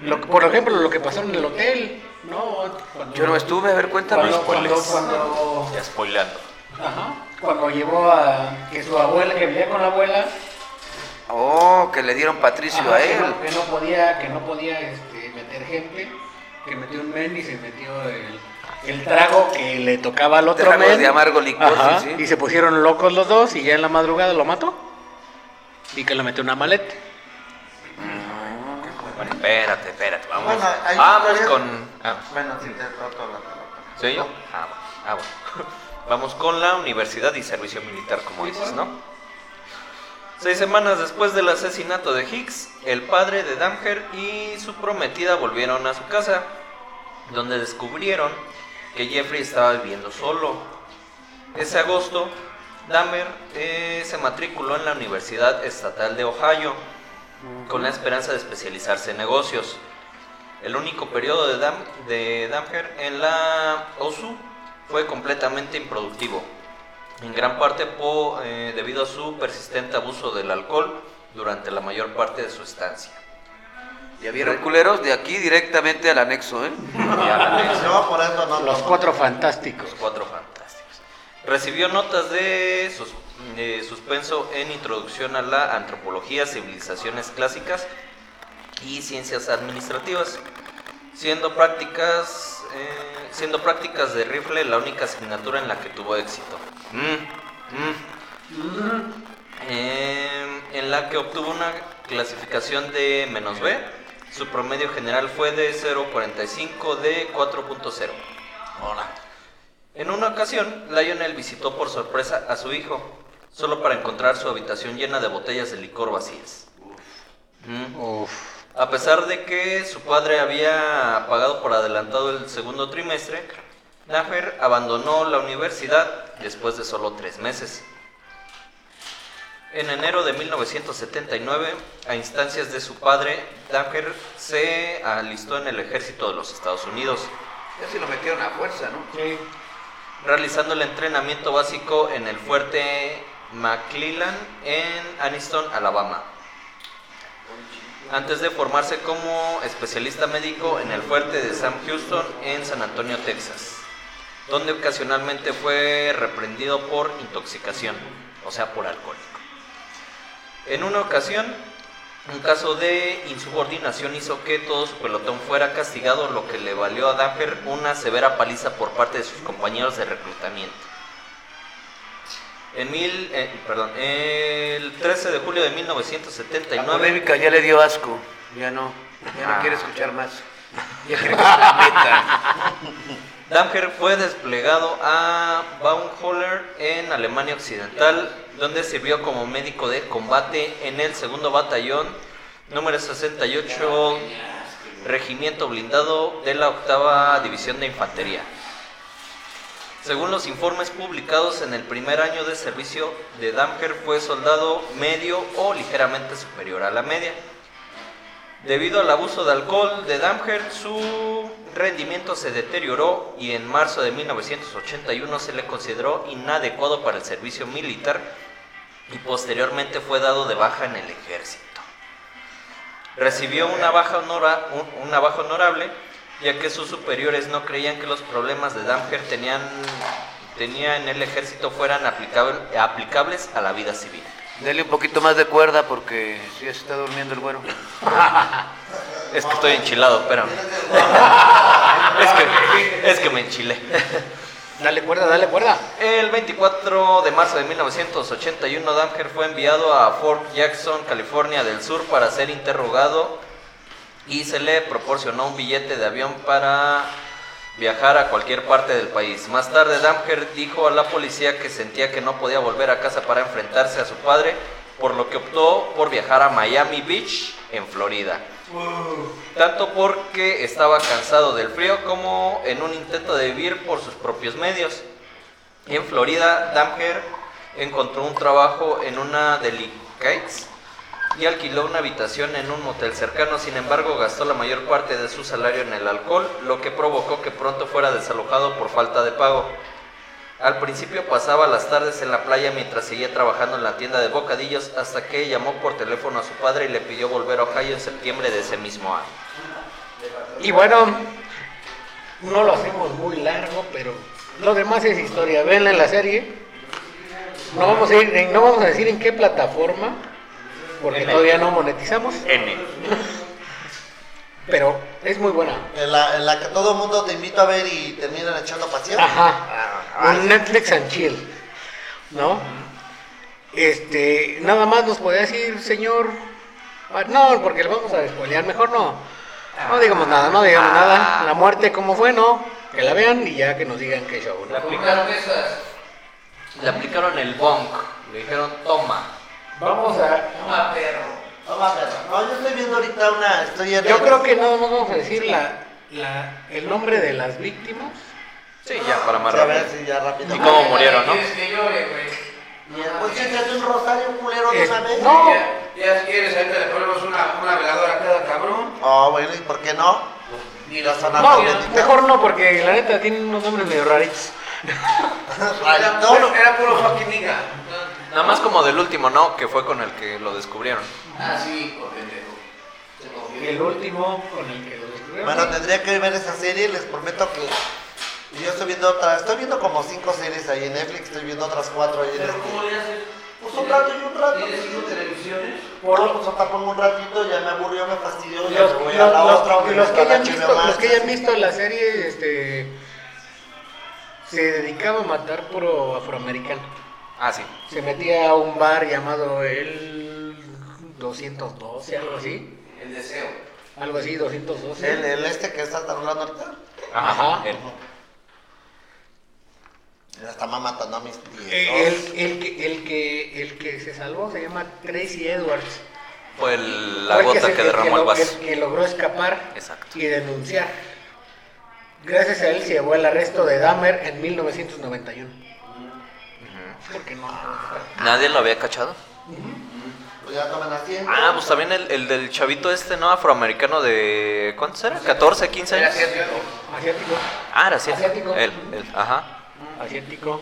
S2: Lo que- por ejemplo, lo que pasó en el hotel. No, cuando-
S5: Yo no estuve, a ver, cuéntame.
S2: Cuando, cuando,
S1: spoilers.
S2: cuando-
S1: Ya spoileando.
S2: ajá, cuando llevó a que su abuela, que vivía con la abuela,
S5: Oh, que le dieron Patricio
S2: ajá,
S5: a
S2: que,
S5: él.
S2: no, que no podía, que no podía este, meter gente, que metió un men y se metió el, el trago que le tocaba al otro
S5: Tragos
S2: men.
S5: de amargo licor,
S2: Ajá,
S5: sí, sí.
S2: Y se pusieron locos los dos y ya en la madrugada lo mató. Y que le metió una maleta.
S1: Bueno, espérate, espérate. Vamos,
S3: Bueno, hay
S1: vamos
S3: varias-
S1: con. ah,
S3: Bueno, sí, te roto la pelota.
S1: ¿Soy yo? Ah, bueno. Ah, bueno. <laughs> Vamos con la universidad y servicio militar, como dices, ¿no? Seis semanas después del asesinato de Hicks, el padre de Damher y su prometida volvieron a su casa, donde descubrieron que Jeffrey estaba viviendo solo. Ese agosto, Dahmer eh, se matriculó en la Universidad Estatal de Ohio con la esperanza de especializarse en negocios. El único periodo de, Dam de Damher en la OSU fue completamente improductivo, en gran parte po- eh, debido a su persistente abuso del alcohol durante la mayor parte de su estancia.
S5: Ya vieron culeros de aquí directamente al anexo, ¿eh?
S1: Y ahora le-
S3: Yo por eso no
S2: Los
S3: tomo.
S2: cuatro fantásticos.
S1: Cuatro fantásticos. Recibió notas de, sus- de suspenso en Introducción a la Antropología, Civilizaciones Clásicas y Ciencias Administrativas, siendo prácticas, eh, siendo prácticas de rifle la única asignatura en la que tuvo éxito. Mm, mm. Eh, en la que obtuvo una clasificación de menos B. Su promedio general fue de 0.45 de 4.0. Hola. En una ocasión, Lionel visitó por sorpresa a su hijo, solo para encontrar su habitación llena de botellas de licor vacías. Mm.
S2: Uf.
S1: A pesar de que su padre había pagado por adelantado el segundo trimestre, Dahmer abandonó la universidad después de solo tres meses. En enero de 1979, a instancias de su padre, Dahmer se alistó en el ejército de los Estados Unidos.
S5: Ya se lo metieron a fuerza, ¿no?
S2: Sí.
S1: realizando el entrenamiento básico en el fuerte McClellan en Anniston, Alabama. Antes de formarse como especialista médico en el fuerte de Sam Houston en San Antonio, Texas. donde ocasionalmente fue reprendido por intoxicación, o sea, por alcohólico. En una ocasión, un caso de insubordinación hizo que todo su pelotón fuera castigado, lo que le valió a Dapper una severa paliza por parte de sus compañeros de reclutamiento. En mil, eh, perdón, el 13 de julio de
S5: La
S1: 1979,
S5: polémica ya le dio asco. Ya no. Ya no
S1: Ah.
S5: quiere escuchar más. Ya quiere que se la
S1: <laughs>
S5: metan.
S1: Damher fue desplegado a Baumholler en Alemania Occidental, donde sirvió como médico de combate en el segundo batallón número 68, regimiento blindado de la octava división de infantería. Según los informes publicados en el primer año de servicio de Damher fue soldado medio o ligeramente superior a la media. Debido al abuso de alcohol de Damher, su rendimiento se deterioró y en marzo de 1981 se le consideró inadecuado para el servicio militar y posteriormente fue dado de baja en el ejército. Recibió una baja, honora- un- una baja honorable ya que sus superiores no creían que los problemas de Damher tenían, tenía en el ejército fueran aplicable- aplicables a la vida civil.
S5: <laughs> Dele un poquito más de cuerda porque sí, ya se está durmiendo el güero.
S1: Es que estoy enchilado, espérame. <laughs> Es que, es que me enchilé.
S2: Dale cuerda, dale cuerda.
S1: El 24 de marzo de 1981, Damher fue enviado a Fort Jackson, California del Sur, para ser interrogado y se le proporcionó un billete de avión para viajar a cualquier parte del país. Más tarde, Damher dijo a la policía que sentía que no podía volver a casa para enfrentarse a su padre, por lo que optó por viajar a Miami Beach, en Florida. Tanto porque estaba cansado del frío como en un intento de vivir por sus propios medios. En Florida, Damher encontró un trabajo en una delicates y alquiló una habitación en un motel cercano. Sin embargo, gastó la mayor parte de su salario en el alcohol, lo que provocó que pronto fuera desalojado por falta de pago. Al principio pasaba las tardes en la playa mientras seguía trabajando en la tienda de bocadillos hasta que llamó por teléfono a su padre y le pidió volver a Ohio en septiembre de ese mismo año.
S2: Y bueno, no lo hacemos muy largo, pero lo demás es historia. Venla en la serie. No vamos a, ir, en- no vamos a decir en qué plataforma, porque
S1: En la-
S2: todavía no monetizamos,
S1: N.
S2: <laughs> pero es muy buena.
S3: En la, en la que todo el mundo te invita a ver y terminan echando pasión.
S2: Ajá. Un Netflix and chill. ¿No? Este, nada más nos podía decir, señor. Ah, No, porque le vamos a despolear, mejor no. No digamos nada, no digamos nada. La muerte como fue, no. Que la vean y ya que nos digan qué show, ¿no?
S1: Le aplicaron esas. Le aplicaron el bonk. Le dijeron, toma.
S2: Vamos a.
S1: Toma, perro.
S3: No, va a ver, no, yo estoy viendo ahorita una historia de...
S2: Yo creo que nada más vamos a decir la, la, el nombre de las víctimas.
S1: Sí, ya, para más
S3: Sí, a ver,
S1: rápido.
S3: sí, ya rápido.
S1: ¿Y cómo murieron, no?
S5: que llore, güey?
S3: Pues échate un rosario culero de
S2: Eh,
S3: una vez.
S2: no.
S5: Ya si quieres, ahorita le ponemos una, una veladora a cada cabrón.
S3: Ah, bueno, ¿y por qué no? Ni la zona
S2: No, <laughs> mejor no, porque la neta tienen unos nombres medio raritos.
S5: Era puro, era puro fucking nigga.
S1: Nada más como del último, ¿no? Que fue con el que lo descubrieron.
S5: Ah, sí, por pendejo. Se confió.
S2: El último con el que lo descubrieron.
S3: Bueno, tendría que ver esa serie, les prometo que... y Yo estoy viendo otra, estoy viendo como cinco series ahí en Netflix, estoy viendo otras cuatro ahí en
S5: Pero
S3: Netflix.
S5: ¿cómo le haces?
S3: Pues un rato y un rato.
S5: ¿Tienes cinco televisiones?
S3: Por lo pues acá pongo un ratito, ya me aburrió, me fastidió, ya
S2: los,
S3: me voy a
S2: los-
S3: la
S2: los-
S3: otra.
S2: los que hayan visto, los
S3: más.
S2: que hayan visto la serie, este, se dedicaba a matar puro afroamericano.
S1: Ah, sí.
S2: Se metía a un bar llamado el 212, algo así,
S5: El deseo.
S2: algo así, 212.
S3: El, el este que estás hablando ahorita,
S2: Ajá.
S1: él.
S3: ya está mamá matando a mis tíos.
S2: Eh, El, el que, el, que, el que se salvó se llama Tracy Edwards.
S1: Fue el- la
S2: Fue el
S1: gota
S2: se-
S1: que derramó el
S2: lo-
S1: vaso.
S2: que- que logró escapar
S1: Exacto.
S2: y denunciar. Gracias a él se llevó el arresto de Dahmer en 1991. Porque no.
S1: ¿Nadie lo había cachado?
S3: Pues ya tomen asiento.
S1: Ah, pues también el, el del chavito este, ¿no? Afroamericano de... ¿Cuántos era? ¿14, 15
S5: Era
S1: años?
S5: asiático.
S2: Asiático.
S1: Ah, era cierto.
S2: Asiático.
S1: Él, él, ajá.
S2: Asiático.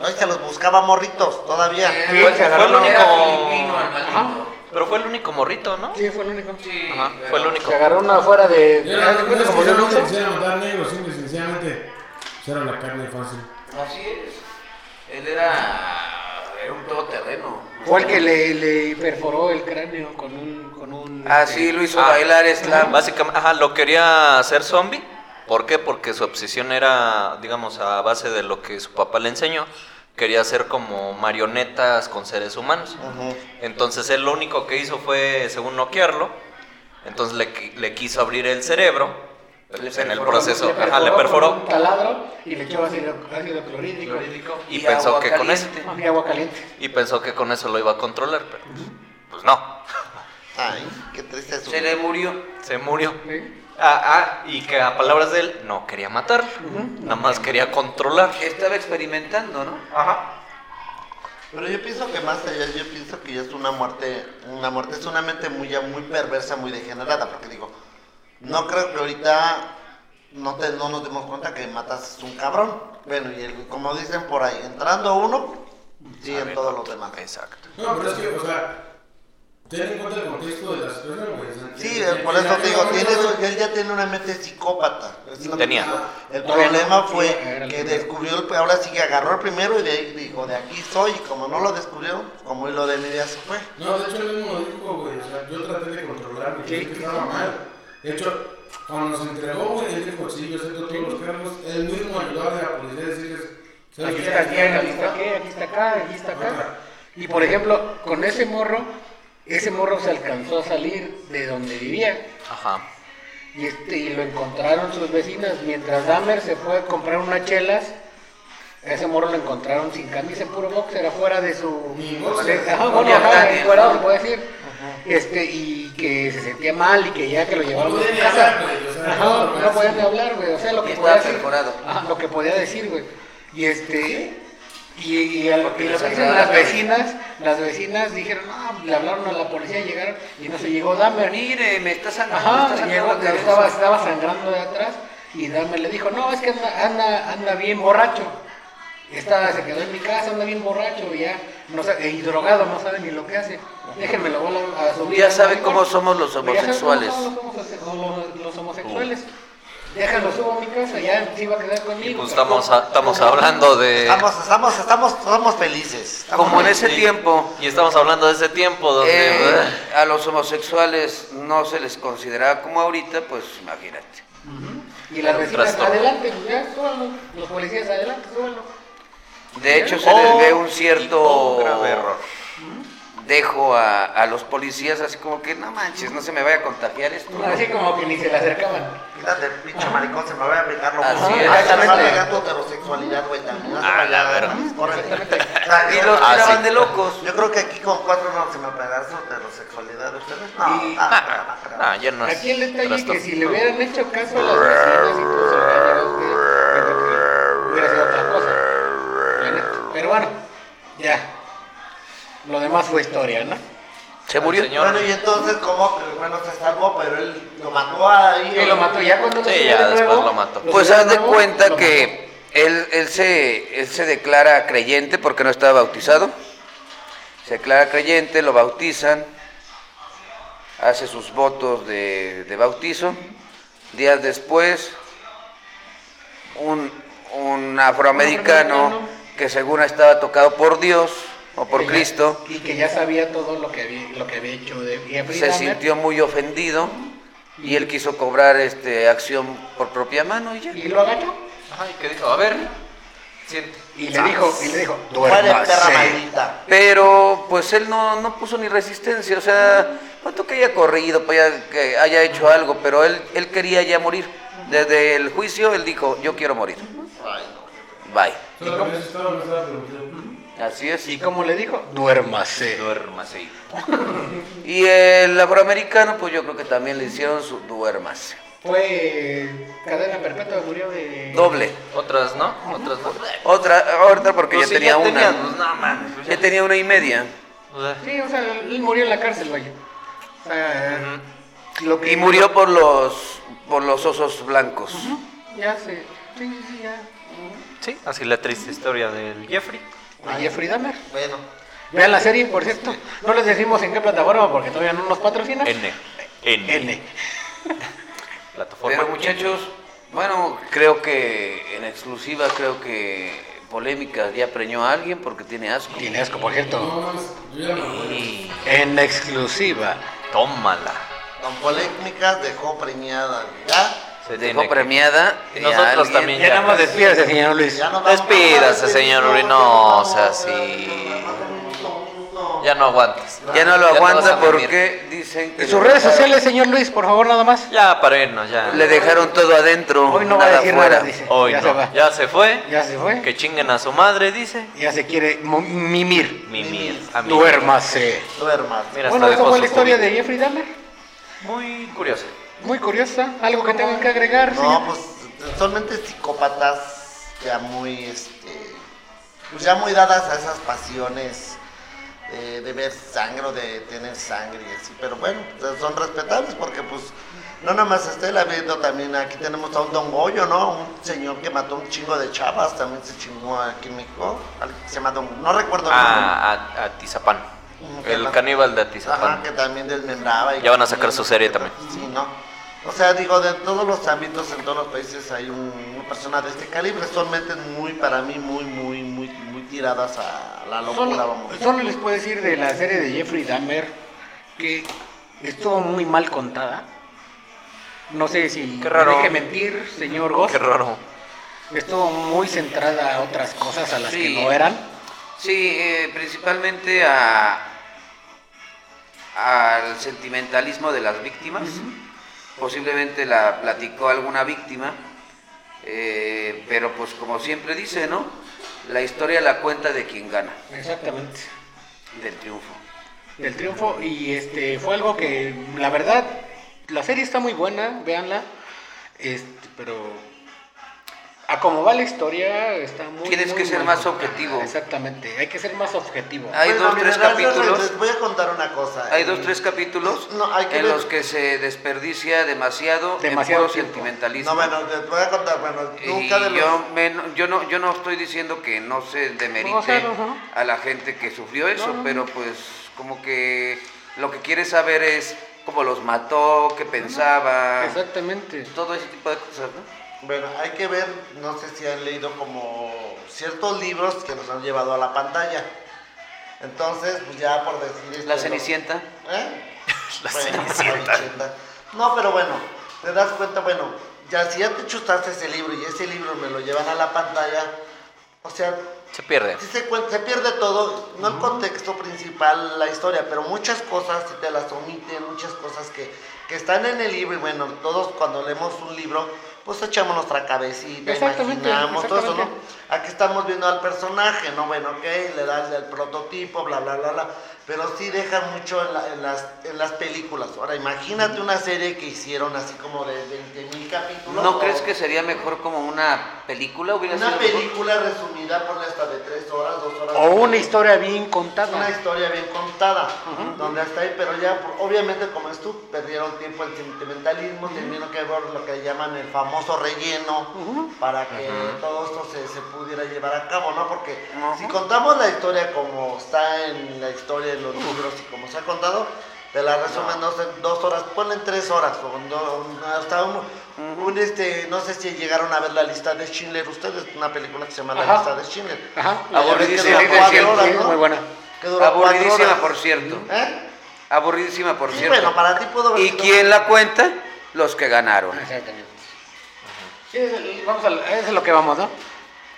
S3: No, es que los buscaba morritos
S5: Eh.
S3: todavía.
S2: Sí, se
S1: Fue el
S2: agarró.
S5: Era
S1: único...
S5: filipino, el maldito.
S1: Pero fue el único morrito, ¿no?
S2: Sí, fue el único.
S5: Sí,
S1: Ajá,
S5: pero-
S1: fue el único.
S2: Se agarró una afuera de.
S4: Era, no es que
S2: como de un
S4: solamente
S2: oso.
S4: quisieran matar negros, sino que sencillamente Se pues era la carne fácil.
S5: Así es. Él era, era un todoterreno.
S2: Fue el que le, le perforó el cráneo con un. Con un este,
S5: Así lo hizo
S6: Ah.
S5: bailar Slam.
S6: Básicamente, ajá, lo quería hacer zombie. ¿Por qué? Porque su obsesión era, digamos, a base de lo que su papá le enseñó. Quería hacer como marionetas con seres humanos.
S3: Ujú.
S6: Entonces él lo único que hizo fue, según noquearlo, entonces le, qui- le quiso abrir el cerebro. pero
S5: Le
S6: pues en el
S5: perforó,
S6: proceso,
S2: Le
S6: ajá, le
S2: con
S6: perforó.
S2: Un taladro y le echó ácido, ácido clorhídrico.
S6: Y, pensó
S5: agua
S6: que con eso,
S5: caliente.
S2: Y agua caliente.
S6: y pensó que con eso lo iba a controlar, pero pues no,
S3: Ay, qué triste es.
S5: Se le murió.
S6: se murió.
S2: ¿sí?
S6: Ah, ah, y que a palabras de él, no quería matarlo, nada más quería controlar.
S5: Estaba experimentando, ¿no?
S3: Pero yo pienso que más allá, yo pienso que ya es una muerte, una muerte es una mente muy, ya muy perversa, muy degenerada, porque digo, no creo que ahorita no, te, no nos demos cuenta que matas un cabrón. Bueno, y el- como dicen por ahí, entrando uno, siguen todos los demás.
S6: Exacto.
S4: No, pero es que, o sea, ten en cuenta el contexto de la situación, güey. o sea,
S3: Sí,
S4: tiene-
S3: eh, por
S4: tiene-
S3: eso te digo,
S4: tiene-
S3: tiene su- él ya tiene una mente psicópata. es lo que
S6: Tenía.
S3: te digo. El
S2: Todavía
S3: problema
S2: no, sí,
S3: fue
S2: era el
S3: que
S2: primero.
S3: descubrió, el- ahora sí que agarró el primero y de ahí dijo, de aquí soy, y como no lo descubrieron, como hilo de media se fue.
S4: No, de hecho él mismo lo dijo, güey. O sea, yo traté de controlarme, yo sé que estaba mal. De hecho, cuando nos entregó, güey, él dijo, sí, yo acepto todos los cargos. Él mismo ayudó a la policía a decirles, "¿Sabes
S2: Aquí
S4: qué?
S2: está aquí, aquí
S4: está.
S2: está aquí, aquí está acá, aquí está acá. Y por ejemplo, con ese morro, ese morro se alcanzó a salir de donde vivía.
S6: Ajá.
S2: Y, este, y lo encontraron sus vecinas. Mientras Dahmer se fue a comprar unas chelas, a ese morro lo encontraron sin camisa, en puro boxer, afuera de su.
S4: Ni Ah, boxer.
S2: de- Ajá, bueno,
S5: Ni
S2: ajá,
S5: Afghanes,
S2: encuerado, se
S5: ¿no?
S2: puede decir. Este, y que se sentía mal y que ya que lo llevaron
S4: No
S2: a
S4: podía
S2: su
S4: ni
S2: casa.
S4: hablar, güey, o sea,
S2: Ajá,
S4: no,
S2: no,
S4: no
S2: podía ni hablar, güey. O sea, lo
S5: Y
S2: que
S5: estaba
S2: podía decir.
S5: perforado.
S2: Ajá, lo que podía decir, güey. Y este. Y, y, al-
S5: Porque
S2: y lo
S5: les
S2: que dicen
S5: agradaba.
S2: las vecinas, las vecinas dijeron, no, le hablaron a la policía, llegaron y no se llegó Dahmer.
S5: Mire, me está sangrando. me
S2: Ajá,
S5: está sangrando
S2: llegó,
S5: la cabeza.
S2: estaba, estaba sangrando de atrás y Dame le dijo, no, es que anda, anda, anda bien borracho. Está, se quedó en mi casa, anda bien borracho, ya, no sabe, y drogado, no sabe ni lo que hace. Déjenme lo voy a, a subir.
S5: Ya sabe cómo somos los
S2: Pues ya sabe
S5: homosexuales.
S2: cómo somos los, homose- los- los homosexuales. Déjalo, subo a mi casa, ya se iba a quedar conmigo.
S6: Pues estamos, a- estamos hablando de...
S3: Estamos, estamos, estamos, somos felices.
S5: Como en ese
S6: Sí.
S5: tiempo,
S6: Y estamos hablando de ese tiempo donde...
S5: eh,
S6: ¿verdad?
S5: a los homosexuales no se les consideraba como ahorita, pues imagínate.
S2: Y las
S6: Un
S2: vecinas,
S6: trastorno.
S2: adelante, pues ya, súbanlo. Los policías, adelante, súbanlo.
S5: De hecho, se
S6: O-
S5: les ve un
S6: o
S5: cierto
S6: un grave error.
S5: dejo a, a los policías, así como que no manches, no se me vaya a contagiar esto. ¿no?".
S2: Así como que ni se le acercaban.
S3: Quítate el pinche maricón, se me va a pegar lo
S5: Así
S3: mismo. Ay, se me
S5: es.
S3: va a
S5: Exactamente.
S3: pegar tu heterosexualidad, güey, también.
S6: Ah, la verga.
S3: Córrele.
S5: Y los
S6: Ah,
S5: tiraban
S6: sí.
S5: de locos.
S3: Yo creo que aquí con cuatro no se me va a pegar su heterosexualidad. ¿Ustedes? No,
S2: Y-
S3: no, no, no,
S6: Ah, ya no es
S2: Aquí el detalle es que
S6: trastorno.
S2: si le hubieran hecho caso a las vecinas y todo eso, hubiera sido otra cosa. la neta. Pero bueno, ya. Lo demás fue historia, ¿no?
S5: Se murió.
S6: Señor.
S3: Bueno, y entonces, ¿cómo? Bueno, se salvó, pero él lo mató ahí.
S2: Y lo mató ya cuando
S6: Sí,
S2: subió
S6: ya
S2: de
S6: después
S2: nuevo,
S6: lo mató.
S5: Pues
S2: subió
S5: haz de
S2: nuevo,
S5: cuenta
S2: lo
S5: que él, él, se, él se declara creyente porque no estaba bautizado. Se declara creyente, lo bautizan, hace sus votos de, de bautizo. Días después, un, un afroamericano
S2: afroamericano.
S5: que según estaba tocado por Dios o por
S2: mató. Y ya-
S5: Cristo,
S2: Y que ya sabía todo lo que había, lo que había hecho de y Frida
S5: se
S2: Mer-
S5: sintió muy ofendido y él quiso cobrar este, acción por propia mano y ya.
S2: Y lo agachó.
S6: Ay, ¿qué dijo? A ver, siente.
S2: Y le dijo, y le dijo,
S3: Muere, perra
S5: Sí.
S3: maldita.
S5: Pero pues él no, no puso ni resistencia, o sea, cuánto que haya corrido, pues, ya que haya hecho algo, pero él, él quería ya morir. Desde el juicio él dijo, yo quiero morir. Bye.
S4: Solo que en ese estado no estaba permitido.
S5: Así es.
S2: y como le dijo,
S6: eh,
S2: duérmase.
S6: Duérmase.
S5: Y el afroamericano, pues yo creo que también le hicieron su duermas.
S2: Fue cadena perpetua, murió de...
S5: Doble.
S6: Otras, ¿no? Otras no.
S5: Otra, otra porque
S6: Pues
S5: ya
S6: sí,
S5: tenía
S6: ya
S5: una.
S6: tenía, pues, no, man, pues, ya.
S5: ya tenía una y media.
S6: O sea,
S2: Sí, o sea, él murió en la cárcel, vaya. O sea, lo que
S5: Y murió por los por los osos blancos.
S2: Ya sé. Sí, sí, sí, ya.
S6: Sí, así la triste historia del Jeffrey.
S2: De Jeffrey Dahmer.
S3: Bueno,
S2: Vean la serie, por cierto. No les decimos en qué plataforma porque todavía no nos patrocinan.
S6: N. N.
S2: N.
S6: Plataforma.
S5: Pero muchachos, bueno, creo que en exclusiva creo que polémica ya preñó a alguien porque tiene asco.
S2: Tiene asco, por cierto.
S4: No mames, yo ya no.
S5: Y
S2: En exclusiva.
S6: Tómala.
S3: Don Polémicas dejó preñada, güey. ya.
S6: Se
S5: dejó premiada.
S6: Y
S5: a
S6: nosotros
S5: alguien.
S6: también
S2: Ya nada más despídase, señor Luis.
S3: Ya nos vamos.
S6: Despídase, señor Uri, no, o sea, sí. Ya no aguantas.
S5: Ya no lo
S6: Ya te vas
S5: aguanta
S6: a dormir.
S5: porque dicen que
S2: ¿Y sus redes sociales, señor Luis, por favor, nada más?
S6: Ya para irnos, ya.
S5: le dejaron todo adentro,
S2: Hoy no va
S5: nada
S2: a decir
S5: fuera.
S2: nada, dice.
S6: Hoy
S2: ya
S6: no.
S2: se va.
S6: Ya se fue.
S2: Ya se fue.
S6: Que chinguen a su madre, dice.
S2: Ya se quiere mo- mimir.
S6: Mimir. A mí.
S2: Duérmase.
S3: Duermas.
S6: Mira,
S2: Bueno,
S6: hasta
S2: esa
S6: dejó
S2: fue
S6: su
S2: la historia
S6: COVID.
S2: de Jeffrey Dahmer.
S6: Muy curioso.
S2: Muy curiosa. ¿Algo que tengan que agregar?
S3: No,
S2: señor?
S3: pues solamente psicópatas ya muy, este, pues ya muy dadas a esas pasiones eh, de ver sangre o de tener sangre y así. Pero bueno, pues, son respetables porque pues no nada más Estela viendo también, aquí tenemos a un Don Goyo, ¿no? Un señor que mató un chingo de chavas, también se chingó aquí en México. al- Se llama Don, no recuerdo el nombre.
S6: Ah, a, a Tizapán.
S3: Mm, qué
S6: El
S3: mal.
S6: caníbal de
S3: Ajá,
S6: Atizapán.
S3: que también desmembraba. y-
S6: Ya van a sacar su serie también.
S3: Sí, ¿no? O sea, digo, de todos los ámbitos, en todos los países hay un- una persona de este calibre. Son mentes muy, para mí, muy, muy, muy, muy tiradas a la locura,
S2: Solo,
S3: vamos.
S2: solo les puedo decir de la serie de Jeffrey Dahmer que estuvo muy mal contada. No sé si
S6: Qué raro.
S2: me deje mentir, señor Goss.
S6: Qué raro.
S2: Estuvo muy centrada a otras cosas a las
S5: Sí.
S2: que no eran.
S5: Sí, eh, principalmente a al sentimentalismo de las víctimas. Posiblemente la platicó alguna víctima, eh, pero pues como siempre dice, ¿no? La historia la cuenta de quien gana,
S2: Exactamente.
S5: del triunfo.
S2: Del triunfo y este fue algo que la verdad la serie está muy buena, véanla. Este, pero a como va la historia está muy
S5: Tienes
S2: muy
S5: que ser
S2: mal
S5: más
S2: contada.
S5: objetivo. Ah.
S2: Exactamente, hay que ser más objetivo.
S5: Hay dos, tres
S3: mira, les-
S5: capítulos.
S3: Les voy a contar una cosa.
S5: Hay
S3: eh,
S5: dos, tres capítulos
S3: No, hay que
S5: en
S3: ver-
S5: los que se desperdicia demasiado,
S2: Demasiado
S5: demasiado en puro
S2: tiempo.
S5: sentimentalismo.
S3: No, bueno, les voy a contar, bueno, nunca
S5: Y
S3: de los...
S5: yo, men- yo, no, yo no estoy diciendo que no se demerite
S2: No, o sea, no, no.
S5: a la gente que sufrió eso,
S2: No, no, no.
S5: pero pues como que lo que quiere saber es cómo los mató, qué pensaba,
S2: Exactamente.
S5: todo ese tipo de cosas, ¿no?
S3: Bueno, hay que ver, no sé si han leído como ciertos libros que nos han llevado a la pantalla. Entonces, pues ya por decir...
S5: La
S3: este, lo-
S5: Cenicienta.
S3: ¿Eh? La Cenicienta. No, pero bueno, te das cuenta, bueno, ya si ya te chutaste ese libro y ese libro me lo llevan a la pantalla, o sea,
S6: Se pierde.
S3: sí se, cuen- se pierde todo, no
S5: Mm.
S3: el contexto principal, la historia, pero muchas cosas sí te las omiten, muchas cosas que, que están en el libro y bueno, todos cuando leemos un libro, pues echamos nuestra cabecita,
S2: Exactamente,
S3: imaginamos todo eso, ¿no?
S2: exactamente.
S3: Aquí estamos viendo al personaje, ¿no? Bueno, ok, le das el prototipo, bla, bla, bla, bla. Pero sí deja mucho en, la- en las, en las películas. Ahora,
S5: Mm.
S3: imagínate una serie que hicieron así como de 20 mil capítulos.
S5: ¿No
S3: o
S5: crees que sería mejor como una película? ¿Hubiera
S3: Una
S5: sido mejor?
S3: película resumida por hasta de 3 horas, 2 horas.
S2: O una historia bien
S3: Una
S2: contada.
S3: historia bien contada, donde hasta ahí, pero ya, por- obviamente, como es tú, perdieron tiempo en sentimentalismo, tuvieron que ver lo que llaman el famoso relleno, para que todo esto se, se pudiera llevar a cabo, ¿no? Porque si contamos la historia como está en la historia de los libros y como se ha contado, te la resumen no sé, dos horas, ponen tres horas, o un do- un- hasta uno. Un este, no sé si llegaron a ver la lista de Schindler ustedes, una película que se llama La
S2: Ajá.
S3: lista de Schindler.
S2: Ajá.
S3: La verdad es que
S5: Aburridísima,
S3: dura
S5: por
S3: cuatro
S5: cierto,
S3: horas,
S2: sí,
S3: ¿no?
S2: muy buena.
S3: Que dura cuatro
S5: Aburridísima,
S3: horas.
S5: por cierto.
S3: ¿Eh?
S5: Aburridísima, por
S3: Sí,
S5: cierto.
S3: bueno, para ti pudo haber
S5: ¿Y
S3: sido-
S5: quién la cuenta? Los que ganaron.
S2: Exactamente. Sí, es el- vamos a, eso es lo que vamos, ¿no?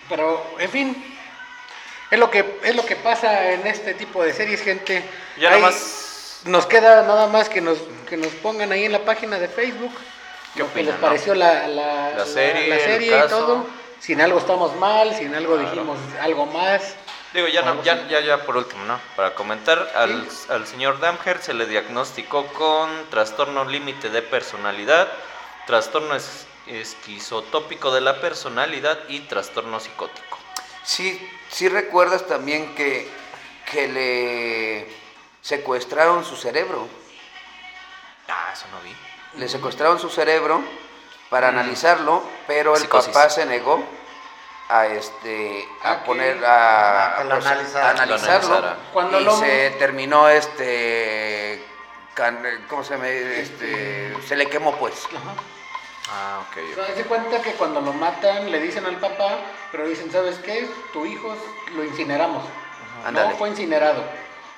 S2: Pero, en fin, es lo que es lo que pasa en este tipo de series, gente.
S6: Ya nada
S2: Ahí
S6: más-
S2: Nos queda nada más que nos que nos pongan ahí en la página de Facebook
S6: ¿Qué
S2: lo que les
S6: opinan, no?
S2: pareció la, la,
S6: La serie,
S2: la
S6: el
S2: serie y
S6: caso.
S2: todo. Si en algo estamos mal, si en algo dijimos algo más.
S6: Digo, ya, no- ya, ya, ya por último, ¿no? Para comentar, al, al señor Damher se le diagnosticó con trastorno límite de personalidad, trastorno es- esquizotópico de la personalidad y trastorno psicótico.
S5: Sí, sí recuerdas también que, que le secuestraron su cerebro.
S6: Ah, eso no vi.
S5: Le secuestraron su cerebro para analizarlo, pero el
S6: Mm. Psicosis.
S5: papá se negó a este a
S2: Ok.
S5: poner a,
S3: Ah, que lo
S5: a proce-
S3: analizara.
S5: a
S6: Lo
S5: analizarlo
S6: analizara.
S2: Cuando
S5: y
S2: lo-
S5: se terminó este can- ¿cómo se llama? Este, se le quemó pues.
S1: Ah, ok.
S2: O
S1: ok.
S2: sea, hace cuenta que cuando lo matan le dicen al papá, pero dicen, ¿sabes qué? Tu hijo es- lo incineramos.
S5: Ándale.
S2: No fue incinerado,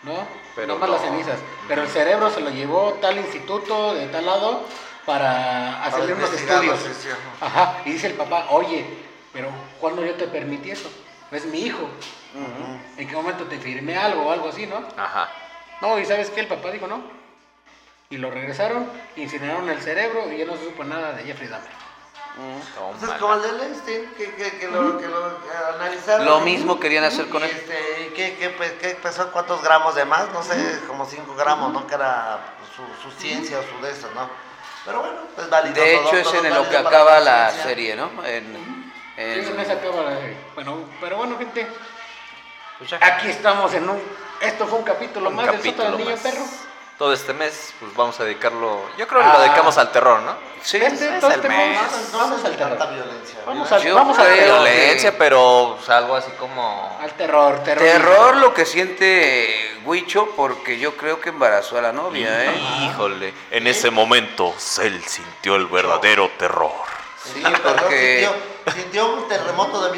S2: ¿no?
S1: Pero
S2: Nomás las
S1: no.
S2: cenizas. Pero el cerebro se lo llevó tal instituto de tal lado para hacerle unos
S3: investigarlo,
S2: estudios.
S3: sí, sí, ajá.
S2: Ajá. Y dice el papá, oye, pero ¿cuándo yo te permití eso? Es mi hijo. ¿En qué momento te firmé algo o algo así, no?
S1: Ajá.
S2: No, y ¿sabes qué? El papá dijo no. Y lo regresaron, incineraron el cerebro y ya no se supo nada de Jeffrey Dahmer.
S1: Tómala.
S3: Entonces, como el de Einstein, que, que, que lo, que lo que analizaron.
S5: Lo mismo querían hacer con
S3: Y,
S5: él.
S3: Este, ¿y ¿qué, qué, pe- qué pesó? ¿Cuántos gramos de más? No sé, como 5 gramos, ¿no? Que era pues, su, su ciencia, su de eso, ¿no? Pero bueno, es válido.
S5: De
S3: todo-
S5: hecho, es
S3: todo
S5: en lo
S3: válido
S5: que
S3: para
S5: acaba la
S3: ciencia.
S5: serie, ¿no? En, en-
S2: Sí, se me sacaba la- Bueno, pero bueno, gente,
S1: Pues ya.
S2: aquí estamos en un. Esto fue un capítulo
S1: Un
S2: más del sótano
S1: capítulo
S2: del niño
S1: más.
S2: perro.
S1: Todo este mes, pues vamos a dedicarlo. Yo creo que lo
S2: Ah.
S1: dedicamos al terror, ¿no?
S5: Sí,
S2: Este,
S1: es
S2: todo
S1: el
S2: este
S1: mes.
S2: momento-
S3: No
S2: Vamos
S3: hace
S2: al
S3: tanta
S2: terror.
S3: violencia.
S2: Vamos
S3: ¿verdad?
S2: al,
S5: Yo
S2: vamos al
S5: creo
S2: terror.
S5: que-
S1: Violencia, pero pues, algo así como.
S2: Al terror, terror.
S5: Terror lo que siente Huicho porque yo creo que embarazó a la
S6: Mm.
S5: novia, ¿eh?
S7: Híjole, en ese momento Cell sintió el verdadero terror.
S5: Sí,
S3: Pero
S5: porque...
S3: Sintió, sintió un terremoto de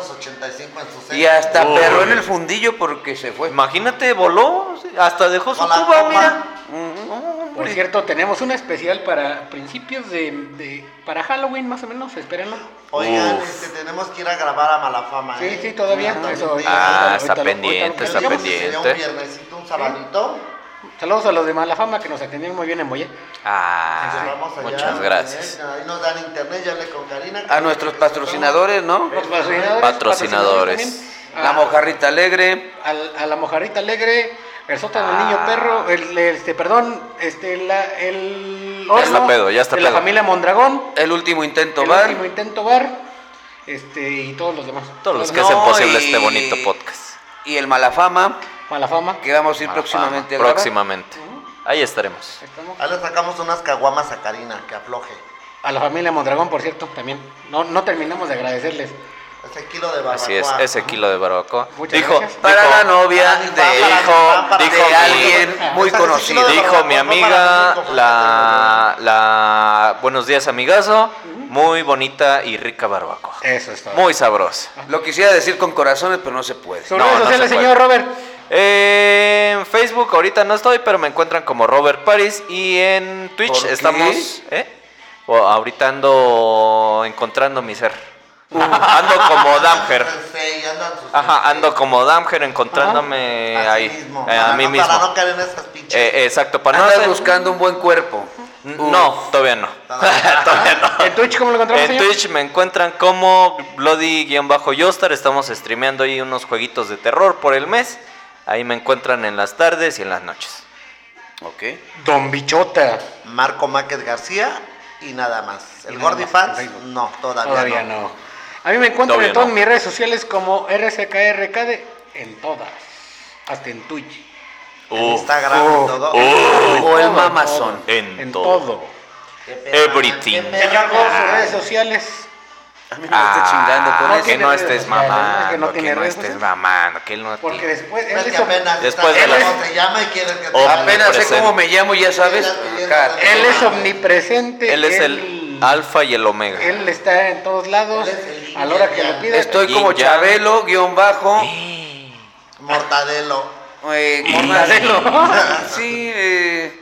S3: 1985 en su ser.
S5: Y hasta
S7: Uy.
S5: perro en el fundillo porque se fue.
S1: Pues Imagínate, voló, hasta dejó su
S3: Con la
S1: cuba,
S3: copa.
S1: mira.
S5: Mm,
S2: Por cierto, tenemos un especial para principios de, de- para Halloween más o menos, espérenlo.
S3: Oigan,
S7: Uf.
S3: este, tenemos que ir a grabar a Malafama.
S2: Sí,
S3: ¿eh?
S2: sí, todavía. ¿eh?
S3: Ah,
S2: eso,
S3: también.
S1: Ah,
S2: ahorita-
S1: está
S2: ahorita lo- ahorita lo-
S1: pendiente, está
S3: Pero digamos que
S1: pendiente.
S3: Sería un viernesito, un sabadito.
S2: Saludos a los de mala fama que nos atendieron muy bien en Boya.
S3: Entonces,
S1: Ah,
S3: vamos allá,
S1: muchas gracias.
S3: ¿eh? Ahí nos dan internet, ya hablé con Karina.
S5: A nuestros patrocinadores, ¿no?
S2: Los patrocinadores.
S1: Patrocinadores.
S2: también.
S5: La
S2: A-
S5: mojarrita alegre.
S2: al- a la mojarrita alegre, el sótano del niño
S1: Ah.
S2: perro, el, este, perdón, este, la, el
S1: Ya está pedo, ya está
S2: de la
S1: pedo.
S2: familia Mondragón,
S5: El último intento
S2: el
S5: bar.
S2: último intento bar, este, y todos los demás. Pues
S1: Todos los que
S5: Pues No,
S1: hacen posible
S5: y-
S1: este bonito podcast.
S5: Y el malafama.
S2: Mala fama.
S5: Que vamos a ir
S1: Ah,
S5: próximamente Uh-huh. Este a grabar.
S1: Próximamente. Ahí estaremos.
S2: Estamos.
S3: Ahí le sacamos unas caguamas a Karina, que afloje.
S2: A la familia Mondragón, por cierto, también. No, no terminamos de agradecerles.
S3: Ese kilo de barbacoa.
S1: Así es, ese kilo de barbacoa.
S2: Muchas
S1: Dijo,
S2: gracias.
S5: Para
S1: dijo,
S5: la novia
S3: Para mi
S5: de,
S3: papá, para mi papá, para
S5: dijo
S1: mi
S5: de
S1: papá.
S5: alguien muy
S3: Ese kilo
S5: conocido. Este
S3: de
S1: dijo
S3: barbacoa
S1: mi
S3: para
S1: amiga,
S3: cinco,
S1: la, la, buenos días amigazo, muy bonita y rica barbacoa.
S2: Eso es todo.
S1: Muy sabrosa.
S5: Lo quisiera decir con corazones, pero no se puede.
S2: Sus
S1: No,
S2: redes
S1: no
S2: sociales,
S1: se puede. <laughs>
S2: señor Robert.
S1: Eh, En Facebook ahorita no estoy, pero me encuentran como Robert Paris y en Twitch
S5: ¿Por qué?
S1: estamos. ¿eh? O- ahorita ando encontrando mi ser. ando
S3: Ah,
S1: como Damger.
S3: Sí, andan sus-
S1: Ajá, ando como Damger encontrándome
S3: a sí
S1: ahí.
S3: mismo,
S1: eh,
S3: para
S1: a mí
S3: no-
S1: mismo.
S3: Para no caer en esas pinches.
S1: Eh, exacto, para no
S5: Andas
S1: hacer-
S5: buscando un buen cuerpo.
S1: No, todavía no. todavía no.
S2: ¿En Twitch cómo lo encontramos,
S1: En
S2: señor?
S1: Twitch me encuentran como Bloody-Yostar. Estamos streameando ahí unos jueguitos de terror por el mes. Ahí me encuentran en las tardes y en las noches.
S5: Ok.
S2: Don Bichota.
S3: <laughs> Marco Máquez García y nada más. El
S2: Y nada
S3: Gordy
S2: más,
S3: Fans,
S2: en Facebook.
S3: no, todavía,
S2: Todavía
S3: no.
S2: no. A mí me encuentran
S1: Todavía
S2: en todas
S1: no.
S2: mis redes sociales como RSKRKD en todas, hasta en Twitch.
S3: En
S7: Uf,
S3: Instagram y
S2: Oh.
S3: todo.
S5: O el
S2: Todo,
S5: mamazón.
S2: todo.
S7: En
S2: en
S7: todo.
S2: todo.
S3: Qué perra,
S7: Everything.
S3: qué perra.
S2: Señor Ross,
S3: Ah.
S2: sus redes sociales.
S5: A mí no me estés Ah, chingando con
S2: no,
S5: eso.
S1: Ah, que
S2: tiene
S1: no
S2: redes
S1: estés
S2: sociales, ¿no?
S1: mamando,
S2: Que
S1: que
S2: no
S1: no,
S2: tiene redes
S1: estés
S2: sociales.
S1: mamando, que él no
S2: Porque
S1: tiene-
S2: después él
S3: Es que
S2: es, of-
S3: apenas
S1: Después
S3: está-
S1: de las-
S3: ¿Cómo te llama y quieres que te
S1: Oh,
S3: hable?
S5: Apenas sé
S1: Presente.
S5: cómo me llamo, ya sabes. Car-
S2: él es omnipresente.
S1: Él es el alfa y el omega.
S2: Él está en todos lados,
S3: Él es el
S2: a la hora que
S3: Indiana.
S2: lo pida.
S5: Estoy
S1: Yin
S5: como
S1: Yang.
S5: Chabelo, guión bajo.
S3: Mortadelo.
S5: Eh,
S2: Mortadelo.
S5: Sí, eh,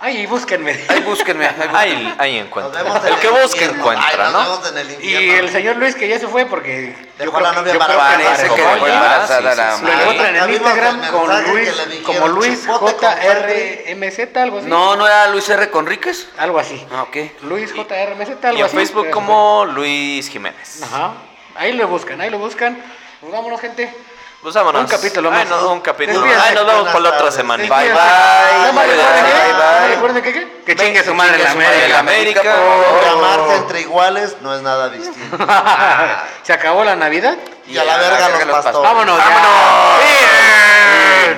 S2: Ay, búsquenme.
S5: ahí búsquenme. ahí búsquenme.
S1: Ahí, ahí
S3: Nos
S1: encuentra.
S3: vemos en
S1: El que busca
S3: infierno.
S1: encuentra, ¿no?
S3: Ay, Nos vemos en el
S2: <laughs> Y
S3: infierno.
S2: el señor Luis que ya se fue porque
S3: Dejó la novia
S2: yo creo
S3: embarazada.
S2: que
S5: Parece
S2: embarazó
S5: que
S2: ya.
S5: dejó embarazada la
S2: Lo
S1: Sí.
S2: encuentran en
S3: Ya vimos el
S2: Instagram con
S3: mensaje que
S2: Luis,
S3: le dijeron,
S2: como Luis
S3: chipote con sangre.
S2: JRMZ, algo así.
S5: No, no era Luis R. Conríquez.
S2: Algo así.
S5: Ah, ok.
S2: Luis JRMZ,
S1: Y
S2: algo
S1: en
S2: así.
S1: Facebook
S2: Pero-
S1: como Luis Jiménez.
S2: Ajá. Ahí lo buscan, ahí lo buscan. Pues vámonos, gente.
S1: Pues vámonos.
S2: Un capítulo más.
S1: Ay, no, un capítulo.
S2: Despídase.
S1: Ay, nos vemos para la otra
S3: Buenas
S1: semana.
S3: tardes.
S2: Este,
S5: Bye, bye.
S2: Nada más recuerden que-
S5: Bye,
S2: nada más
S5: bye.
S2: ¿eh? Recuerden que, ¿qué? que chingue su madre
S5: chingue
S2: la
S5: su madre
S2: América.
S5: la América.
S1: Oh.
S3: Llamarse entre iguales no es nada distinto.
S2: <laughs> Se acabó la Navidad.
S3: Y a la verga los pastores.
S2: Vámonos. ya.
S5: Vámonos.
S2: Bien.